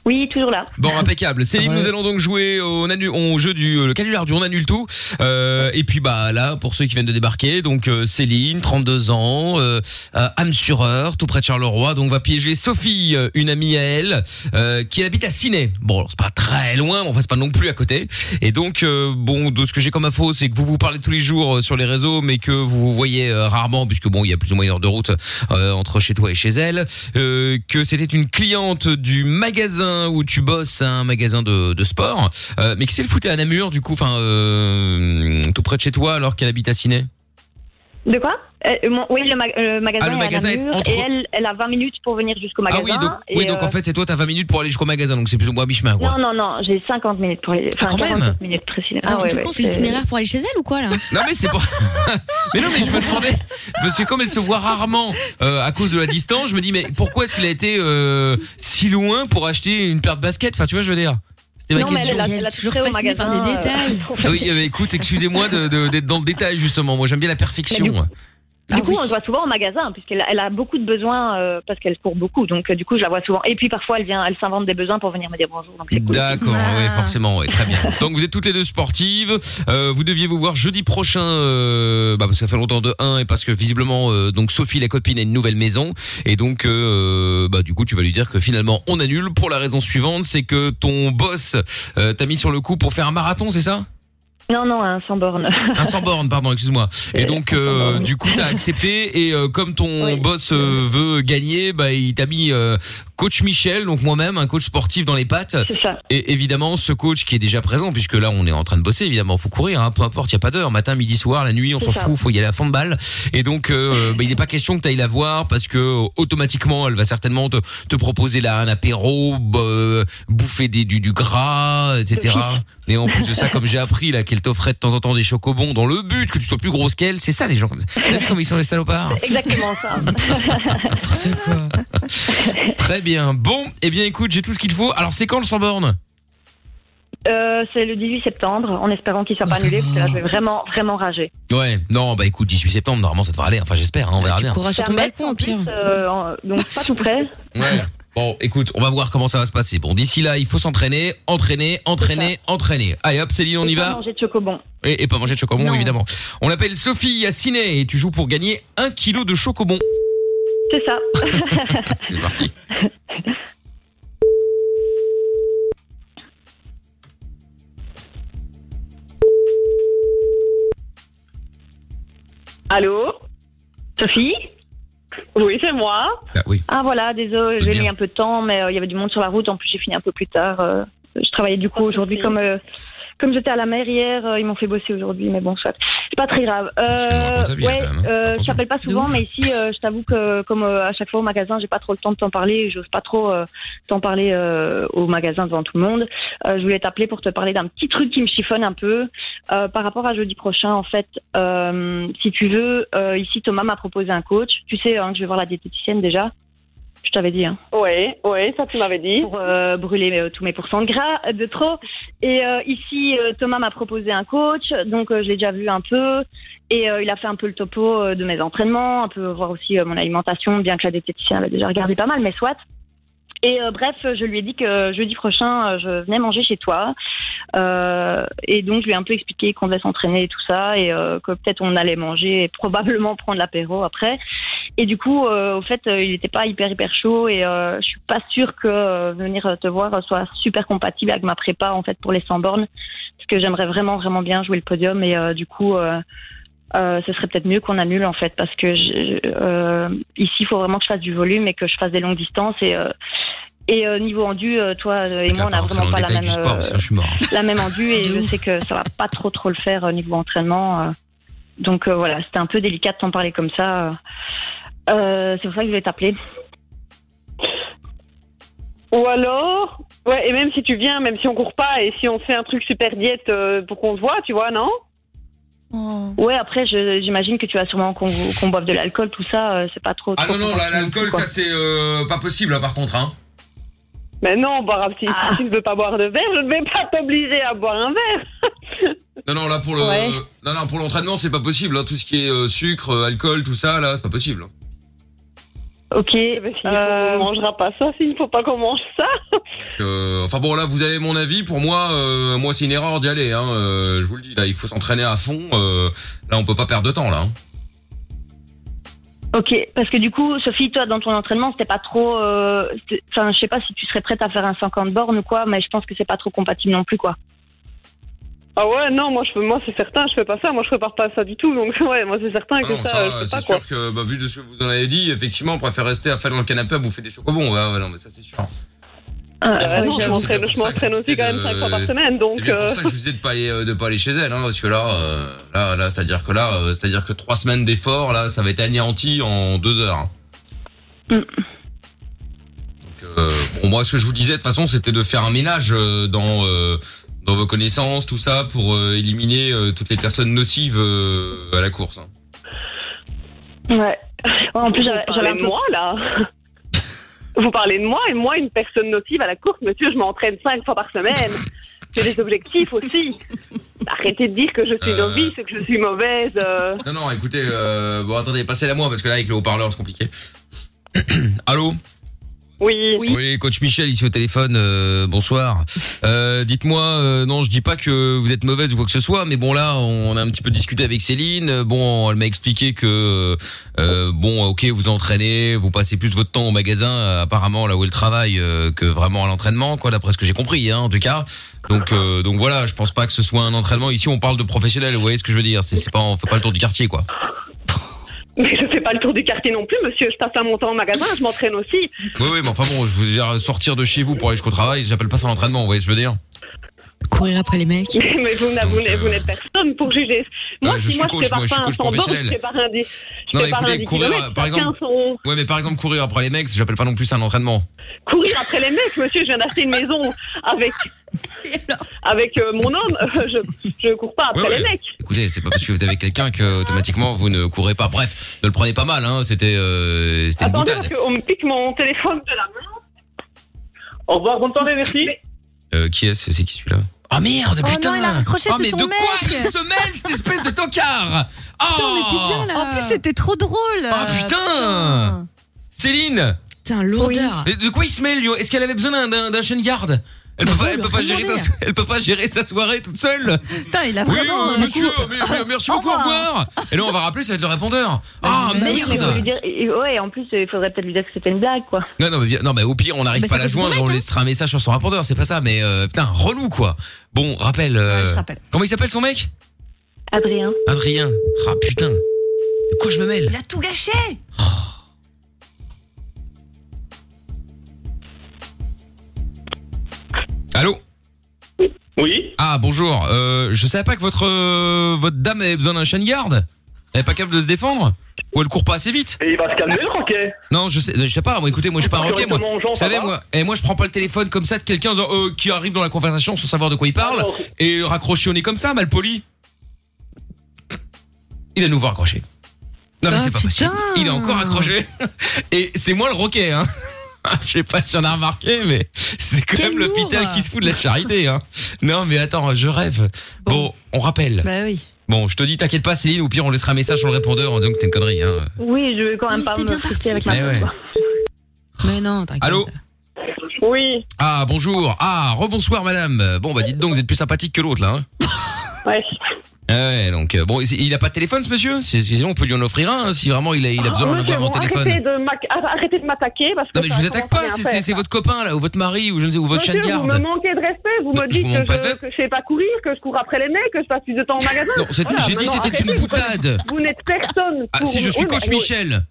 Speaker 8: Oui, toujours là.
Speaker 2: Bon, impeccable. Céline, nous allons donc jouer au, on annu- au jeu du euh, le canular du on annule tout. Euh, et puis bah là, pour ceux qui viennent de débarquer, donc euh, Céline, 32 ans, euh, à Amsureur, tout près de Charleroi, donc va piéger Sophie, euh, une amie à elle, euh, qui habite à Ciné. Bon, alors, c'est pas très loin, mais enfin c'est pas non plus à côté. Et donc euh, bon, de ce que j'ai comme info, c'est que vous vous parlez tous les jours euh, sur les réseaux, mais que vous vous voyez euh, rarement, puisque bon, il y a plus ou moins une heure de route euh, entre chez toi et chez elle, euh, que c'était une cliente du magasin où tu bosses, hein, un magasin de, de sport, euh, mais qui s'est le fouté à Namur, du coup, enfin, euh, tout près de chez toi, alors qu'elle habite à Ciné.
Speaker 8: De quoi Euh, mon- Oui, le, ma- le magasin,
Speaker 2: Ah, le
Speaker 8: est à
Speaker 2: magasin est
Speaker 8: Namur
Speaker 2: entre-
Speaker 8: Et elle, elle a 20 minutes pour venir jusqu'au
Speaker 2: Ah
Speaker 8: magasin.
Speaker 2: oui, donc,
Speaker 8: et,
Speaker 2: oui, donc
Speaker 8: euh,
Speaker 2: en fait, c'est toi, t'as 20 minutes pour aller jusqu'au magasin, donc c'est plus ou moins à mi-chemin, quoi.
Speaker 8: Non, non, non, j'ai 50 minutes pour les. Enfin, 45 minutes précisément.
Speaker 3: Attends,
Speaker 8: ouais,
Speaker 3: du
Speaker 8: ouais,
Speaker 3: coup, on fait
Speaker 8: c'est-
Speaker 3: l'itinéraire pour aller chez elle ou quoi là
Speaker 2: Non mais c'est pour. mais non mais je me demandais parce que comme elle se voit rarement euh, à cause de la distance, je me dis mais pourquoi est-ce qu'il a été euh, si loin pour acheter une paire de baskets Enfin tu vois je veux dire. C'était ma
Speaker 8: Non, mais elle,
Speaker 2: question.
Speaker 8: elle a- elle a
Speaker 3: Toujours
Speaker 8: toujours au
Speaker 3: fascinée
Speaker 8: magasin.
Speaker 3: par des
Speaker 8: euh,
Speaker 3: détails.
Speaker 2: Ah oui euh, écoute excusez-moi de- de- d'être dans le détail justement. Moi j'aime bien la perfection. moi.
Speaker 8: Du
Speaker 3: Ah
Speaker 8: coup, on se voit souvent au magasin, puisqu'elle elle a beaucoup de besoins, euh, parce qu'elle court beaucoup. Donc, euh, du coup, je la vois souvent. Et puis, parfois, elle vient, elle s'invente des besoins pour venir me dire bonjour. Donc,
Speaker 2: D'accord, ouais, forcément, ouais, très bien. Donc vous êtes toutes les deux sportives. Euh, vous deviez vous voir jeudi prochain, euh, bah, parce que ça fait longtemps de 1 et parce que visiblement, euh, donc Sophie la copine a une nouvelle maison et donc euh, bah du coup tu vas lui dire que finalement on annule pour la raison suivante, c'est que ton boss euh, t'a mis sur le coup pour faire un marathon, c'est ça
Speaker 8: non, non, un sans borne.
Speaker 2: un sans borne, pardon, excuse-moi. Et donc, euh, du coup, t'as accepté. Et euh, comme ton boss euh, veut gagner, bah, il t'a mis euh, coach Michel, donc moi-même, un coach sportif dans les pattes. Et évidemment, ce coach qui est déjà présent, puisque là, on est en train de bosser. Évidemment, faut courir, hein, peu importe, il y a pas d'heure, matin, midi, soir, la nuit, on s'en fout, faut y aller à fond de balle. Et donc, euh, bah, il n'est pas question que t'ailles la voir parce que euh, automatiquement, elle va certainement te, te proposer là un apéro, b- euh, bouffer des, du, du gras, etc. Et en plus de ça, comme j'ai appris là qu'elle t'offrait de temps en temps des chocobons dans le but que tu sois plus grosse qu'elle, c'est ça les gens comme ça. T'as vu comme ils sont les salopards
Speaker 8: Exactement ça.
Speaker 2: Très bien. Bon, eh bien écoute, j'ai tout ce qu'il faut. Alors c'est quand le sans borne
Speaker 8: Euh, c'est le 18 septembre, en espérant qu'il soit pas annulé, parce que là, je vais vraiment, vraiment rager.
Speaker 2: Ouais. Non, bah écoute, 18 septembre, normalement ça devrait aller. Enfin j'espère, hein, on
Speaker 8: Bah,
Speaker 2: verra bien.
Speaker 3: Courage sur ton balcon, au pire.
Speaker 8: euh, donc, pas tout près.
Speaker 2: Ouais. Bon, écoute, on va voir comment ça va se passer. Bon, d'ici là, il faut s'entraîner, entraîner, entraîner, entraîner. Allez hop, Céline, on y va.
Speaker 8: Manger de chocobon.
Speaker 2: Et, et pas manger de chocobon, évidemment. On l'appelle Sophie à Ciné et tu joues pour gagner un kilo de chocobon.
Speaker 8: C'est ça.
Speaker 2: C'est parti.
Speaker 8: Allô Sophie Oui, c'est moi.
Speaker 15: Bah
Speaker 8: Ah voilà, désolé, j'ai mis un peu de temps, mais euh, il y avait du monde sur la route. En plus, j'ai fini un peu plus tard. euh, je travaillais du coup aujourd'hui comme euh, comme j'étais à la mer hier, euh, ils m'ont fait bosser aujourd'hui, mais bon, soit. C'est pas très grave. Euh,
Speaker 15: racontes ta vie,
Speaker 8: ouais,
Speaker 15: là, quand même, hein.
Speaker 8: euh, je
Speaker 15: Attention.
Speaker 8: t'appelle pas souvent, mais ici, euh, je t'avoue que comme euh, à chaque fois au magasin, j'ai pas trop le temps de t'en parler. J'ose pas trop euh, t'en parler euh, au magasin devant tout le monde. Euh, je voulais t'appeler pour te parler d'un petit truc qui me chiffonne un peu Euh, par rapport à jeudi prochain. En fait, euh, si tu veux, euh, ici Thomas m'a proposé un coach. Tu sais hein, que je vais voir la diététicienne déjà. Je t'avais dit. Hein.
Speaker 15: Oui, oui, ça tu m'avais dit.
Speaker 8: Pour euh, brûler euh, tous mes pourcents de gras, euh, de trop. Et euh, ici, euh, Thomas m'a proposé un coach, donc euh, je l'ai déjà vu un peu. Et euh, il a fait un peu le topo euh, de mes entraînements, un peu voir aussi euh, mon alimentation, bien que la diététicienne avait déjà regardé pas mal, mais soit. Et euh, bref, je lui ai dit que jeudi prochain, euh, je venais manger chez toi. Euh, et donc, je lui ai un peu expliqué qu'on devait s'entraîner et tout ça, et euh, que peut-être on allait manger et probablement prendre l'apéro après. Et du coup, euh, au fait, euh, il n'était pas hyper hyper chaud, et euh, je suis pas sûre que euh, venir te voir soit super compatible avec ma prépa en fait pour les 100 bornes, parce que j'aimerais vraiment vraiment bien jouer le podium, et euh, du coup. euh, euh, ce serait peut-être mieux qu'on annule en fait parce que je- euh, ici il faut vraiment que je fasse du volume et que je fasse des longues distances et euh, et euh, niveau endu euh, toi euh, et moi on n'a vraiment pas la même euh, la même endu et je sais que ça va pas trop trop le faire au niveau entraînement. euh. Donc euh, voilà, c'était un peu délicat de t'en parler comme ça. euh. Euh, c'est pour ça que je voulais t'appeler.
Speaker 15: Ou alors, ouais, et même si tu viens, même si on court pas et si on fait un truc super diète euh, pour qu'on se voit, tu vois, non
Speaker 8: Ouais, après je- j'imagine que tu vas sûrement qu'on qu'on boive de l'alcool, tout ça, euh, c'est pas trop.
Speaker 2: Ah
Speaker 8: trop
Speaker 2: non, non,
Speaker 8: convaincant
Speaker 2: là, l'alcool,
Speaker 8: non plus,
Speaker 2: ça c'est euh, pas possible hein, par contre. Hein.
Speaker 15: Mais non, boire un petit, si tu ne veux pas boire de verre, je ne vais pas t'obliger à boire un verre.
Speaker 2: Non, non, là pour le, non, non, pour l'entraînement, c'est pas possible. hein. Tout ce qui est euh, sucre, euh, alcool, tout ça, là, c'est pas possible.
Speaker 8: quoi. Ok.
Speaker 15: Eh ben, On ne mangera pas ça s'il ne faut pas qu'on mange ça.
Speaker 2: Donc, euh, enfin bon, là, vous avez mon avis. Pour moi, euh, moi, c'est une erreur d'y aller. Hein, euh, je vous le dis, là, il faut s'entraîner à fond. euh, là, on peut pas perdre de temps, là. hein.
Speaker 8: Ok, parce que du coup, Sophie, toi, dans ton entraînement, c'était pas trop. euh, c'était- Enfin, je sais pas si tu serais prête à faire un 50 bornes ou quoi, mais je pense que c'est pas trop compatible non plus, quoi.
Speaker 15: Ah ouais, non, moi, je, moi c'est certain, je fais pas ça, moi je prépare pas ça du tout, donc ouais, moi c'est certain
Speaker 2: Ah
Speaker 15: que
Speaker 2: non,
Speaker 15: ça,
Speaker 2: ça,
Speaker 15: je fais
Speaker 2: c'est
Speaker 15: pas
Speaker 2: sûr
Speaker 15: quoi.
Speaker 2: que, bah, vu de ce que vous en avez dit, effectivement, on préfère rester à faire dans le canapé à bouffer des chocobons. Ouais, ouais, non, mais ça, c'est sûr.
Speaker 15: Euh,
Speaker 2: Ah, c'est
Speaker 15: non, je
Speaker 2: bien, c'est bien
Speaker 15: m'entraîne,
Speaker 2: pour
Speaker 15: je
Speaker 2: ça que
Speaker 15: m'entraîne aussi quand même 5 fois par semaine, donc.
Speaker 2: C'est pour
Speaker 15: euh,
Speaker 2: ça que je vous disais de pas aller, euh, de pas aller chez elle, hein, parce que là, euh, là, là, c'est-à-dire que là, euh, c'est-à-dire que trois semaines d'efforts, là, ça va être anéanti en deux heures. hein.
Speaker 15: Mm.
Speaker 2: Donc, euh, bon, moi, ce que je vous disais de toute façon, c'était de faire un ménage euh, dans euh, dans vos connaissances, tout ça, pour euh, éliminer euh, toutes les personnes nocives euh, à la course. hein.
Speaker 15: Ouais. En plus,
Speaker 8: j'avais-
Speaker 15: j'avais
Speaker 8: j'avais un
Speaker 15: de
Speaker 8: peu-
Speaker 15: moi, là. Vous parlez de moi, et moi, une personne nocive à la course, monsieur, je m'entraîne cinq fois par semaine. J'ai des objectifs aussi. Arrêtez de dire que je suis
Speaker 2: Euh.
Speaker 15: novice, que je suis mauvaise. euh.
Speaker 2: Non, non, écoutez, euh, bon, attendez, passez-la moi, parce que là, avec le haut-parleur, c'est compliqué. Allô
Speaker 15: Oui.
Speaker 2: oui. coach Michel, ici au téléphone, euh, bonsoir. Euh, Dites-moi, euh, non, je dis pas que vous êtes mauvaise ou quoi que ce soit, mais bon, là, on a un petit peu discuté avec Céline. Euh, Bon, elle m'a expliqué que, euh, bon, ok, vous entraînez, vous passez plus votre temps au magasin, euh, apparemment, là où elle travaille, euh, que vraiment à l'entraînement, quoi, d'après ce que j'ai compris, hein, en tout cas. Donc, euh, donc voilà, je pense pas que ce soit un entraînement. Ici, on parle de professionnels, vous voyez ce que je veux dire. C'est c'est pas, on fait pas le tour du quartier, quoi.
Speaker 15: Mais je fais pas le tour du quartier non plus, monsieur. Je passe pas mon temps au magasin, je m'entraîne aussi.
Speaker 2: Oui, oui, mais enfin bon, je veux dire, sortir de chez vous pour aller jusqu'au travail, j'appelle pas ça l'entraînement, vous voyez ce que je veux dire
Speaker 3: Courir après les mecs.
Speaker 15: Mais vous n'a- vous n'êtes vous n'êtes personne pour juger. Moi,
Speaker 2: Euh, je
Speaker 15: si
Speaker 2: suis
Speaker 15: moi,
Speaker 2: coach,
Speaker 15: je prépare
Speaker 2: moi, je suis
Speaker 15: pas un
Speaker 2: coach
Speaker 15: 100 bornes,
Speaker 2: professionnel.
Speaker 15: Je prépare un dix- je
Speaker 2: Non, mais
Speaker 15: prépare un
Speaker 2: écoutez,
Speaker 15: 10
Speaker 2: courir, euh,
Speaker 15: kilomètres,
Speaker 2: par
Speaker 15: chacun
Speaker 2: exemple-
Speaker 15: son-
Speaker 2: Ouais, mais par exemple, courir après les mecs, j'appelle pas non plus ça un entraînement.
Speaker 15: courir après les mecs, monsieur. Je viens d'acheter une maison avec avec euh, mon homme. euh, je je cours pas après
Speaker 2: Ouais, ouais.
Speaker 15: les mecs.
Speaker 2: Écoutez, c'est pas parce que vous avez quelqu'un que automatiquement vous ne courez pas. Bref, ne le prenez pas mal, hein, c'était euh, c'était une
Speaker 15: Attendez,
Speaker 2: boutade.
Speaker 15: parce qu'on me pique mon téléphone de la main. Au revoir, bonne soirée, merci.
Speaker 2: Euh, qui est-ce C'est qui celui-là Ah merde,
Speaker 15: Oh non,
Speaker 2: putain
Speaker 15: il a raccroché,
Speaker 2: Oh,
Speaker 15: c'est
Speaker 2: mais
Speaker 15: son
Speaker 2: de
Speaker 15: mec
Speaker 2: quoi il se mêle, cette espèce de tocard Oh
Speaker 4: En plus, c'était trop drôle.
Speaker 2: Ah putain Céline
Speaker 3: Putain, lourdeur.
Speaker 2: Mais de quoi il se mêle, lui Est-ce qu'elle avait besoin d'un- d'un d'un chien de garde elle peut, pas, elle, peut pas gérer sa, elle peut pas gérer sa soirée toute seule.
Speaker 4: Putain, il a
Speaker 8: Ah
Speaker 2: oui,
Speaker 4: vraiment,
Speaker 2: oui,
Speaker 4: euh,
Speaker 2: monsieur, mais- mais- merci beaucoup, au revoir. Et là, on va rappeler, ça va être le répondeur. Ah,
Speaker 8: Bah oui, mais faut lui
Speaker 2: merde
Speaker 8: dire- et- Ouais, en plus, il faudrait peut-être lui dire que c'était une blague, quoi.
Speaker 2: Non, non, mais, bien- non, mais au pire, on n'arrive
Speaker 8: Bah,
Speaker 2: pas à
Speaker 8: ça
Speaker 2: la
Speaker 8: coûte son
Speaker 2: joindre,
Speaker 8: mec,
Speaker 2: on
Speaker 8: hein.
Speaker 2: laissera un message sur son répondeur, c'est pas ça, mais euh, putain, relou, quoi. Bon, rappel. euh, Comment il s'appelle, son mec
Speaker 8: Adrien.
Speaker 2: Adrien. Ah, putain. De quoi je me mêle
Speaker 4: hein. Il a tout gâché.
Speaker 2: Allô
Speaker 7: Oui
Speaker 2: Ah bonjour, euh, je savais pas que votre euh, votre dame avait besoin d'un chien de garde. Elle est pas capable de se défendre Ou elle court pas assez vite
Speaker 7: Et il va se calmer le roquet
Speaker 2: Non, je sais, je sais pas, moi écoutez, moi je suis pas un roquet moi.
Speaker 7: Directement aux gens,
Speaker 2: Vous
Speaker 7: ça
Speaker 2: savez
Speaker 7: va
Speaker 2: moi, et moi je prends pas le téléphone comme ça de quelqu'un en disant, euh, qui arrive dans la conversation sans savoir de quoi il
Speaker 7: Ah,
Speaker 2: parle et raccroché au nez comme ça, mal poli. Il a nouveau raccroché. Non mais
Speaker 1: Ah,
Speaker 2: c'est pas
Speaker 1: putain.
Speaker 2: possible. Il est encore accroché. Et c'est moi le roquet hein. Je sais pas si on a remarqué, mais c'est quand
Speaker 1: Quel
Speaker 2: même l'hôpital
Speaker 1: lourd.
Speaker 2: qui se fout de la charité. Hein. Non, mais attends, je rêve. Bon, on rappelle.
Speaker 4: Bah oui.
Speaker 2: Bon, je te dis, t'inquiète pas, Céline, au pire, on laissera un message sur le répondeur en disant que t'es une connerie. Hein.
Speaker 8: Oui, je veux quand même pas me friter avec ma
Speaker 2: Mais ouais.
Speaker 3: Mais non, t'inquiète.
Speaker 2: Allô
Speaker 15: Oui.
Speaker 2: Ah, bonjour. Ah, rebonsoir, madame. Bon, bah, dites donc, vous êtes plus sympathique que l'autre, là. Hein
Speaker 15: Ouais.
Speaker 2: Ah ouais, donc, euh, bon, c'est- il a pas de téléphone, ce monsieur Si- Sinon, on peut lui en offrir un, hein, si vraiment il a, il a
Speaker 15: Ah,
Speaker 2: besoin d'un
Speaker 15: Oh, Monsieur,
Speaker 2: avoir
Speaker 15: bon,
Speaker 2: un téléphone.
Speaker 15: arrêtez de m'ac- arrêtez de m'attaquer parce que.
Speaker 2: Non, mais je
Speaker 15: ça
Speaker 2: vous attaque
Speaker 15: commence
Speaker 2: pas,
Speaker 15: à
Speaker 2: c'est-
Speaker 15: bien
Speaker 2: c'est
Speaker 15: faire.
Speaker 2: c'est votre copain, là, ou votre mari, ou je ne sais, ou votre chien de
Speaker 15: Monsieur, vous
Speaker 2: garde. Bah,
Speaker 15: me manquez de respect, vous me dites
Speaker 2: vous manque pas de
Speaker 15: que je,
Speaker 2: respect.
Speaker 15: que je sais pas courir, que je cours après les mecs, que je passe plus de temps au magasin.
Speaker 2: Non, c'est- j'ai dit,
Speaker 15: maintenant,
Speaker 2: c'était
Speaker 15: arrêtez,
Speaker 2: une
Speaker 15: vous-
Speaker 2: boutade.
Speaker 15: Vous n'êtes personne.
Speaker 2: Ah,
Speaker 15: pour-
Speaker 2: si, je
Speaker 15: oui,
Speaker 2: suis coach
Speaker 15: mais-
Speaker 2: Michel.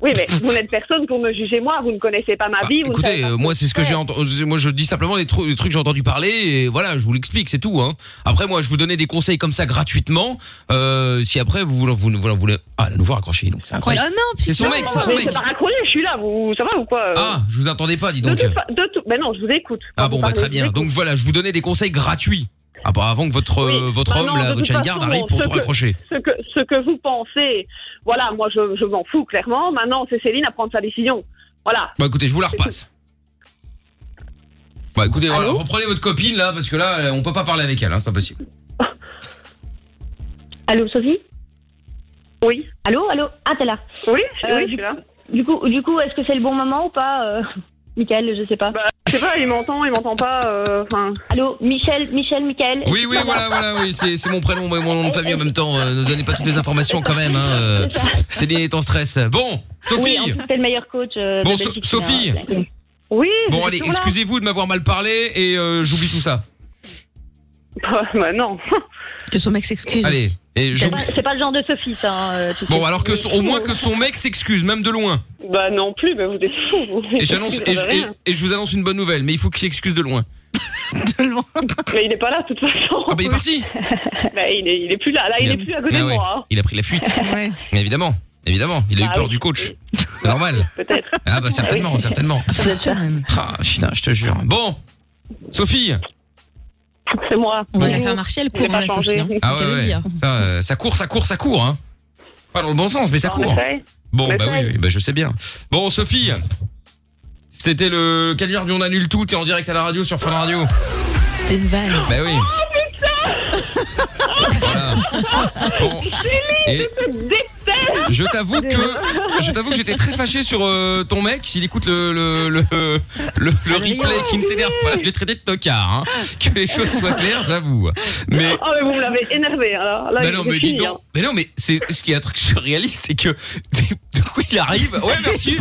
Speaker 15: Oui, mais vous n'êtes personne pour me juger moi, vous ne connaissez pas ma vie. vous ne savez
Speaker 2: Écoutez,
Speaker 15: pas
Speaker 2: euh, moi c'est ce que j'ai entendu. Moi je dis simplement les, tru- les trucs que j'ai entendu parler et voilà, je vous l'explique, c'est tout. Hein. Après moi je vous donnais des conseils comme ça gratuitement. Euh, si après vous voulez, vous, vous, voulez, ah, nous voir raccrocher, donc c'est incroyable.
Speaker 15: Ah non,
Speaker 2: c'est son
Speaker 15: putain.
Speaker 2: mec, c'est son
Speaker 15: Mais
Speaker 2: mec.
Speaker 15: pas raccroché, je suis là, vous, ça va ou quoi euh
Speaker 2: Ah, je vous attendais pas, dis
Speaker 15: de
Speaker 2: donc.
Speaker 15: tout, de tout, ben non, je vous écoute.
Speaker 2: Ah bon, bah
Speaker 15: Pardon,
Speaker 2: très bien. Donc voilà, je vous donnais des conseils gratuits. Ah bah avant que votre euh, votre
Speaker 15: Maintenant,
Speaker 2: homme, là,
Speaker 15: Bah de
Speaker 2: votre
Speaker 15: toute
Speaker 2: chaîne
Speaker 15: façon,
Speaker 2: garde arrive pour
Speaker 15: ce
Speaker 2: tout
Speaker 15: que-
Speaker 2: raccrocher.
Speaker 15: Ce que, ce que vous pensez, voilà, moi je, je m'en fous clairement. Maintenant, c'est Céline à prendre sa décision. Voilà.
Speaker 2: Bah écoutez, je vous la repasse. Bah écoutez, voilà,
Speaker 15: Allô
Speaker 2: reprenez votre copine là parce que là euh, on peut pas parler avec elle, hein, c'est pas possible.
Speaker 8: Allô, Sophie Oui. Allô, allô Ah, t'es là
Speaker 15: Oui, oui,
Speaker 8: du,
Speaker 15: je suis là.
Speaker 8: Du coup, du coup est-ce que c'est le bon moment ou pas euh, Michael, je sais pas.
Speaker 15: Bah, Je sais pas, il m'entend, il m'entend pas. euh, Enfin.
Speaker 8: Allô, Michel, Michel, Michael
Speaker 2: Oui, oui, voilà, voilà, oui, c'est c'est mon prénom et mon nom de famille en même temps. euh, ne donnez pas toutes les informations quand même. Hein. euh, Céline est en stress. Bon, Sophie.
Speaker 8: Oui, en plus, t'es le meilleur coach. euh,
Speaker 2: Bon,
Speaker 8: de
Speaker 2: So-
Speaker 8: Belgique,
Speaker 2: Sophie.
Speaker 8: euh,
Speaker 15: Oui.
Speaker 2: bon, allez, excusez-vous de m'avoir mal parlé et euh, j'oublie tout ça.
Speaker 15: Bah, bah non.
Speaker 3: Que son mec s'excuse.
Speaker 2: Allez, Et je-
Speaker 8: C'est pas- C'est pas le genre de Sophie, ça. hein, euh, tout de
Speaker 2: Bon,
Speaker 8: suite.
Speaker 2: alors que son- au moins que son mec s'excuse, même de loin.
Speaker 15: Bah non plus, mais vous êtes fous. vous.
Speaker 2: Et j'annonce et, je- et- et je vous annonce une bonne nouvelle, mais il faut qu'il s'excuse de loin.
Speaker 15: Mais il est pas là, de toute façon.
Speaker 2: Ah bah il est parti
Speaker 15: Bah il est, il est plus là, là il,
Speaker 2: Il a-
Speaker 15: est plus à côté
Speaker 2: Ah
Speaker 15: de
Speaker 2: ouais.
Speaker 15: moi. hein.
Speaker 2: Il a pris la fuite. Mais évidemment, évidemment, il a eu
Speaker 15: Bah
Speaker 2: peur
Speaker 15: oui.
Speaker 2: du coach. C'est normal.
Speaker 15: Peut-être.
Speaker 2: Ah bah certainement, certainement. Ah putain, je te jure. Bon, Sophie.
Speaker 15: C'est moi.
Speaker 3: On va la faire marcher, elle
Speaker 15: Il est
Speaker 3: court,
Speaker 15: pas
Speaker 3: hein, la Sophie.
Speaker 15: changé.
Speaker 3: hein.
Speaker 2: Ah
Speaker 3: Faut qu'elle
Speaker 2: ouais,
Speaker 3: le
Speaker 2: ouais.
Speaker 3: dise.
Speaker 2: Ça, euh, ça court, ça court, ça court. Hein. Pas dans le bon sens, mais ça
Speaker 15: On
Speaker 2: court.
Speaker 15: essaye.
Speaker 2: Bon,
Speaker 15: On
Speaker 2: bah oui,
Speaker 15: essaye.
Speaker 2: oui, bah je sais bien. Bon, Sophie, c'était le canular du On annule tout. T'es en direct à la radio sur Fun Radio.
Speaker 3: C'était une vanne.
Speaker 2: Bah oui. Oh, Voilà.
Speaker 3: hein.
Speaker 2: Bon. Et je t'avoue que je t'avoue que j'étais très fâché sur euh, ton mec s'il écoute le le le, le, le
Speaker 3: Ah,
Speaker 2: replay qui ne s'énerve pas. Je l'ai traité de tocard. hein. Que les choses soient claires, j'avoue. Mais
Speaker 15: Oh mais vous me l'avez énervé alors. Ah, Là,
Speaker 2: mais
Speaker 15: il-
Speaker 2: non,
Speaker 15: il est
Speaker 2: mais dis
Speaker 15: fini, hein.
Speaker 2: donc. Mais non, mais c'est ce qui est un truc surréaliste, c'est que du coup il arrive. Ouais, merci.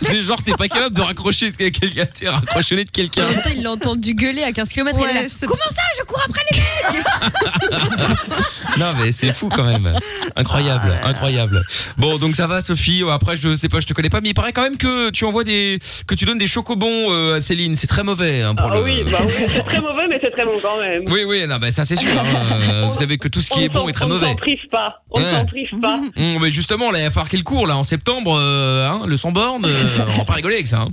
Speaker 2: C'est genre t'es pas capable de raccrocher de quelqu'un, t'es raccrochonné de quelqu'un.
Speaker 3: En même temps, il l'a entendu gueuler à 15 km.
Speaker 4: Ouais,
Speaker 3: il est là, Comment ça Je cours après les mecs
Speaker 2: non mais c'est fou quand même. Incroyable,
Speaker 15: Ah,
Speaker 2: incroyable. Bon donc ça va Sophie. Après je sais pas, je te connais pas, mais il paraît quand même que tu envoies des, que tu donnes des chocobons euh, à Céline. C'est très mauvais hein, pour
Speaker 15: Ah
Speaker 2: le.
Speaker 15: oui, bah oui, c'est très mauvais, mais c'est très bon quand même.
Speaker 2: Oui oui non bah ça c'est sûr. hein. Euh, Vous savez que tout ce qui
Speaker 15: On
Speaker 2: est bon
Speaker 15: s'en-
Speaker 2: est très
Speaker 15: On
Speaker 2: mauvais.
Speaker 15: s'en prive pas. On
Speaker 2: Ouais.
Speaker 15: s'en prive pas.
Speaker 2: Hum, mais justement là, il va falloir qu'elle court là en septembre, euh, hein, le sans borne. euh, on va pas rigoler avec ça. Hein.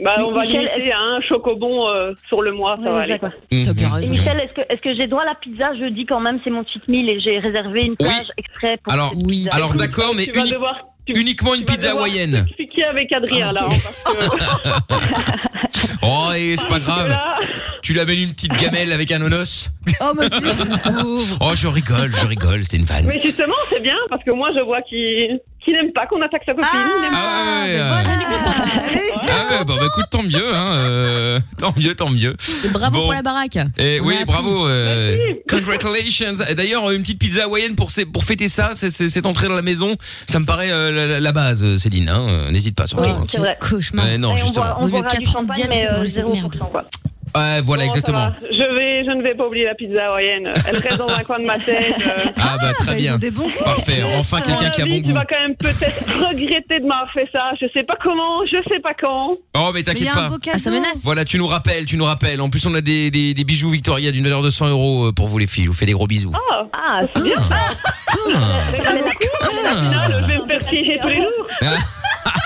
Speaker 15: Bah, on va
Speaker 8: Michel,
Speaker 15: limiter à un chocobon euh, sur le mois, ça va aller. quoi.
Speaker 2: Hum,
Speaker 8: Et Michel, est-ce que, est-ce que j'ai droit à la pizza jeudi quand même C'est mon cheat meal et j'ai réservé une plage exprès pour
Speaker 2: Alors
Speaker 8: cette pizza.
Speaker 2: alors d'accord mais
Speaker 15: Tu vas
Speaker 2: uni-
Speaker 15: devoir
Speaker 2: uniquement une pizza hawaïenne.
Speaker 15: expliquer avec Adrien
Speaker 2: Ah,
Speaker 15: là. hein, parce que-
Speaker 2: Oh et c'est pas grave. Tu l'amènes une petite gamelle avec un onos.
Speaker 15: Oh, mon
Speaker 2: Oh, je rigole, je rigole, c'était une vanne.
Speaker 15: Mais justement, c'est bien parce que moi je vois qu'il qu'il n'aime pas qu'on attaque sa copine. il n'aime
Speaker 2: Ah ouais, euh, ah ouais, bon, bah, écoute, tant mieux, hein, euh, tant mieux, tant mieux.
Speaker 3: Et Bravo
Speaker 2: Bon.
Speaker 3: pour la baraque.
Speaker 2: Et
Speaker 3: On
Speaker 2: oui,
Speaker 3: a appris.
Speaker 2: bravo. euh, congratulations. Et D'ailleurs, une petite pizza hawaïenne pour, ces- pour fêter ça, c'est- c'est- cette entrée dans la maison, ça me paraît euh, la- la, la base, euh, Céline. hein, euh, N'hésite pas surtout. hein.
Speaker 3: Quel cauchemar.
Speaker 2: Ouais, non,
Speaker 3: Et on
Speaker 2: justement.
Speaker 3: voit- On
Speaker 8: Vaut
Speaker 3: vaut
Speaker 8: mieux
Speaker 3: mieux 4 ans de diète
Speaker 8: mais,
Speaker 3: que
Speaker 8: euh,
Speaker 3: manger cette
Speaker 8: 0%,
Speaker 3: merde.
Speaker 2: Ouais, voilà, exactement.
Speaker 15: pas. Je vais, je ne vais pas oublier la pizza hawaïenne. Elle reste dans un coin de ma tête. euh.
Speaker 2: Ah bah très bien. Parfait. Enfin,
Speaker 15: À
Speaker 2: quelqu'un
Speaker 15: mon
Speaker 2: qui a bon
Speaker 15: avis, Tu
Speaker 2: goût.
Speaker 15: vas quand même peut-être regretter de m'avoir fait ça. Je sais pas comment, je sais pas quand.
Speaker 2: Oh, mais t'inquiète pas.
Speaker 3: Ah, ça menace.
Speaker 2: Voilà, tu nous rappelles, tu nous rappelles. En plus, on a des, des, des bijoux Victoria d'une valeur de 100 euros euh, pour vous, les filles. Je vous fais des gros bisous.
Speaker 15: Ah, ah c'est bien. Ah,
Speaker 3: Ah.
Speaker 15: Je vais me faire piéger tous les jours.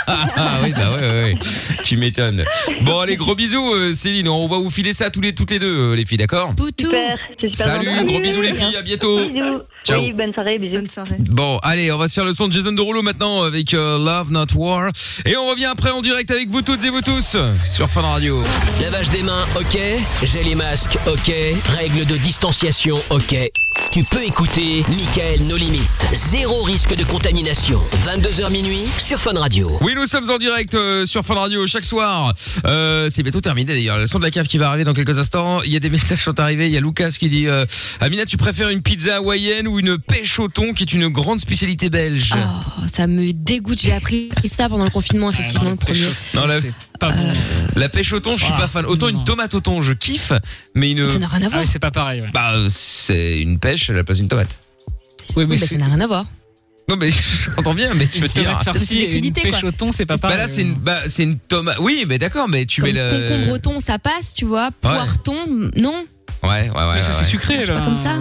Speaker 2: Ah oui, bah ouais, ouais, ouais. Tu m'étonnes. Bon, allez, gros bisous, euh, Céline. On va vous filer ça tous les, toutes les deux, euh, les filles, d'accord
Speaker 8: Super, c'est super
Speaker 2: Salut,
Speaker 8: gentil.
Speaker 2: gros bisous les filles, à bientôt.
Speaker 8: Bisous.
Speaker 2: Ciao.
Speaker 8: Oui, bonne soirée, bisous. Bonne soirée.
Speaker 2: Bon, allez, on va se faire le son de Jason Derulo maintenant avec euh, Love Not War. Et on revient après en direct avec vous toutes et vous tous sur Fun Radio.
Speaker 1: Lavage des mains, ok. Gel et masque, ok. Règles de distanciation, ok. Tu peux écouter Michael No limites. Zéro risque de contamination. 22h minuit sur Fun Radio.
Speaker 2: Oui, nous sommes en direct euh, sur Fun Radio chaque soir. Euh, c'est bientôt terminé d'ailleurs. Le son de la cave qui va arriver dans quelques instants. Il y a des messages qui sont arrivés. Il y a Lucas qui dit euh, Amina, tu préfères une pizza hawaïenne ou une pêche au thon qui est une grande spécialité belge
Speaker 3: Oh, ça me dégoûte. J'ai appris ça pendant le confinement, effectivement, le premier.
Speaker 2: Non, la, Euh, la pêche au thon, je suis pas fan. Autant une tomate au thon, je kiffe, mais une.
Speaker 3: Ah, Ça n'a rien à
Speaker 5: Ah
Speaker 3: voir.
Speaker 2: c'est pas pareil. Bah, euh, c'est une pêche à la place d'une tomate.
Speaker 3: Oui, mais ça n'a rien à voir.
Speaker 2: Non, mais j'entends bien, mais je veux dire.
Speaker 5: tomate farcie et une
Speaker 3: crudité,
Speaker 5: pêche
Speaker 3: quoi.
Speaker 5: au thon, c'est pas
Speaker 2: Bah
Speaker 5: pareil.
Speaker 2: là, c'est une, bah, c'est une tomate. Oui, mais d'accord, mais tu mets le.
Speaker 3: Concombre thon, ça passe, tu vois. Poire thon, non.
Speaker 2: Ouais, ouais, ouais.
Speaker 5: ça,
Speaker 2: ouais,
Speaker 5: c'est
Speaker 2: ouais.
Speaker 5: sucré, C'est pas là. comme ça.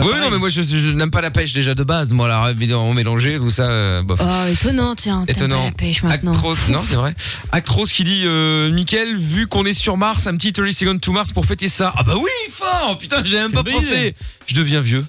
Speaker 2: oui, non, mais moi, je, je n'aime pas la pêche déjà de base. Moi, la évidemment, mélangée, tout ça, euh, bof.
Speaker 3: Oh, étonnant, tiens. t'aimes
Speaker 2: Étonnant.
Speaker 3: pas la pêche maintenant.
Speaker 2: Actros, non, c'est vrai. Actros qui dit, euh, Mickaël, vu qu'on est sur Mars, un petit 30 seconds to Mars pour fêter ça. Ah bah oui, fort Putain, j'ai même
Speaker 5: C'est
Speaker 2: pas
Speaker 5: une bonne
Speaker 2: pensé.
Speaker 5: idée.
Speaker 2: Je deviens vieux.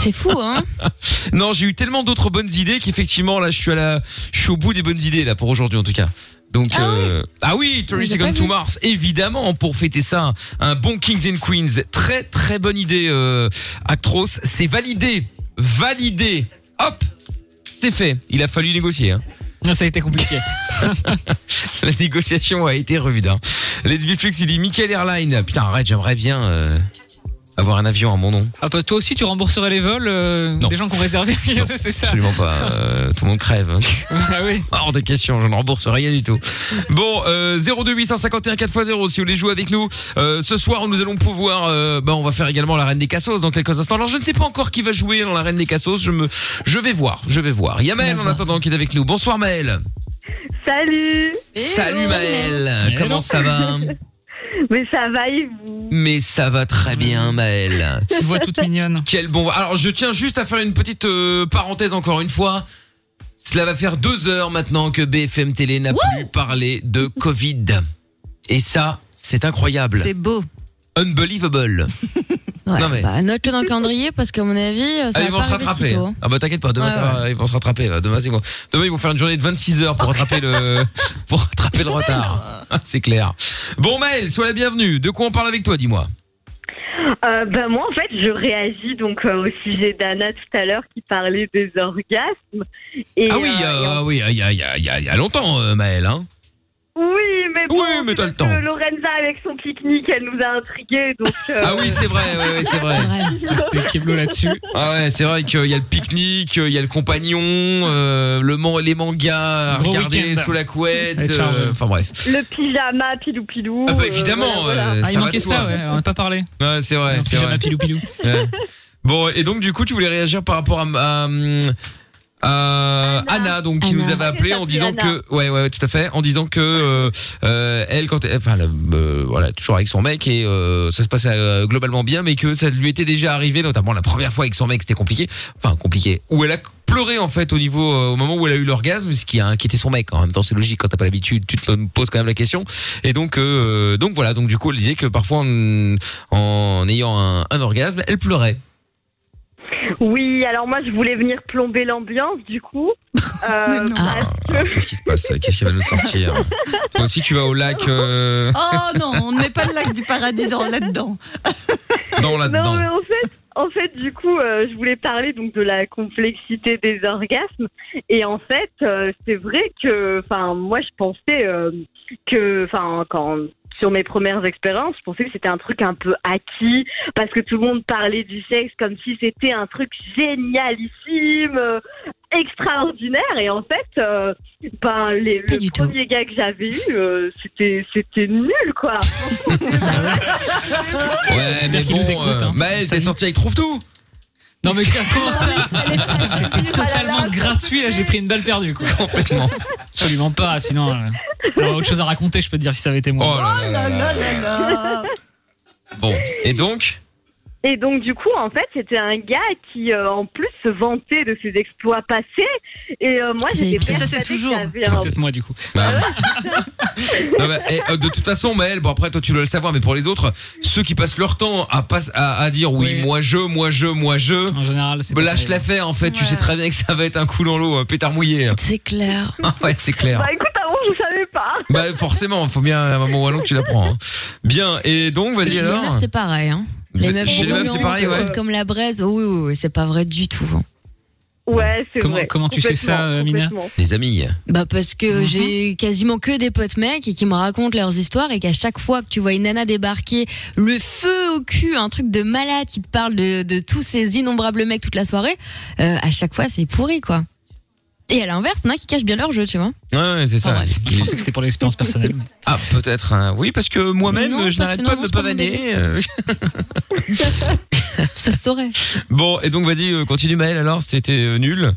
Speaker 3: C'est fou, hein
Speaker 2: Non, j'ai eu tellement d'autres bonnes idées qu'effectivement, là, je suis à la, je suis au bout des bonnes idées, là, pour aujourd'hui, en tout cas. Donc,
Speaker 5: Ah
Speaker 2: euh, ah oui, 30
Speaker 5: Oui, j'ai
Speaker 2: Seconds
Speaker 5: pas
Speaker 2: to
Speaker 5: vu.
Speaker 2: Mars, évidemment, pour fêter ça, un bon Kings and Queens. Très, très bonne idée, euh, Actros. C'est validé. Validé. Hop. C'est fait. Il a fallu négocier, hein.
Speaker 5: Ça a été compliqué.
Speaker 2: La négociation a été rude. Hein. Let's Be Flux, il dit Michael Airline. Putain, arrête, j'aimerais bien. euh, avoir un avion à mon nom.
Speaker 5: Ah bah, toi aussi, tu rembourserais les vols euh, des gens qui ont réservé. c'est ça.
Speaker 2: Absolument pas. euh, tout le monde crève. hein.
Speaker 5: Ah oui.
Speaker 2: Hors de question, je ne rembourse rien du tout. Bon, euh, 02851 4x0 si vous voulez jouer avec nous. Euh, ce soir, nous allons pouvoir euh, bah, on va faire également la reine des cassos dans quelques instants. Alors, je ne sais pas encore qui va jouer dans la reine des cassos, je me je vais voir, je vais voir. Il y a Maël en attendant qui est avec nous. Bonsoir Maël.
Speaker 15: Salut
Speaker 2: Salut Maël. Comment ça va
Speaker 15: Mais ça va et vous
Speaker 2: Mais ça va très bien, Maëlle.
Speaker 15: Tu vois toute
Speaker 5: mignonne.
Speaker 2: Quel bon. Alors, je tiens juste à faire une petite euh, parenthèse encore une fois. Cela va faire deux heures maintenant que BFM Télé n'a plus parlé de Covid. Et ça, c'est incroyable.
Speaker 4: C'est beau.
Speaker 2: Unbelievable.
Speaker 3: Ouais,
Speaker 2: Non, mais-
Speaker 3: bah, note-le dans le calendrier parce qu'à mon avis, euh, ça
Speaker 2: Ah,
Speaker 3: va
Speaker 2: ils
Speaker 3: pas
Speaker 2: vont se
Speaker 3: arriver si
Speaker 2: rattraper.
Speaker 3: tôt.
Speaker 2: Ah bah t'inquiète pas, demain
Speaker 3: Ouais,
Speaker 2: ça va, ils vont se rattraper. là. Demain, c'est bon. demain ils vont faire une journée de 26 heures pour rattraper le pour rattraper le retard. Ah, C'est clair. Bon Maël, sois la bienvenue. De quoi on parle avec toi, dis-moi.
Speaker 15: Euh, ben moi, en fait, je réagis donc euh, au sujet d'Anna tout à l'heure qui parlait des orgasmes. Et,
Speaker 2: Ah oui,
Speaker 15: euh,
Speaker 2: euh, ah oui, il y a, il y a- il y a- il y a longtemps, euh, Maël. Hein
Speaker 15: oui, mais bon,
Speaker 2: oui, mais t'as le
Speaker 15: parce
Speaker 2: temps.
Speaker 15: que Lorenza avec son pique-nique, elle nous a intrigués. Donc, euh,
Speaker 2: Ah oui, c'est vrai, ouais, ouais, c'est vrai.
Speaker 5: C'était Keblo là-dessus.
Speaker 2: Ah ouais, c'est vrai qu'il y a le pique-nique, il y a le compagnon, euh, le man- les mangas, à
Speaker 5: Gros
Speaker 2: regarder
Speaker 5: week-end.
Speaker 2: sous la couette.
Speaker 5: Avec Charles.
Speaker 2: euh, Enfin bref.
Speaker 15: Le pyjama, pilou-pilou.
Speaker 2: Ah bah
Speaker 15: euh,
Speaker 2: évidemment,
Speaker 15: voilà, voilà.
Speaker 2: euh,
Speaker 5: Ah, il
Speaker 2: ça va de
Speaker 5: manquait
Speaker 2: soi.
Speaker 5: ça, ouais. On n'a pas parlé.
Speaker 2: Ouais, c'est vrai, c'est
Speaker 5: pyjama
Speaker 2: vrai.
Speaker 5: pilou-pilou.
Speaker 2: Ouais. Bon, et donc du coup, tu voulais réagir par rapport à, à, à Anna. donc qui nous avait appelé en disant que, ouais, ouais, tout à fait, en disant que euh, euh, elle, quand, elle- enfin, elle, euh, voilà, toujours avec son mec et euh, ça se passait euh, globalement bien, mais que ça lui était déjà arrivé, notamment la première fois avec son mec, c'était compliqué, enfin compliqué, où elle a pleuré en fait au niveau euh, au moment où elle a eu l'orgasme ce qui a inquiété son mec en même temps c'est logique quand t'as pas l'habitude tu te poses quand même la question et donc euh, donc voilà donc du coup elle disait que parfois en, en ayant un, un orgasme elle pleurait
Speaker 15: Oui, alors moi, je voulais venir plomber l'ambiance, du coup. Euh, parce que-
Speaker 2: Qu'est-ce qui se passe Qu'est-ce qui va nous sortir Toi aussi, tu vas au lac euh,
Speaker 4: Oh non, on ne met pas le lac du paradis dans- là-dedans.
Speaker 2: dans
Speaker 15: Non, mais
Speaker 2: là-dedans.
Speaker 15: en fait, en fait, du coup, euh, je voulais parler donc de la complexité des orgasmes. Et en fait, euh, c'est vrai que, enfin, moi, je pensais euh, que, enfin, quand sur mes premières expériences, je pensais que c'était un truc un peu acquis parce que tout le monde parlait du sexe comme si c'était un truc génialissime, euh, extraordinaire. Et en fait, euh, ben, les, le premier gars que j'avais eu, euh, c'était, c'était nul, quoi.
Speaker 2: Ouais, mais bon, euh, Maël, t'es sorti avec Trouve tout
Speaker 5: Non, mais comment ça C'était totalement gratuit, là, j'ai pris une balle perdue, quoi.
Speaker 2: Complètement.
Speaker 5: Absolument pas, sinon. euh, on aurait autre chose à raconter, je peux te dire, si ça avait été moi.
Speaker 2: Oh là là là Bon, et donc
Speaker 15: Et donc du coup, en fait, c'était un gars qui, euh, en plus, se vantait de ses exploits passés. Et euh, moi, j'étais persuadée qu'il y avait
Speaker 5: C'est
Speaker 15: un...
Speaker 5: peut-être moi, du coup.
Speaker 2: Bah, non, bah, eh, euh, de toute façon, Maël, bon après toi tu dois le savoir, mais pour les autres, ceux qui passent leur temps à, passe- à, à dire oui, moi je, moi je, moi je, en
Speaker 5: général,
Speaker 2: c'est lâche l'affaire en fait, tu sais très bien que ça va être un coup dans l'eau, un pétard mouillé.
Speaker 3: C'est clair.
Speaker 2: Ah ouais, c'est clair.
Speaker 15: Bah écoute, avant, je savais pas.
Speaker 2: Bah forcément, faut bien à un moment ou à l'autre tu l'apprends. hein. Bien, et donc
Speaker 3: Et puis,
Speaker 2: vas-y
Speaker 3: les
Speaker 2: alors.
Speaker 3: meufs, c'est pareil. Hein. Les
Speaker 2: Chez
Speaker 3: meufs,
Speaker 2: les
Speaker 3: gros
Speaker 2: meufs, c'est
Speaker 3: murons,
Speaker 2: pareil,
Speaker 3: tout
Speaker 2: ouais.
Speaker 3: frottes comme la braise. Oh, oui, oui, oui, c'est pas vrai du tout. hein.
Speaker 15: Ouais, c'est
Speaker 5: Comment- vrai. comment tu sais ça, Complètement, euh, Mina complètement.
Speaker 2: Les amis.
Speaker 3: Bah parce que
Speaker 5: Mhm.
Speaker 3: j'ai quasiment que des potes mecs et qui me racontent leurs histoires et qu'à chaque fois que tu vois une nana débarquer, le feu au cul, un truc de malade qui te parle de, de tous ces innombrables mecs toute la soirée, euh, à chaque fois c'est pourri quoi. Et à l'inverse, il y en a qui cachent bien leur jeu, tu vois.
Speaker 2: Ouais, ouais, c'est ça.
Speaker 5: Oh, Je pensais que c'était pour l'expérience personnelle.
Speaker 2: Ah, peut-être. hein. Oui, parce que
Speaker 3: Non,
Speaker 2: moi-même,
Speaker 3: parce
Speaker 2: je n'arrête
Speaker 3: que
Speaker 2: pas de
Speaker 3: non,
Speaker 2: me
Speaker 3: c'est pas mon
Speaker 2: pavaner.
Speaker 3: délire.
Speaker 2: euh.
Speaker 3: Ça se saurait.
Speaker 2: Bon, et donc vas-y, euh, continue Maël alors, c'était euh, nul.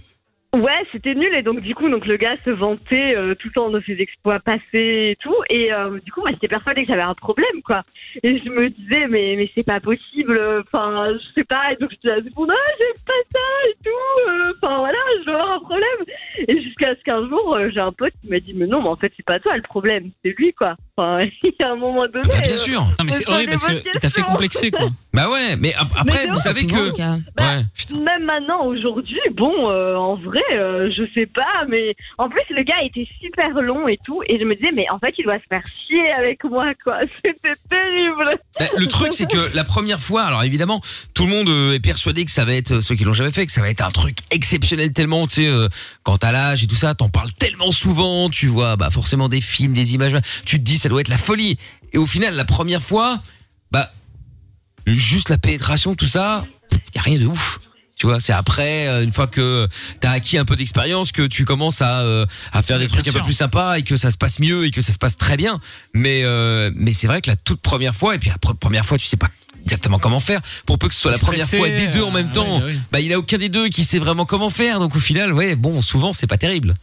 Speaker 15: Ouais, c'était nul et donc du coup, donc le gars se vantait euh, tout le temps de ses exploits passés et tout. Et euh, du coup, moi, j'étais persuadée que j'avais un problème, quoi. Et je me disais, mais mais c'est pas possible. Enfin, je sais pas. Et donc je disais, à tout le monde, ah, j'aime pas ça et tout. euh, Enfin voilà, je dois avoir un problème. Et jusqu'à ce qu'un jour, euh, j'ai un pote qui m'a dit, mais non, mais en fait, c'est pas toi le problème, c'est lui, quoi. Enfin, il y a un moment donné.
Speaker 2: Bah, bien
Speaker 15: euh,
Speaker 2: sûr.
Speaker 5: Ah, Non, mais c'est
Speaker 15: faut
Speaker 5: horrible
Speaker 15: des
Speaker 5: parce que
Speaker 15: bonnes
Speaker 5: il t'a fait
Speaker 15: questions.
Speaker 5: complexer, quoi.
Speaker 2: Bah ouais, mais ap- après,
Speaker 15: Mais
Speaker 2: vous
Speaker 15: c'est
Speaker 2: savez
Speaker 15: souvent
Speaker 2: que.
Speaker 15: le cas.
Speaker 2: Ouais.
Speaker 15: Même maintenant, aujourd'hui, bon, euh, en vrai, euh, je sais pas, mais en plus, le gars était super long et tout, et je me disais, mais en fait, il doit se faire chier avec moi, quoi. C'était terrible.
Speaker 2: Bah, le truc, c'est que la première fois, alors évidemment, tout le monde euh, est persuadé que ça va être euh, ceux qui l'ont jamais fait, que ça va être un truc exceptionnel tellement, tu sais, euh, quand t'as l'âge et tout ça, t'en parles tellement souvent, tu vois, bah forcément des films, des images, tu te dis ça doit être la folie. Et au final, la première fois, bah juste la pénétration, tout ça, il y a rien de ouf. Tu vois, c'est après, euh, une fois que t'as acquis un peu d'expérience, que tu commences à, euh, à faire des
Speaker 5: bien
Speaker 2: trucs un peu
Speaker 5: sûr.
Speaker 2: plus sympas et que ça se passe mieux et que ça se passe très bien. Mais euh, mais c'est vrai que la toute première fois et puis la pre- première fois, tu sais pas exactement comment faire. Pour peu que ce soit la première
Speaker 5: Stressé,
Speaker 2: fois des deux en même
Speaker 5: euh,
Speaker 2: temps,
Speaker 5: ouais, bah oui.
Speaker 2: bah il a aucun des deux qui sait vraiment comment faire. Donc au final, ouais, bon, souvent c'est pas terrible.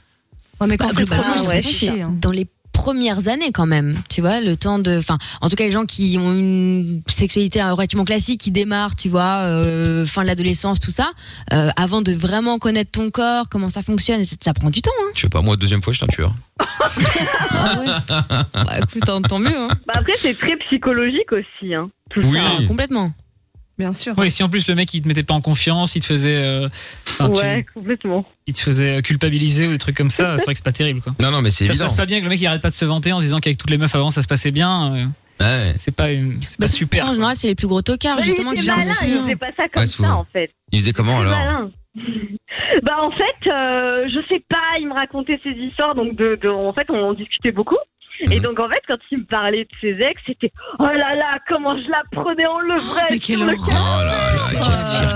Speaker 4: Ouais, mais quand
Speaker 3: Bah,
Speaker 4: c'est pas
Speaker 3: globalement,
Speaker 4: là,
Speaker 3: j'ai
Speaker 4: ouais,
Speaker 3: l'impression que
Speaker 4: chier,
Speaker 3: c'est
Speaker 4: hein.
Speaker 3: dans les premières années quand même, tu vois, le temps de, enfin, en tout cas les gens qui ont une sexualité euh, relativement classique, qui démarrent, tu vois, euh, fin de l'adolescence, tout ça, euh, avant de vraiment connaître ton corps, comment ça fonctionne, et ça, ça prend du temps. Hein.
Speaker 2: Je sais pas, moi deuxième fois, je t'en tue.
Speaker 3: Ah bah écoute, tant, tant mieux. Hein.
Speaker 16: Bah après, c'est très psychologique aussi. Hein, tout
Speaker 5: Oui.
Speaker 16: ça.
Speaker 5: Ah,
Speaker 3: complètement.
Speaker 4: Bien sûr.
Speaker 5: Oui, si en plus le mec il te mettait pas en confiance, il te faisait, euh,
Speaker 2: Ah,
Speaker 5: enfin, tu-
Speaker 16: ouais, complètement.
Speaker 5: il te faisait euh, culpabiliser ou des trucs comme ça, c'est vrai que c'est pas terrible quoi.
Speaker 2: Non, non, mais c'est
Speaker 5: ça se
Speaker 2: évident.
Speaker 5: passe pas bien que le mec il arrête pas de se vanter en se disant qu'avec toutes les meufs avant ça se passait bien. euh,
Speaker 2: Ouais.
Speaker 5: C'est pas, une- c'est
Speaker 3: Bah,
Speaker 5: pas super.
Speaker 3: En général, c'est les plus gros tocards
Speaker 16: Mais
Speaker 3: justement
Speaker 16: il
Speaker 3: qui
Speaker 16: était
Speaker 3: font
Speaker 16: malin,
Speaker 3: ça.
Speaker 16: il faisait pas ça comme
Speaker 2: Ouais, souvent.
Speaker 16: ça en fait.
Speaker 2: Il faisait comment
Speaker 16: Très
Speaker 2: alors
Speaker 16: malin. bah en fait, euh, je sais pas, il me racontait ses histoires, donc de, de- en fait, on en discutait beaucoup. Et
Speaker 2: Mhm.
Speaker 16: donc en fait, quand il me parlait de ses ex, c'était oh là là, comment je la prenais, on le vrai. Mais quelle
Speaker 2: Oh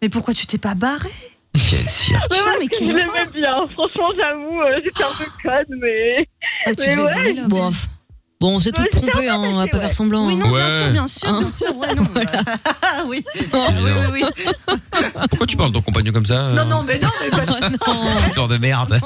Speaker 4: Mais pourquoi tu t'es pas barré
Speaker 2: Quel cirque.
Speaker 16: Ouais, ouais,
Speaker 4: mais
Speaker 16: parce que
Speaker 4: quelle
Speaker 16: je l'aimais bien. Franchement, j'avoue, euh, j'étais un peu conne, mais.
Speaker 4: Ah, tu
Speaker 16: mais
Speaker 4: devais
Speaker 16: ouais,
Speaker 4: brûler, là.
Speaker 3: Bon, pff, bon, on s'est tous trompés, hein, on va pas faire semblant. Oui,
Speaker 4: non,
Speaker 2: bien Ouais. sûr, bien
Speaker 4: sûr,
Speaker 3: bien
Speaker 4: sûr, ouais, non. Ah oui.
Speaker 2: Évidemment.
Speaker 4: oui,
Speaker 2: Pourquoi tu parles de ton compagnon comme ça euh,
Speaker 4: Non,
Speaker 2: Oh,
Speaker 4: non, mais non, mais pas-
Speaker 2: Fouteur de merde.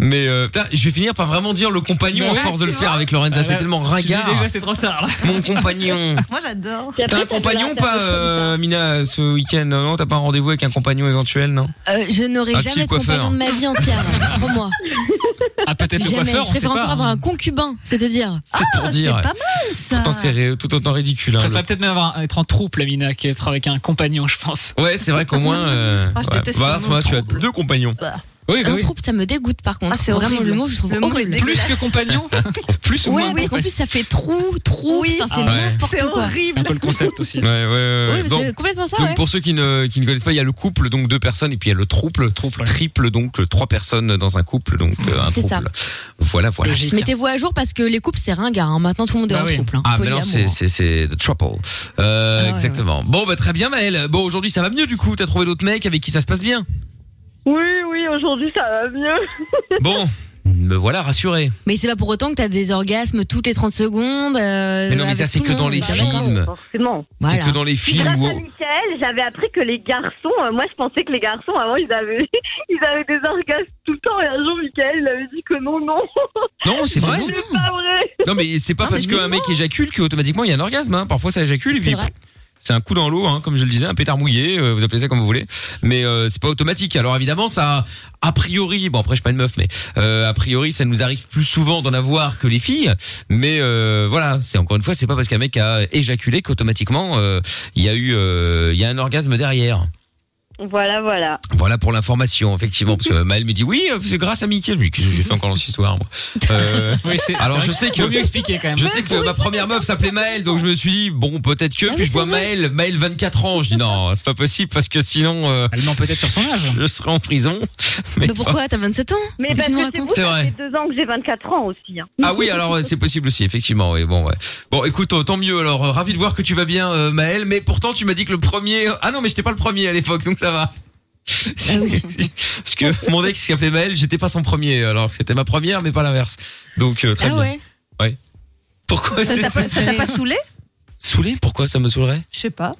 Speaker 2: Mais euh, putain, je vais finir par vraiment dire le compagnon
Speaker 5: Bah
Speaker 2: à
Speaker 5: ouais,
Speaker 2: force de
Speaker 5: tu
Speaker 2: le faire
Speaker 5: vois.
Speaker 2: avec Lorenza.
Speaker 5: Ah
Speaker 2: C'est
Speaker 5: là,
Speaker 2: tellement
Speaker 5: je dis
Speaker 2: ringard.
Speaker 5: Déjà, c'est trop tard. là.
Speaker 2: Mon compagnon.
Speaker 4: Moi, j'adore.
Speaker 2: T'as un compagnon ou pas, euh, Mina, ce week-end Non, t'as pas un rendez-vous avec un compagnon éventuel, non
Speaker 3: Euh, je n'aurai
Speaker 2: Ah, si,
Speaker 3: jamais de
Speaker 2: coiffeur.
Speaker 3: compagnon de ma vie entière, pour moi.
Speaker 2: Ah, peut-être
Speaker 3: Jamais. je préfère encore avoir un concubin, c'est te dire.
Speaker 2: hein. C'est pour dire.
Speaker 3: Ah, pas
Speaker 4: Ah, mal
Speaker 2: Pourtant, c'est ré- tout autant ridicule.
Speaker 5: Je
Speaker 2: hein,
Speaker 5: préfère peut-être même avoir- être en troupe, la Mina, qu'être avec un compagnon, je pense.
Speaker 2: le- Ouais, c'est vrai qu'au moins. euh,
Speaker 5: Ah, je
Speaker 2: ouais.
Speaker 5: déteste
Speaker 2: Voilà,
Speaker 5: ce
Speaker 2: toi,
Speaker 5: mot
Speaker 2: tu as deux compagnons.
Speaker 5: Oui,
Speaker 3: un troupe, ça me dégoûte par contre.
Speaker 4: Ah, c'est
Speaker 3: Vraiment,
Speaker 4: horrible.
Speaker 3: le mot, je trouve
Speaker 4: Le mot est
Speaker 3: horrible.
Speaker 5: Plus que compagnon Plus ou
Speaker 3: Ouais,
Speaker 5: moins
Speaker 3: parce qu'en
Speaker 5: compagnon
Speaker 3: plus, ça fait trou, trou,
Speaker 4: Oui.
Speaker 3: enfin, c'est
Speaker 2: Ah ouais.
Speaker 3: n'importe
Speaker 4: C'est
Speaker 3: quoi.
Speaker 4: horrible.
Speaker 5: un peu le concept aussi.
Speaker 2: Ouais, ouais, ouais, ouais.
Speaker 3: Oui, mais
Speaker 2: Donc,
Speaker 3: c'est complètement ça,
Speaker 2: Donc
Speaker 3: ouais.
Speaker 2: pour ceux qui ne, qui ne connaissent pas, il y a le couple, donc deux personnes, et puis il y a le trouble, triple, donc euh, trois personnes dans un couple, donc euh, un
Speaker 3: C'est ça.
Speaker 2: trouble. Voilà, voilà.
Speaker 3: Mettez-vous à jour parce que les couples, c'est ringard. hein. Maintenant, tout le monde est
Speaker 5: Bah
Speaker 3: en trouble. hein.
Speaker 2: Ah, mais non,
Speaker 3: Polyamour.
Speaker 2: c'est c'est- c'est The Trouble. Euh,
Speaker 3: Ah ouais,
Speaker 2: exactement. Bon, bah très bien, Maëlle. Bon, aujourd'hui, ça va mieux du coup. T'as trouvé d'autres mecs avec qui ça se passe bien.
Speaker 16: Oui, oui, aujourd'hui ça va mieux.
Speaker 2: Bon, me voilà rassuré.
Speaker 3: Mais c'est pas pour autant que t'as des orgasmes toutes les 30 secondes. euh,
Speaker 2: mais non, mais ça,
Speaker 3: avec
Speaker 2: c'est
Speaker 3: tout
Speaker 2: que
Speaker 3: le
Speaker 2: dans
Speaker 3: monde.
Speaker 2: les
Speaker 3: Bah, d'accord.
Speaker 2: films.
Speaker 16: Forcément.
Speaker 2: C'est
Speaker 3: Voilà.
Speaker 2: que dans les films
Speaker 16: Grâce à
Speaker 2: où.
Speaker 16: Michael, j'avais appris que les garçons, euh, moi je pensais que les garçons avant ils avaient, ils avaient des orgasmes tout le temps et un jour Michael il avait dit que non, non.
Speaker 2: Non, Oh, c'est vrai.
Speaker 16: C'est pas vrai.
Speaker 2: Non, mais c'est pas parce qu'un mec éjacule qu'automatiquement il y a un orgasme. hein. Parfois, ça éjacule et puis. C'est un coup dans l'eau, hein, comme je le disais, un pétard mouillé, euh, vous appelez ça comme vous voulez, mais euh, c'est pas automatique. Alors évidemment, ça, a priori, bon après je suis pas une meuf, mais euh, a priori, ça nous arrive plus souvent d'en avoir que les filles. Mais euh, voilà, c'est encore une fois, c'est pas parce qu'un mec a éjaculé qu'automatiquement euh, il y a eu, euh, il y a un orgasme derrière.
Speaker 16: Voilà, voilà.
Speaker 2: Voilà pour l'information, effectivement, parce que Maël me dit oui, euh, c'est grâce à Mickaël. Je dis, Qu'est-ce que j'ai fait encore dans cette histoire moi Euh,
Speaker 5: Oui, c'est-
Speaker 2: Alors
Speaker 5: c'est
Speaker 2: je
Speaker 5: vrai
Speaker 2: sais
Speaker 5: que
Speaker 2: que
Speaker 5: vaut mieux expliquer, quand même.
Speaker 2: Je sais que ma première meuf s'appelait Maël, donc je me suis dit bon peut-être que.
Speaker 5: Ah
Speaker 2: puis
Speaker 5: oui,
Speaker 2: je vois
Speaker 5: c'est vrai.
Speaker 2: Maël, Maël 24 ans. Je dis non, c'est pas possible parce que sinon. euh,
Speaker 5: Elle ment peut-être sur son âge.
Speaker 2: Je serai en prison. Mais,
Speaker 3: Mais pourquoi T'as 27 ans
Speaker 16: Mais
Speaker 3: Qu'est-ce
Speaker 16: parce
Speaker 3: que tu nous
Speaker 16: que c'est vous,
Speaker 3: racontes
Speaker 2: Oh. C'est
Speaker 16: ça
Speaker 2: vrai.
Speaker 16: fait deux ans que j'ai 24 ans aussi. hein.
Speaker 2: Ah oui, alors euh, c'est possible aussi, effectivement. Oui, bon, ouais. bon, écoute, euh, tant mieux. Alors, euh, ravi de voir que tu vas bien, euh, Maël. Mais pourtant, tu m'as dit que le premier. Ah non, mais j'étais pas le premier à l'époque, donc ça va.
Speaker 4: Ah
Speaker 2: Parce que mon ex qui s'appelait Maël, j'étais pas son premier. Alors que c'était ma première, mais pas l'inverse. Donc euh, très
Speaker 4: Ah
Speaker 2: bien.
Speaker 4: ouais.
Speaker 2: Ouais. Pourquoi
Speaker 4: Ça t'a
Speaker 2: c'est
Speaker 4: pas, ça t'a pas saoulé
Speaker 2: saoulé Pourquoi ça me saoulerait
Speaker 4: Je sais pas.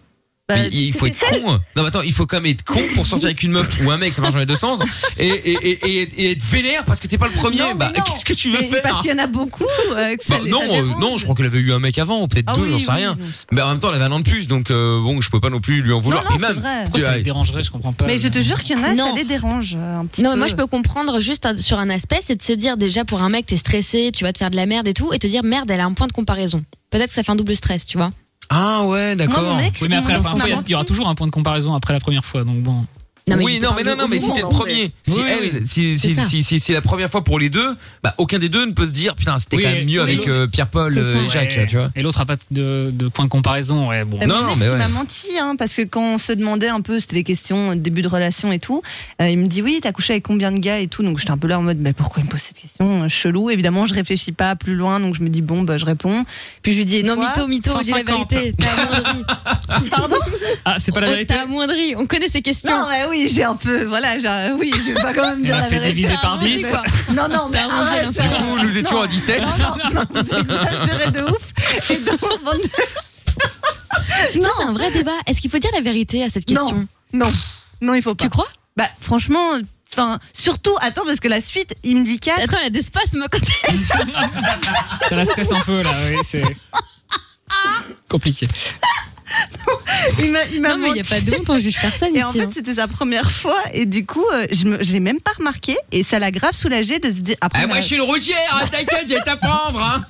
Speaker 4: Bah,
Speaker 2: Mais il faut être con. Non, mais attends, il faut quand même être con pour sortir avec une meuf ou un mec, ça marche dans les deux sens. Et, et, et, et, et être vénère parce que t'es pas le premier. bah, qu'est-ce que tu veux
Speaker 4: Mais
Speaker 2: faire
Speaker 4: Parce qu'il y en a beaucoup. euh, que ça
Speaker 2: Bah,
Speaker 4: les-
Speaker 2: non,
Speaker 4: ça
Speaker 2: euh,
Speaker 4: dérange.
Speaker 2: non, je crois qu'elle avait eu un mec avant, ou peut-être
Speaker 4: Ah
Speaker 2: deux,
Speaker 4: oui,
Speaker 2: j'en sais
Speaker 4: oui,
Speaker 2: rien.
Speaker 4: oui,
Speaker 2: Mais en même temps, elle avait un an de plus, donc euh, bon, je peux pas non plus lui en vouloir.
Speaker 4: Non, non,
Speaker 2: Et
Speaker 4: c'est
Speaker 2: même,
Speaker 4: vrai.
Speaker 5: Pourquoi ça
Speaker 2: Ouais.
Speaker 5: les dérangerait Je comprends pas.
Speaker 4: Mais je te jure qu'il y en a, ça
Speaker 3: Non.
Speaker 4: les dérange euh, un petit
Speaker 3: Non,
Speaker 4: peu.
Speaker 3: mais moi je peux comprendre juste un- sur un aspect, c'est de se dire déjà pour un mec, t'es stressé, tu vas te faire de la merde et tout, et te dire merde, elle a un point de comparaison. Peut-être que ça fait un double stress, tu vois.
Speaker 2: Ah ouais, d'accord.
Speaker 5: Oui, mais après la première fois, il y a- il y aura toujours un point de comparaison après la première fois, donc bon.
Speaker 3: Non, mais
Speaker 2: oui,
Speaker 3: je te
Speaker 2: non, mais
Speaker 3: parle
Speaker 2: non,
Speaker 3: de-
Speaker 2: non,
Speaker 3: au
Speaker 2: mais si
Speaker 3: moment,
Speaker 2: t'es le
Speaker 3: en fait.
Speaker 2: premier, si
Speaker 3: Oui,
Speaker 2: elle, si,
Speaker 3: C'est
Speaker 2: si,
Speaker 3: ça.
Speaker 2: si, si c'est la première fois pour les deux, bah aucun des deux ne peut se dire putain c'était
Speaker 5: Oui,
Speaker 2: quand même mieux
Speaker 5: oui.
Speaker 2: avec euh, Pierre-Paul
Speaker 5: C'est ça.
Speaker 2: euh, et Jacques,
Speaker 5: Ouais.
Speaker 2: tu vois.
Speaker 5: Et l'autre a pas de, de point de comparaison, ouais, bon.
Speaker 4: Euh, mon ex, il m'a menti, hein, parce que quand on se demandait un peu, c'était les questions de début de relation et tout, euh, il me dit oui, t'as couché avec combien de gars et tout, donc j'étais un peu là en mode, mais pourquoi il me pose cette question euh, chelou Évidemment, je réfléchis pas plus loin, donc je me dis bon, bah je réponds. Puis je lui dis et
Speaker 3: Non,
Speaker 4: toi
Speaker 3: mytho, mytho, dis la vérité. T'as amoindri.
Speaker 5: Ah, c'est pas la
Speaker 3: Oh,
Speaker 5: vérité.
Speaker 3: T'as amoindri. On connaît ces questions.
Speaker 4: Non, ouais, oui, j'ai un peu, voilà, j'ai- oui, je vais pas quand même
Speaker 5: Elle
Speaker 4: dire
Speaker 5: a
Speaker 4: la
Speaker 5: fait
Speaker 4: vérité.
Speaker 5: diviser par Bah,
Speaker 4: T'as arrondi,
Speaker 5: 10.
Speaker 4: quoi. Non, non, mais
Speaker 5: T'as arrondi
Speaker 4: arrête,
Speaker 3: hein.
Speaker 5: l'info.
Speaker 2: Du coup, nous étions à 17.
Speaker 4: j'exagérais de ouf. Et donc, bande de-
Speaker 3: Ça, c'est un vrai débat. Est-ce qu'il faut dire la vérité à cette question
Speaker 4: Non, non, non, il faut pas.
Speaker 3: Tu crois
Speaker 4: Bah, franchement, enfin, surtout, attends, parce que la suite, il me dit 4.
Speaker 3: Attends, elle a des spasmes quand elle
Speaker 5: Ça la stresse un peu, là, oui, c'est compliqué.
Speaker 4: il m'a, il m'a
Speaker 3: Non, mais il y a
Speaker 4: menti.
Speaker 3: pas de honte, on juge personne
Speaker 4: Et en
Speaker 3: ici,
Speaker 4: fait,
Speaker 3: hein.
Speaker 4: c'était sa première fois, et du coup, euh, je, me, je l'ai même pas remarqué, et ça l'a grave soulagé de se dire. Après, on a-
Speaker 2: le routière, hein, t'inquiète, j'ai t'apprendre. Hein.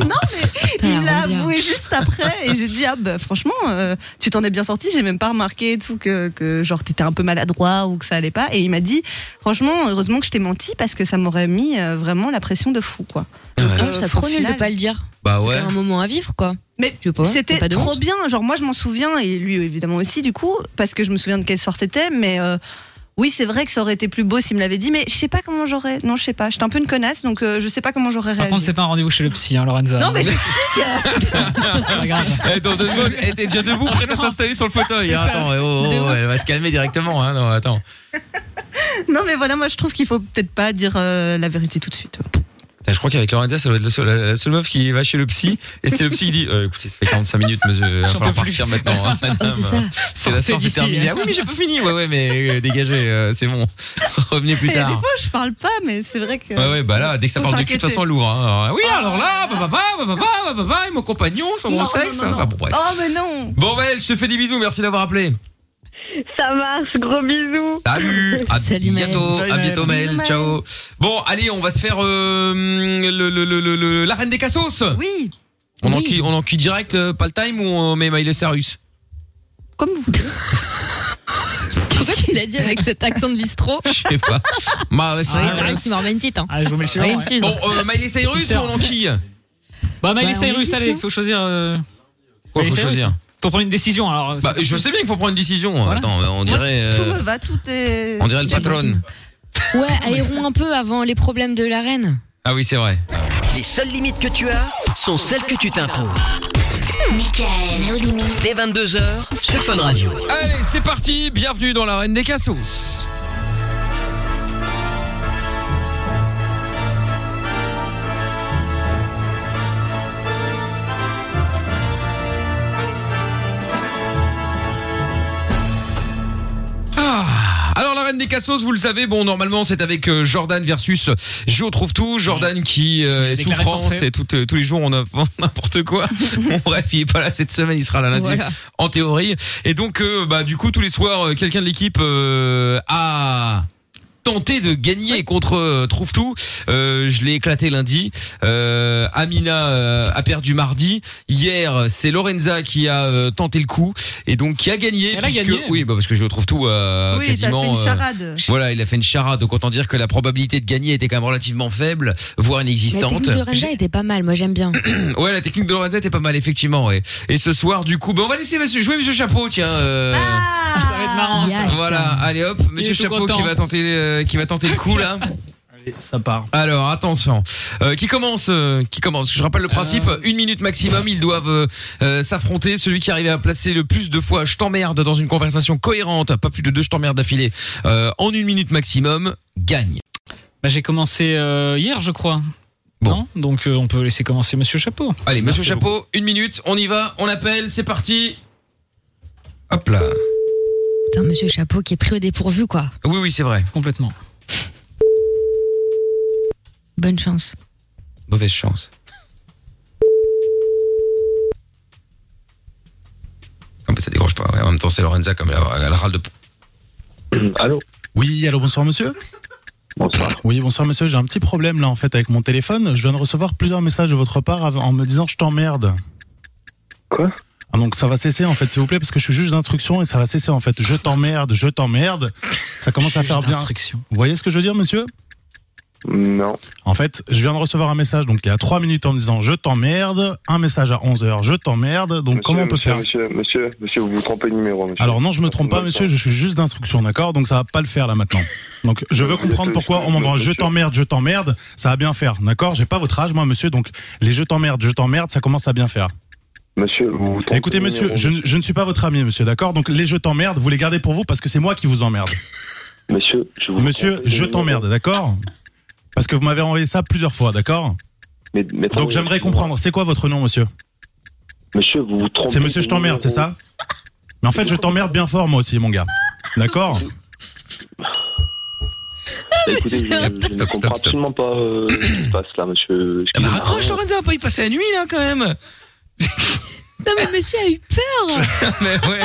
Speaker 4: Non, mais
Speaker 3: Putain,
Speaker 4: il
Speaker 3: elle
Speaker 4: l'a
Speaker 3: rend bien.
Speaker 4: avoué juste après, et j'ai dit, ah bah, franchement, euh, tu t'en es bien sorti, j'ai même pas remarqué et tout, que, que genre t'étais un peu maladroit ou que ça allait pas, et il m'a dit, franchement, heureusement que je t'ai menti parce que ça m'aurait mis euh, vraiment la pression de fou, quoi.
Speaker 3: Ah,
Speaker 4: Donc,
Speaker 3: je
Speaker 4: euh,
Speaker 3: trouve ça
Speaker 4: au
Speaker 3: trop nul
Speaker 4: final-
Speaker 3: de pas le dire.
Speaker 2: Bah
Speaker 3: c'est
Speaker 2: ouais.
Speaker 3: quand même un moment à vivre, quoi.
Speaker 4: Mais
Speaker 3: je sais pas, y a
Speaker 4: C'était
Speaker 3: pas de
Speaker 4: trop
Speaker 3: honte.
Speaker 4: bien. Genre, moi, je m'en souviens, et lui, évidemment, aussi, du coup, parce que je me souviens de quel soir c'était, mais. euh, oui, c'est vrai que ça aurait été plus beau s'il me l'avait dit, mais je sais pas comment j'aurais. Non, je sais pas. J'étais un peu une connasse, donc euh, je sais pas comment j'aurais
Speaker 5: Par contre,
Speaker 4: réagi.
Speaker 5: c'est pas un rendez-vous chez le psy, hein, Lorenza.
Speaker 4: Non, mais je-
Speaker 2: Eh, Dans deux secondes, elle était déjà debout, prête à s'installer sur le fauteuil.
Speaker 5: C'est
Speaker 2: hein.
Speaker 5: ça.
Speaker 2: attends, eh, oh, oh, elle va se calmer directement. Hein. Non, attends.
Speaker 4: Non, mais voilà, moi, je trouve qu'il faut peut-être pas dire euh, la vérité tout de suite.
Speaker 2: Putain, je crois qu'avec Lorenza, ça doit être le seul- la, la seule meuf qui va chez le psy. Et c'est le psy qui dit euh, Écoutez, ça fait 45 minutes, monsieur, il va
Speaker 5: J'en
Speaker 2: falloir
Speaker 5: peux plus.
Speaker 2: partir maintenant. hein, madame.
Speaker 5: Oh, c'est ça.
Speaker 2: C'est la
Speaker 5: Sortez
Speaker 2: séance est
Speaker 5: d'ici,
Speaker 2: terminée.
Speaker 5: hein.
Speaker 2: Ah oui, mais j'ai pas fini. Ouais, ouais, mais euh, dégagez, euh, c'est bon. Revenez plus
Speaker 4: Et des
Speaker 2: tard.
Speaker 4: fois, je parle pas, mais c'est vrai que.
Speaker 2: Ouais, ouais, bah là, dès que ça
Speaker 4: Faut
Speaker 2: parle de cul, de toute
Speaker 4: s'inquiéter.
Speaker 2: façon, lourd. Hein. Alors, ah oui, alors là, bah, bah, bah, bah, bah, bah, bah, bah, et mon compagnon, son
Speaker 4: Non,
Speaker 2: gros
Speaker 4: non,
Speaker 2: sexe.
Speaker 4: non, non.
Speaker 2: Enfin, bon, bref.
Speaker 7: Ah,
Speaker 4: Oh, mais non
Speaker 2: Bon, Val, je te fais des bisous. Merci d'avoir appelé.
Speaker 16: Ça marche, gros bisous.
Speaker 2: Salut, à
Speaker 16: Salut, Maëlle.
Speaker 2: bientôt,
Speaker 16: Salut,
Speaker 2: à
Speaker 16: Maëlle.
Speaker 2: bientôt Maëlle,
Speaker 16: Bisous, Maëlle.
Speaker 2: ciao. Bon, allez, on va se faire euh, le, le, le, le- le- la reine des cassos.
Speaker 4: Oui.
Speaker 2: On en
Speaker 4: Oui.
Speaker 2: qui on en qui direct, euh, pas le time ou on met Miley Cyrus
Speaker 4: Comme vous voulez.
Speaker 3: Pourquoi tu l'as dit avec cet accent de bistrot
Speaker 2: Je sais pas. Bah, ouais, c'est-
Speaker 3: Ah oui, c'est vrai que tu m'en remets une petite. Hein.
Speaker 5: Ah, je vous mets le suivant, ouais.
Speaker 2: Bon, euh, Miley Cyrus
Speaker 5: Petite
Speaker 2: ou
Speaker 5: sœur.
Speaker 2: on en qui
Speaker 5: Bah, Miley
Speaker 2: Bah, on
Speaker 5: Cyrus,
Speaker 2: existe,
Speaker 5: allez,
Speaker 2: non
Speaker 5: faut choisir. euh,
Speaker 2: Quoi,
Speaker 5: Miley
Speaker 2: faut
Speaker 5: Cyrus.
Speaker 2: choisir
Speaker 5: Faut prendre une décision, alors.
Speaker 2: Bah, je sais bien qu'il faut prendre une décision. Attends, on dirait,
Speaker 4: Tout
Speaker 2: euh,
Speaker 4: me va, tout est.
Speaker 2: on dirait le patron.
Speaker 3: Ouais, aérons un peu avant les problèmes de la reine.
Speaker 2: Ah oui, c'est vrai.
Speaker 1: Les seules limites que tu as sont celles que tu t'imposes.
Speaker 9: Michael, nos limites.
Speaker 1: Dès 22h sur Fun Radio.
Speaker 2: Allez, c'est parti. Bienvenue dans la reine des cassos. Ah, Alors la reine des cassos, vous le savez, bon normalement c'est avec euh, Jordan versus Géo trouve tout. Jordan qui euh, est
Speaker 5: déclaré
Speaker 2: souffrante
Speaker 5: forfait.
Speaker 2: et tout, euh, tous les jours on invente n'importe quoi. bon, bref, il est pas là cette semaine, il sera là lundi
Speaker 5: Voilà.
Speaker 2: en théorie. Et donc euh, bah du coup tous les soirs euh, quelqu'un de l'équipe euh, a tenté de gagner contre euh, trouve tout. Euh, je l'ai éclaté lundi. Euh, Amina euh, a perdu mardi. Hier c'est Lorenza qui a euh, tenté le coup et donc qui a gagné.
Speaker 5: Elle a
Speaker 2: puisque-
Speaker 5: gagné.
Speaker 2: Oui bah parce que je trouve tout euh,
Speaker 4: Oui, t'as
Speaker 2: quasiment.
Speaker 4: fait une
Speaker 2: euh,
Speaker 4: charade.
Speaker 2: voilà, il a fait une charade. Donc autant dire que la probabilité de gagner était quand même relativement faible, voire
Speaker 3: La
Speaker 2: inexistante.
Speaker 3: technique de Renja était pas mal, moi j'aime bien.
Speaker 2: Ouais, la technique de Lorenza était pas mal, effectivement. ouais. Et ce soir, du coup, bah, on va laisser monsieur, jouer Monsieur Chapeau, tiens. euh,
Speaker 5: Ça va être marrant, Ah, ça.
Speaker 2: Voilà, allez hop,
Speaker 5: Ah, Il
Speaker 2: Monsieur
Speaker 5: est tout
Speaker 2: Chapeau qui
Speaker 5: content.
Speaker 2: va tenter, euh, qui va tenter le coup là.
Speaker 17: Allez, ça part.
Speaker 2: Alors attention, Euh, qui commence euh, Qui commence Je rappelle le
Speaker 5: Ah.
Speaker 2: principe, une minute maximum. Ils doivent euh, euh, s'affronter. Celui qui arrive à placer le plus de fois "je t'emmerde" dans une conversation cohérente, pas plus de deux "je t'emmerde" d'affilée, euh, en une minute maximum, gagne.
Speaker 5: Bah, j'ai commencé euh, hier, je crois. Non Donc, euh, on peut laisser commencer Monsieur Chapeau.
Speaker 2: Allez, Monsieur Chapeau, une minute. On y va. On appelle. C'est parti. Hop là.
Speaker 3: Putain, monsieur Chapeau qui est pris au dépourvu, quoi.
Speaker 2: Oui, oui, c'est vrai.
Speaker 5: Complètement.
Speaker 3: Bonne chance.
Speaker 2: Mauvaise chance. Ah bah ça décroche pas. ouais. En même temps, c'est Lorenza comme elle a, elle a la râle de.
Speaker 17: Allô Oui, allô, bonsoir monsieur. Bonsoir. Oui, bonsoir monsieur, j'ai un petit problème là en fait avec mon téléphone. Je viens de recevoir plusieurs messages de votre part av- en me disant je t'emmerde. Quoi Ah, Donc ça va cesser en fait, s'il vous plaît, parce que je suis juge d'instruction et ça va cesser en fait. Je t'emmerde, je t'emmerde. Ça commence à faire bien. Vous voyez ce que je veux dire, monsieur
Speaker 14: Non.
Speaker 17: En fait, je viens de recevoir un message donc il y a 3 minutes en me disant je t'emmerde, un message à 11h, je t'emmerde. Donc comment on peut
Speaker 14: monsieur,
Speaker 17: faire
Speaker 14: monsieur, monsieur, monsieur, vous vous trompez de numéro, monsieur.
Speaker 17: Alors non, je me trompe pas, monsieur, je suis juste d'instruction, d'accord Donc ça va pas le faire là maintenant. Donc je veux
Speaker 14: Non, mais
Speaker 17: comprendre
Speaker 14: attends,
Speaker 17: pourquoi on m'envoie un je t'emmerde, je t'emmerde, ça va bien faire, d'accord J'ai pas votre âge, moi, monsieur, donc les je t'emmerde, je t'emmerde, ça commence à bien faire.
Speaker 14: Monsieur, vous vous trompez
Speaker 17: Écoutez,
Speaker 14: de
Speaker 17: monsieur,
Speaker 14: numéro.
Speaker 17: je, ne- je ne suis pas votre ami, monsieur, d'accord Donc les je t'emmerde, vous les gardez pour vous parce que c'est moi qui vous emmerde.
Speaker 14: Monsieur, je vous
Speaker 17: Monsieur, je t'emmerde, d'accord Parce que vous m'avez envoyé ça plusieurs fois, d'accord Donc j'aimerais comprendre, c'est quoi votre nom, monsieur
Speaker 14: Monsieur, vous vous trompez.
Speaker 17: C'est monsieur, je t'emmerde, c'est ça Mais en fait, je t'emmerde bien fort, moi aussi, mon gars. D'accord
Speaker 14: Bah, Écoutez, je, je ne comprends absolument pas euh, ce qui se passe là, monsieur.
Speaker 2: Ah, bah, Raccroche, Lorenza, on va pas y passer la nuit, là, quand même.
Speaker 3: Non, mais monsieur a eu peur.
Speaker 2: mais ouais.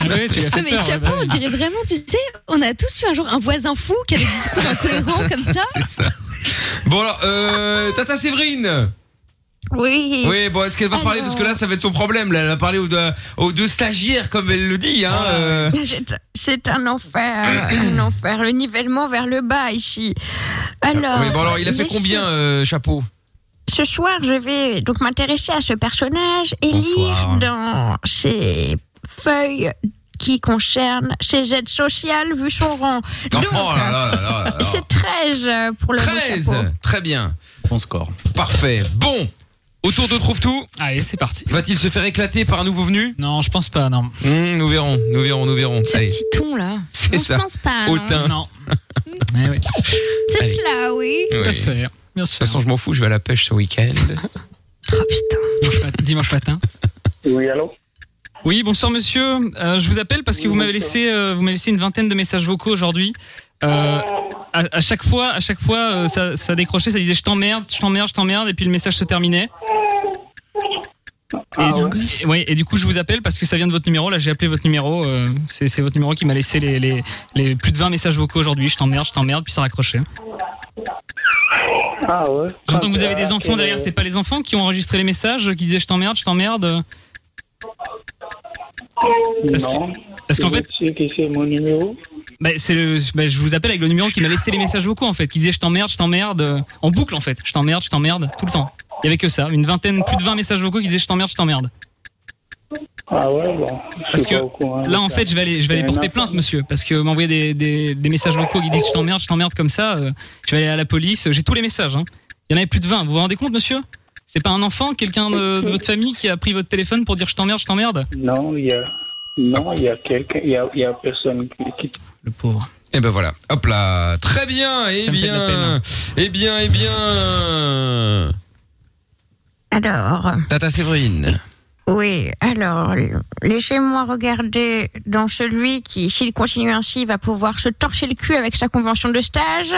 Speaker 5: tu l'as
Speaker 3: Non, Ah, mais chapeau, on dirait vraiment, tu sais, on a tous eu un jour un voisin fou qui avait des discours incohérents comme ça.
Speaker 2: Bon, alors, euh, Tata Séverine.
Speaker 18: Oui.
Speaker 2: Oui, bon, est-ce qu'elle va parler Parce que là, ça va être son problème. Là, elle a parlé aux deux, aux deux stagiaires, comme elle le dit.
Speaker 3: Ah,
Speaker 2: Hein, euh.
Speaker 3: bah,
Speaker 18: C'est- C'est un enfer, un enfer. Le nivellement vers le bas ici. Alors.
Speaker 2: oui, bon, alors, il a fait
Speaker 18: les
Speaker 2: combien, euh, chapeau
Speaker 18: Ce soir, je vais donc m'intéresser à ce personnage et lire dans ses feuilles qui concernent ses aides sociales vu son rang.
Speaker 2: Oh
Speaker 18: Donc,
Speaker 2: là là là là là.
Speaker 18: c'est 13 euh, pour le mot
Speaker 2: 13
Speaker 18: chapeau.
Speaker 2: Très bien.
Speaker 17: Bon score.
Speaker 2: Parfait. Bon, autour de Trouve Tout.
Speaker 5: Allez, c'est parti.
Speaker 2: Va-t-il se faire éclater par un nouveau venu Hmm,
Speaker 5: Non, je pense pas, non.
Speaker 2: nous verrons, nous verrons, nous verrons.
Speaker 5: Ce
Speaker 2: Allez.
Speaker 5: petit
Speaker 3: Ton là.
Speaker 2: C'est
Speaker 5: On se
Speaker 2: ça.
Speaker 5: pense pas, hein.
Speaker 2: Hautain.
Speaker 5: Non. Eh oui.
Speaker 18: C'est
Speaker 2: Allez.
Speaker 18: cela, oui.
Speaker 2: Oui.
Speaker 5: De
Speaker 2: toute façon, je m'en fous, je vais à la pêche ce week-end.
Speaker 5: Dimanche mat- Dimanche matin.
Speaker 7: Oui, allô
Speaker 5: Oui, bonsoir monsieur. Euh, je vous appelle parce que vous m'avez laissé, euh, vous m'avez laissé une vingtaine de messages vocaux aujourd'hui. Euh, à, à chaque fois, à chaque fois, euh, ça, ça décrochait, ça disait je t'emmerde, je t'emmerde, je t'emmerde, et puis le message se terminait. Et,
Speaker 7: Ah
Speaker 5: du, et ouais, et du coup, je vous appelle parce que ça vient de votre numéro. Là, j'ai appelé votre numéro. euh, c'est c'est votre numéro qui m'a laissé les, les- les plus de 20 messages vocaux aujourd'hui. Je t'emmerde, je t'emmerde, puis ça raccrochait.
Speaker 7: Ah euh, ouais
Speaker 5: J'entends que vous avez des enfants derrière. C'est pas les enfants qui ont enregistré les messages qui disaient je t'emmerde, je t'emmerde. Parce que-
Speaker 7: Non.
Speaker 5: parce qu'en
Speaker 7: Je
Speaker 5: fait-
Speaker 7: sais que c'est mon numéro.
Speaker 5: Bah, c'est le- bah, je vous appelle avec le numéro qui m'a laissé les messages vocaux en fait, qui disait je t'emmerde, je t'emmerde, euh, en boucle en fait, je t'emmerde, je t'emmerde, tout le temps. Il y avait que ça, une vingtaine, plus de 20 messages vocaux qui disaient je t'emmerde, je t'emmerde.
Speaker 7: Ah ouais, bon. je
Speaker 5: Parce
Speaker 7: suis
Speaker 5: que
Speaker 7: pas au courant de
Speaker 5: là en
Speaker 7: ça.
Speaker 5: fait je vais aller, je vais aller
Speaker 7: C'est
Speaker 5: porter
Speaker 7: n'importe
Speaker 5: plainte monsieur, parce que m'envoyer des, des, des messages vocaux qui disent je t'emmerde, je t'emmerde comme ça, euh, je vais aller à la police, j'ai tous les messages. Hein. Il y en avait plus de 20, vous vous rendez compte monsieur C'est pas un enfant, quelqu'un de, de votre famille qui a pris votre téléphone pour dire je t'emmerde, je t'emmerde
Speaker 7: Non, il y a, non, il y a quelqu'un, il y a, il y a personne qui.
Speaker 5: Le pauvre.
Speaker 2: Et ben voilà, hop là, très bien, et
Speaker 5: Ça me fait de la peine,
Speaker 2: bien, et bien, et bien.
Speaker 18: Alors.
Speaker 2: Tata Séverine.
Speaker 18: Oui, alors laissez-moi regarder dans celui qui, s'il continue ainsi, va pouvoir se torcher le cul avec sa convention de stage.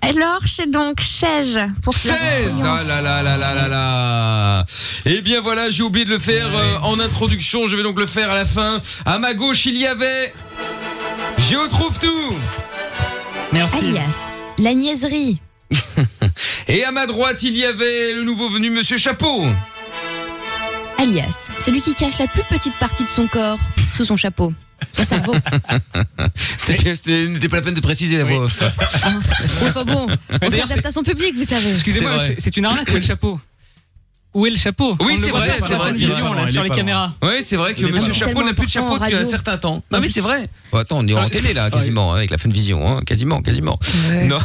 Speaker 18: alors c'est donc 16 pour Florent
Speaker 2: 16
Speaker 18: Briand.
Speaker 2: Ah là là là là là là Eh bien voilà, j'ai oublié de le faire euh, en introduction, je vais donc le faire à la fin. À ma gauche, il y avait... Je retrouve tout
Speaker 3: Alias, la niaiserie.
Speaker 2: Et à ma droite, il y avait le nouveau venu, Monsieur Chapeau
Speaker 3: Alias, celui qui cache la plus petite partie de son corps sous son chapeau, son cerveau.
Speaker 2: C'est bien, c'était- n'était pas la peine de préciser la voix off.
Speaker 5: Ah,
Speaker 3: Bon, enfin bon, on
Speaker 5: D'ailleurs,
Speaker 3: s'adapte
Speaker 5: c'est-
Speaker 3: à son public, vous savez.
Speaker 5: Excusez-moi, c'est- c'est une arnaque, où est le chapeau Où est le chapeau On
Speaker 2: Oui,
Speaker 5: ne
Speaker 2: c'est
Speaker 5: le voit
Speaker 2: vrai,
Speaker 5: pas,
Speaker 2: c'est
Speaker 5: la
Speaker 2: vrai. c'est
Speaker 5: vision,
Speaker 2: vrai.
Speaker 5: là, sur les caméras.
Speaker 2: Oui, c'est vrai que
Speaker 5: Il est pas
Speaker 2: Monsieur
Speaker 5: loin.
Speaker 2: Chapeau n'a plus de chapeau depuis un certain temps. Non, mais Ah c'est vrai. Bon, Oh, attends, on est en
Speaker 5: Ah,
Speaker 2: télé là,
Speaker 5: ah oui.
Speaker 2: quasiment, avec la fin de vision, hein, quasiment, quasiment.
Speaker 3: Ouais.
Speaker 2: Non.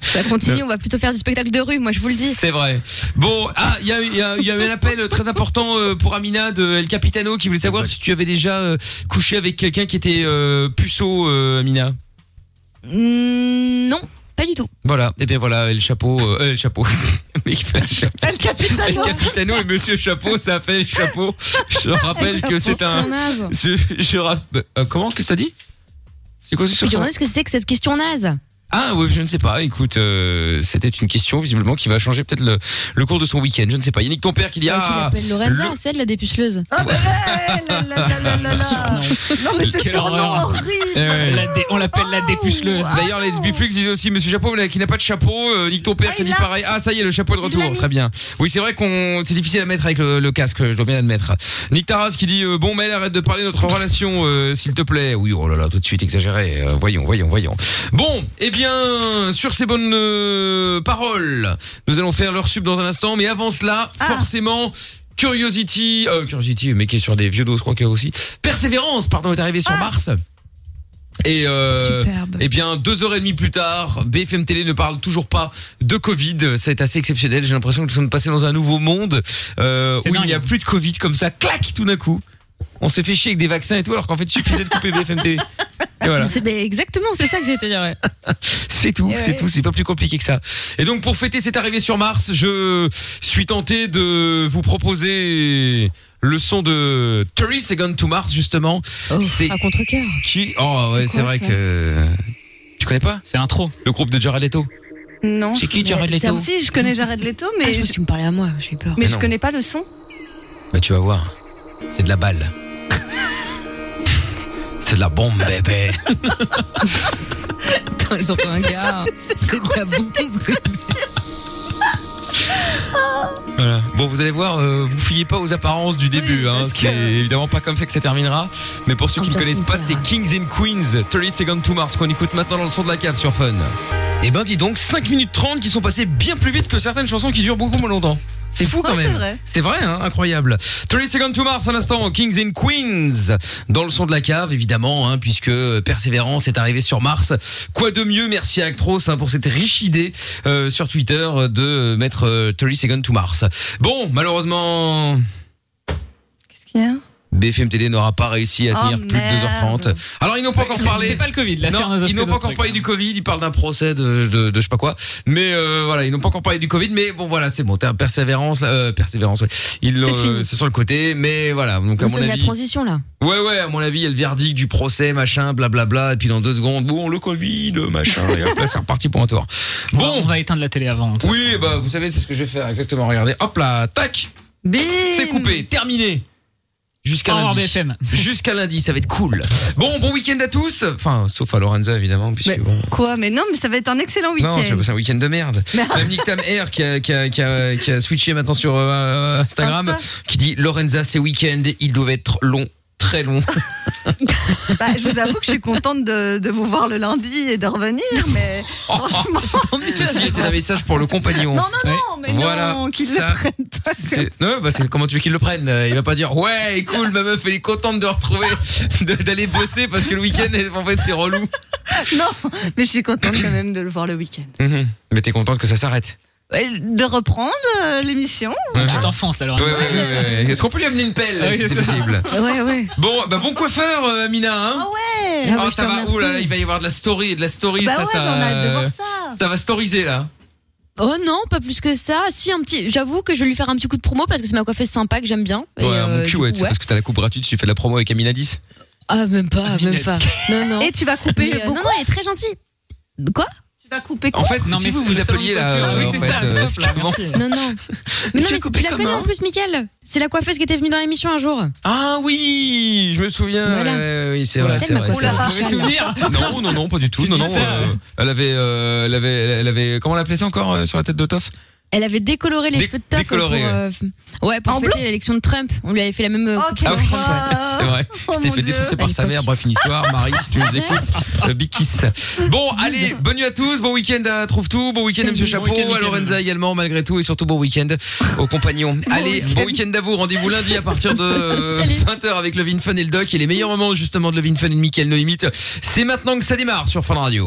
Speaker 3: Ça
Speaker 2: Euh.
Speaker 3: continue, on va plutôt faire du spectacle de rue, moi je vous le dis.
Speaker 2: C'est vrai. Bon, ah, il y a, il y a- il y avait un appel très important euh, pour Amina de El Capitano qui voulait savoir si tu avais déjà euh, couché avec quelqu'un qui était euh, puceau, euh, Amina.
Speaker 3: Mm, non, pas du tout.
Speaker 2: Voilà. Et bien voilà, El Chapeau, euh, euh, El Chapeau. Mais il fait El Chapeau.
Speaker 3: El Capitano.
Speaker 2: El Capitano et Monsieur Chapeau, ça fait El Chapeau. Je rappelle que c'est un. Je, je rappe- euh, comment qu'est-ce que t'as dit C'est quoi ce
Speaker 3: Je me demandais ce que c'était que cette question naze.
Speaker 2: Ah oui, je ne sais pas. Écoute, euh, c'était une question visiblement qui va changer peut-être le, le cours de son week-end. Je ne sais pas. Yannick, ton père qui dit ah,
Speaker 3: Euh, Appelle Lorenza, celle la dépuceleuse.
Speaker 2: bah,
Speaker 4: Non, mais c'est
Speaker 2: Quelle
Speaker 4: surnom
Speaker 2: horreur.
Speaker 4: horrible. Oh,
Speaker 2: Eh ouais.
Speaker 5: on l'appelle la dépuceleuse.
Speaker 2: D'ailleurs, les Biflux disait aussi Monsieur Chapeau mais qui n'a pas de chapeau, euh, nique ton père qui dit pareil. Ah ça y est, le chapeau est de retour. Très bien. Oui, c'est vrai qu'on c'est difficile à mettre avec le, le casque, je dois bien admettre. Nick Taras qui dit euh, bon Mel, arrête de parler de notre relation, euh, s'il te plaît. Oui, oh là là, tout de suite exagéré. Euh, voyons, voyons, voyons. Bon, eh bien, sur ces bonnes euh, paroles, nous allons faire leur sub dans un instant, mais avant cela,
Speaker 4: Ah.
Speaker 2: forcément. Curiosity, euh, Curiosity, mais qui est sur des vieux dos, je crois qu'il y a aussi. Persévérance, pardon, est arrivé sur
Speaker 4: Ah.
Speaker 2: Mars. Et euh, eh bien deux heures et demie plus tard, BFM Télé ne parle toujours pas de Covid. C'est assez exceptionnel. J'ai l'impression que nous sommes passés dans un nouveau monde euh, où il n'y a plus de Covid comme ça, clac tout d'un coup. On s'est fait chier avec des vaccins et tout, alors qu'en fait il suffisait de couper BFM Télé. Et voilà.
Speaker 3: C'est- ben, exactement, c'est ça que j'ai été dire. ouais.
Speaker 2: C'est tout,
Speaker 3: Ouais.
Speaker 2: c'est tout, c'est pas plus compliqué que ça. Et donc pour fêter cette arrivée sur Mars, je suis tenté de vous proposer le son de 30 Seconds to Mars justement. c'est
Speaker 3: Oh, à contre-cœur.
Speaker 2: qui Oh ouais,
Speaker 3: C'est
Speaker 2: c'est
Speaker 3: quoi,
Speaker 2: vrai
Speaker 3: ça
Speaker 2: que tu connais pas
Speaker 5: C'est l'intro.
Speaker 2: Le groupe de Jared Leto.
Speaker 4: Non.
Speaker 2: C'est qui,
Speaker 4: mais-
Speaker 2: Jared Leto
Speaker 4: ça, Si, je connais Jared Leto, mais. je...
Speaker 3: Tu me parlais à moi, j'ai eu peur.
Speaker 4: Mais
Speaker 2: Mais
Speaker 4: je
Speaker 2: non.
Speaker 4: connais pas le son.
Speaker 2: Bah tu vas voir, c'est de la balle. c'est de la bombe bébé.
Speaker 3: Putain, ils ont pas un gars. hein. C'est de la bombe.
Speaker 2: Voilà. Bon, vous allez voir, euh, vous fiez pas aux apparences du début. hein. C'est évidemment pas comme ça que ça terminera. Mais pour ceux qui ne
Speaker 1: Putain,
Speaker 2: connaissent pas, c'est Kings and Queens, 30 Seconds to Mars, qu'on écoute maintenant dans le son de la cave sur Fun. Eh ben, dis donc, 5 minutes 30 qui sont passées bien plus vite que certaines chansons qui durent beaucoup moins longtemps. C'est fou quand
Speaker 1: Ouais,
Speaker 2: même.
Speaker 1: c'est vrai.
Speaker 2: C'est vrai, hein, incroyable. 30 Seconds to Mars, un instant, Kings and Queens, dans le son de la cave, évidemment, hein, puisque Persévérance est arrivée sur Mars. Quoi de mieux, merci à Actros hein, pour cette riche idée euh, sur Twitter euh, de euh, mettre euh, 30 Seconds to Mars. Bon, malheureusement... Qu'est-ce
Speaker 4: qu'il y a
Speaker 2: BFM Télé n'aura pas réussi à
Speaker 5: Oh,
Speaker 2: tenir plus
Speaker 5: merde.
Speaker 2: de 2h30. Alors ils n'ont pas encore
Speaker 5: C'est-
Speaker 2: parlé.
Speaker 5: c'est pas le Covid, là, c'est un-
Speaker 2: Non,
Speaker 5: c'est
Speaker 2: ils n'ont
Speaker 5: d'autres
Speaker 2: pas encore
Speaker 5: trucs,
Speaker 2: parlé du Covid. Ils parlent d'un procès de, de, de je sais pas quoi. Mais euh, voilà, ils n'ont pas encore parlé du Covid. Mais bon, voilà, c'est bon. T'es un persévérance, là, euh, persévérance. Ouais. Ils l'ont, euh, c'est sur le côté. Mais voilà, donc à
Speaker 3: Bon, ça,
Speaker 2: mon
Speaker 3: c'est la
Speaker 2: avis.
Speaker 3: transition là.
Speaker 2: Ouais, ouais, à mon avis, il y a le verdict du procès, machin, blablabla, et puis dans deux secondes, bon, le Covid, machin, et après, c'est reparti pour un tour. Bon.
Speaker 5: On va éteindre la télé avant.
Speaker 2: Oui, bah, vous savez, c'est ce que je vais faire, exactement, regardez. Hop là, tac! C'est coupé, terminé! Jusqu'à
Speaker 5: Au revoir,
Speaker 2: lundi.
Speaker 5: BFM.
Speaker 2: Jusqu'à lundi, ça va être cool. Bon, bon week-end à tous! Enfin, sauf à Lorenza, évidemment, puisque bon.
Speaker 4: Quoi Mais non, mais ça va être un excellent
Speaker 2: Non,
Speaker 4: week-end.
Speaker 2: c'est un week-end de merde. Même Nick Tam Air qui a, qui, a, qui, a, qui a switché maintenant sur euh, Instagram, qui dit Lorenza, c'est week-end, ils doivent être longs, très longs.
Speaker 4: Bah, je vous avoue que je suis contente de, de vous voir le lundi et de revenir, mais franchement.
Speaker 2: Oh, Ceci était un message pour le compagnon.
Speaker 4: Non, non, non, mais non,
Speaker 2: voilà,
Speaker 4: qu'il le
Speaker 2: ça,
Speaker 4: prenne pas
Speaker 2: c'est- Non, bah, c'est comment tu veux qu'il le prenne Il va pas dire ouais, cool, ma meuf elle est contente de retrouver, de- d'aller bosser parce que le week-end elle- en fait c'est relou.
Speaker 4: Non, mais je suis contente quand même de le voir le week-end.
Speaker 2: Mhm. Mais t'es contente que ça s'arrête.
Speaker 4: Ouais, De reprendre euh, l'émission.
Speaker 2: Petite
Speaker 5: enfance alors.
Speaker 2: Ouais, ouais, ouais, ouais. Est-ce qu'on peut lui amener une pelle
Speaker 5: Ah oui,
Speaker 2: si c'est
Speaker 5: c'est ça.
Speaker 2: possible
Speaker 3: Ouais, ouais.
Speaker 2: Bon, bah bon coiffeur, euh, Amina. Hein ah
Speaker 4: ouais.
Speaker 2: Ah, ça va. Ouh là, là, il va y avoir de la story, et de la story.
Speaker 3: Bah
Speaker 2: ça,
Speaker 3: ouais,
Speaker 2: ça,
Speaker 3: bah on a hâte de voir
Speaker 2: ça. va storiser là.
Speaker 3: Oh non, pas plus que ça. Si un petit, j'avoue que je vais lui faire un petit coup de promo parce que c'est ma coiffeuse sympa que j'aime bien. Et,
Speaker 2: ouais,
Speaker 3: euh,
Speaker 2: mon
Speaker 3: du
Speaker 2: cul,
Speaker 3: coup,
Speaker 2: ouais. C'est parce que t'as la coupe gratuite, tu fais de la promo avec Amina 10.
Speaker 3: Ah même pas, même pas. Non non. Et
Speaker 4: tu vas couper
Speaker 3: le Non non, elle est très gentille. Quoi
Speaker 4: Tu vas couper
Speaker 2: En fait, si vous vous appeliez là, euh, en fait, euh, excusez-moi.
Speaker 3: Non, non. Mais non, mais tu la connais
Speaker 2: comment
Speaker 3: en plus, Mickaël. C'est la coiffeuse qui était venue dans l'émission un jour.
Speaker 2: Ah oui, je me souviens.
Speaker 3: Voilà.
Speaker 2: ouais, oui, c'est
Speaker 3: Voilà.
Speaker 2: vrai,
Speaker 3: Celle
Speaker 2: c'est
Speaker 3: m'a
Speaker 2: vrai.
Speaker 3: coiffée.
Speaker 2: c'est vrai.
Speaker 3: Oula, Mauvais souvenir.
Speaker 2: Non, non, non, pas du tout. Non, non. euh, elle avait, euh, elle avait, elle avait, comment on l'appelait ça encore euh, sur la tête de Toff
Speaker 3: Elle avait décoloré les cheveux de taf pour,
Speaker 2: décoloré,
Speaker 3: euh, ouais, pour fêter l'élection de Trump. On lui avait fait la même. euh, coupe.
Speaker 2: Ah oui, c'est vrai.
Speaker 3: Oh
Speaker 2: Je t'ai
Speaker 3: mon
Speaker 2: fait
Speaker 3: Dieu.
Speaker 2: défoncer par
Speaker 1: Bah,
Speaker 3: Elle
Speaker 2: sa mère. Bref, une histoire. Marie, si tu nous écoutes, euh, big kiss. Bon, allez, bonne nuit à tous. Bon week-end à Trouve Tout. Bon week-end à Monsieur
Speaker 1: Salut.
Speaker 2: Chapeau,
Speaker 1: Bon week-end,
Speaker 2: à Lorenza
Speaker 1: Mickaël.
Speaker 2: également, malgré tout. Et surtout, bon week-end aux compagnons. allez, bon week-end à vous. Rendez-vous lundi à partir de euh, 20h avec le Fun et le Doc. Et les meilleurs moments, justement, de Levin Fun et de Mickaël No Limite. C'est maintenant que ça démarre sur Fun Radio.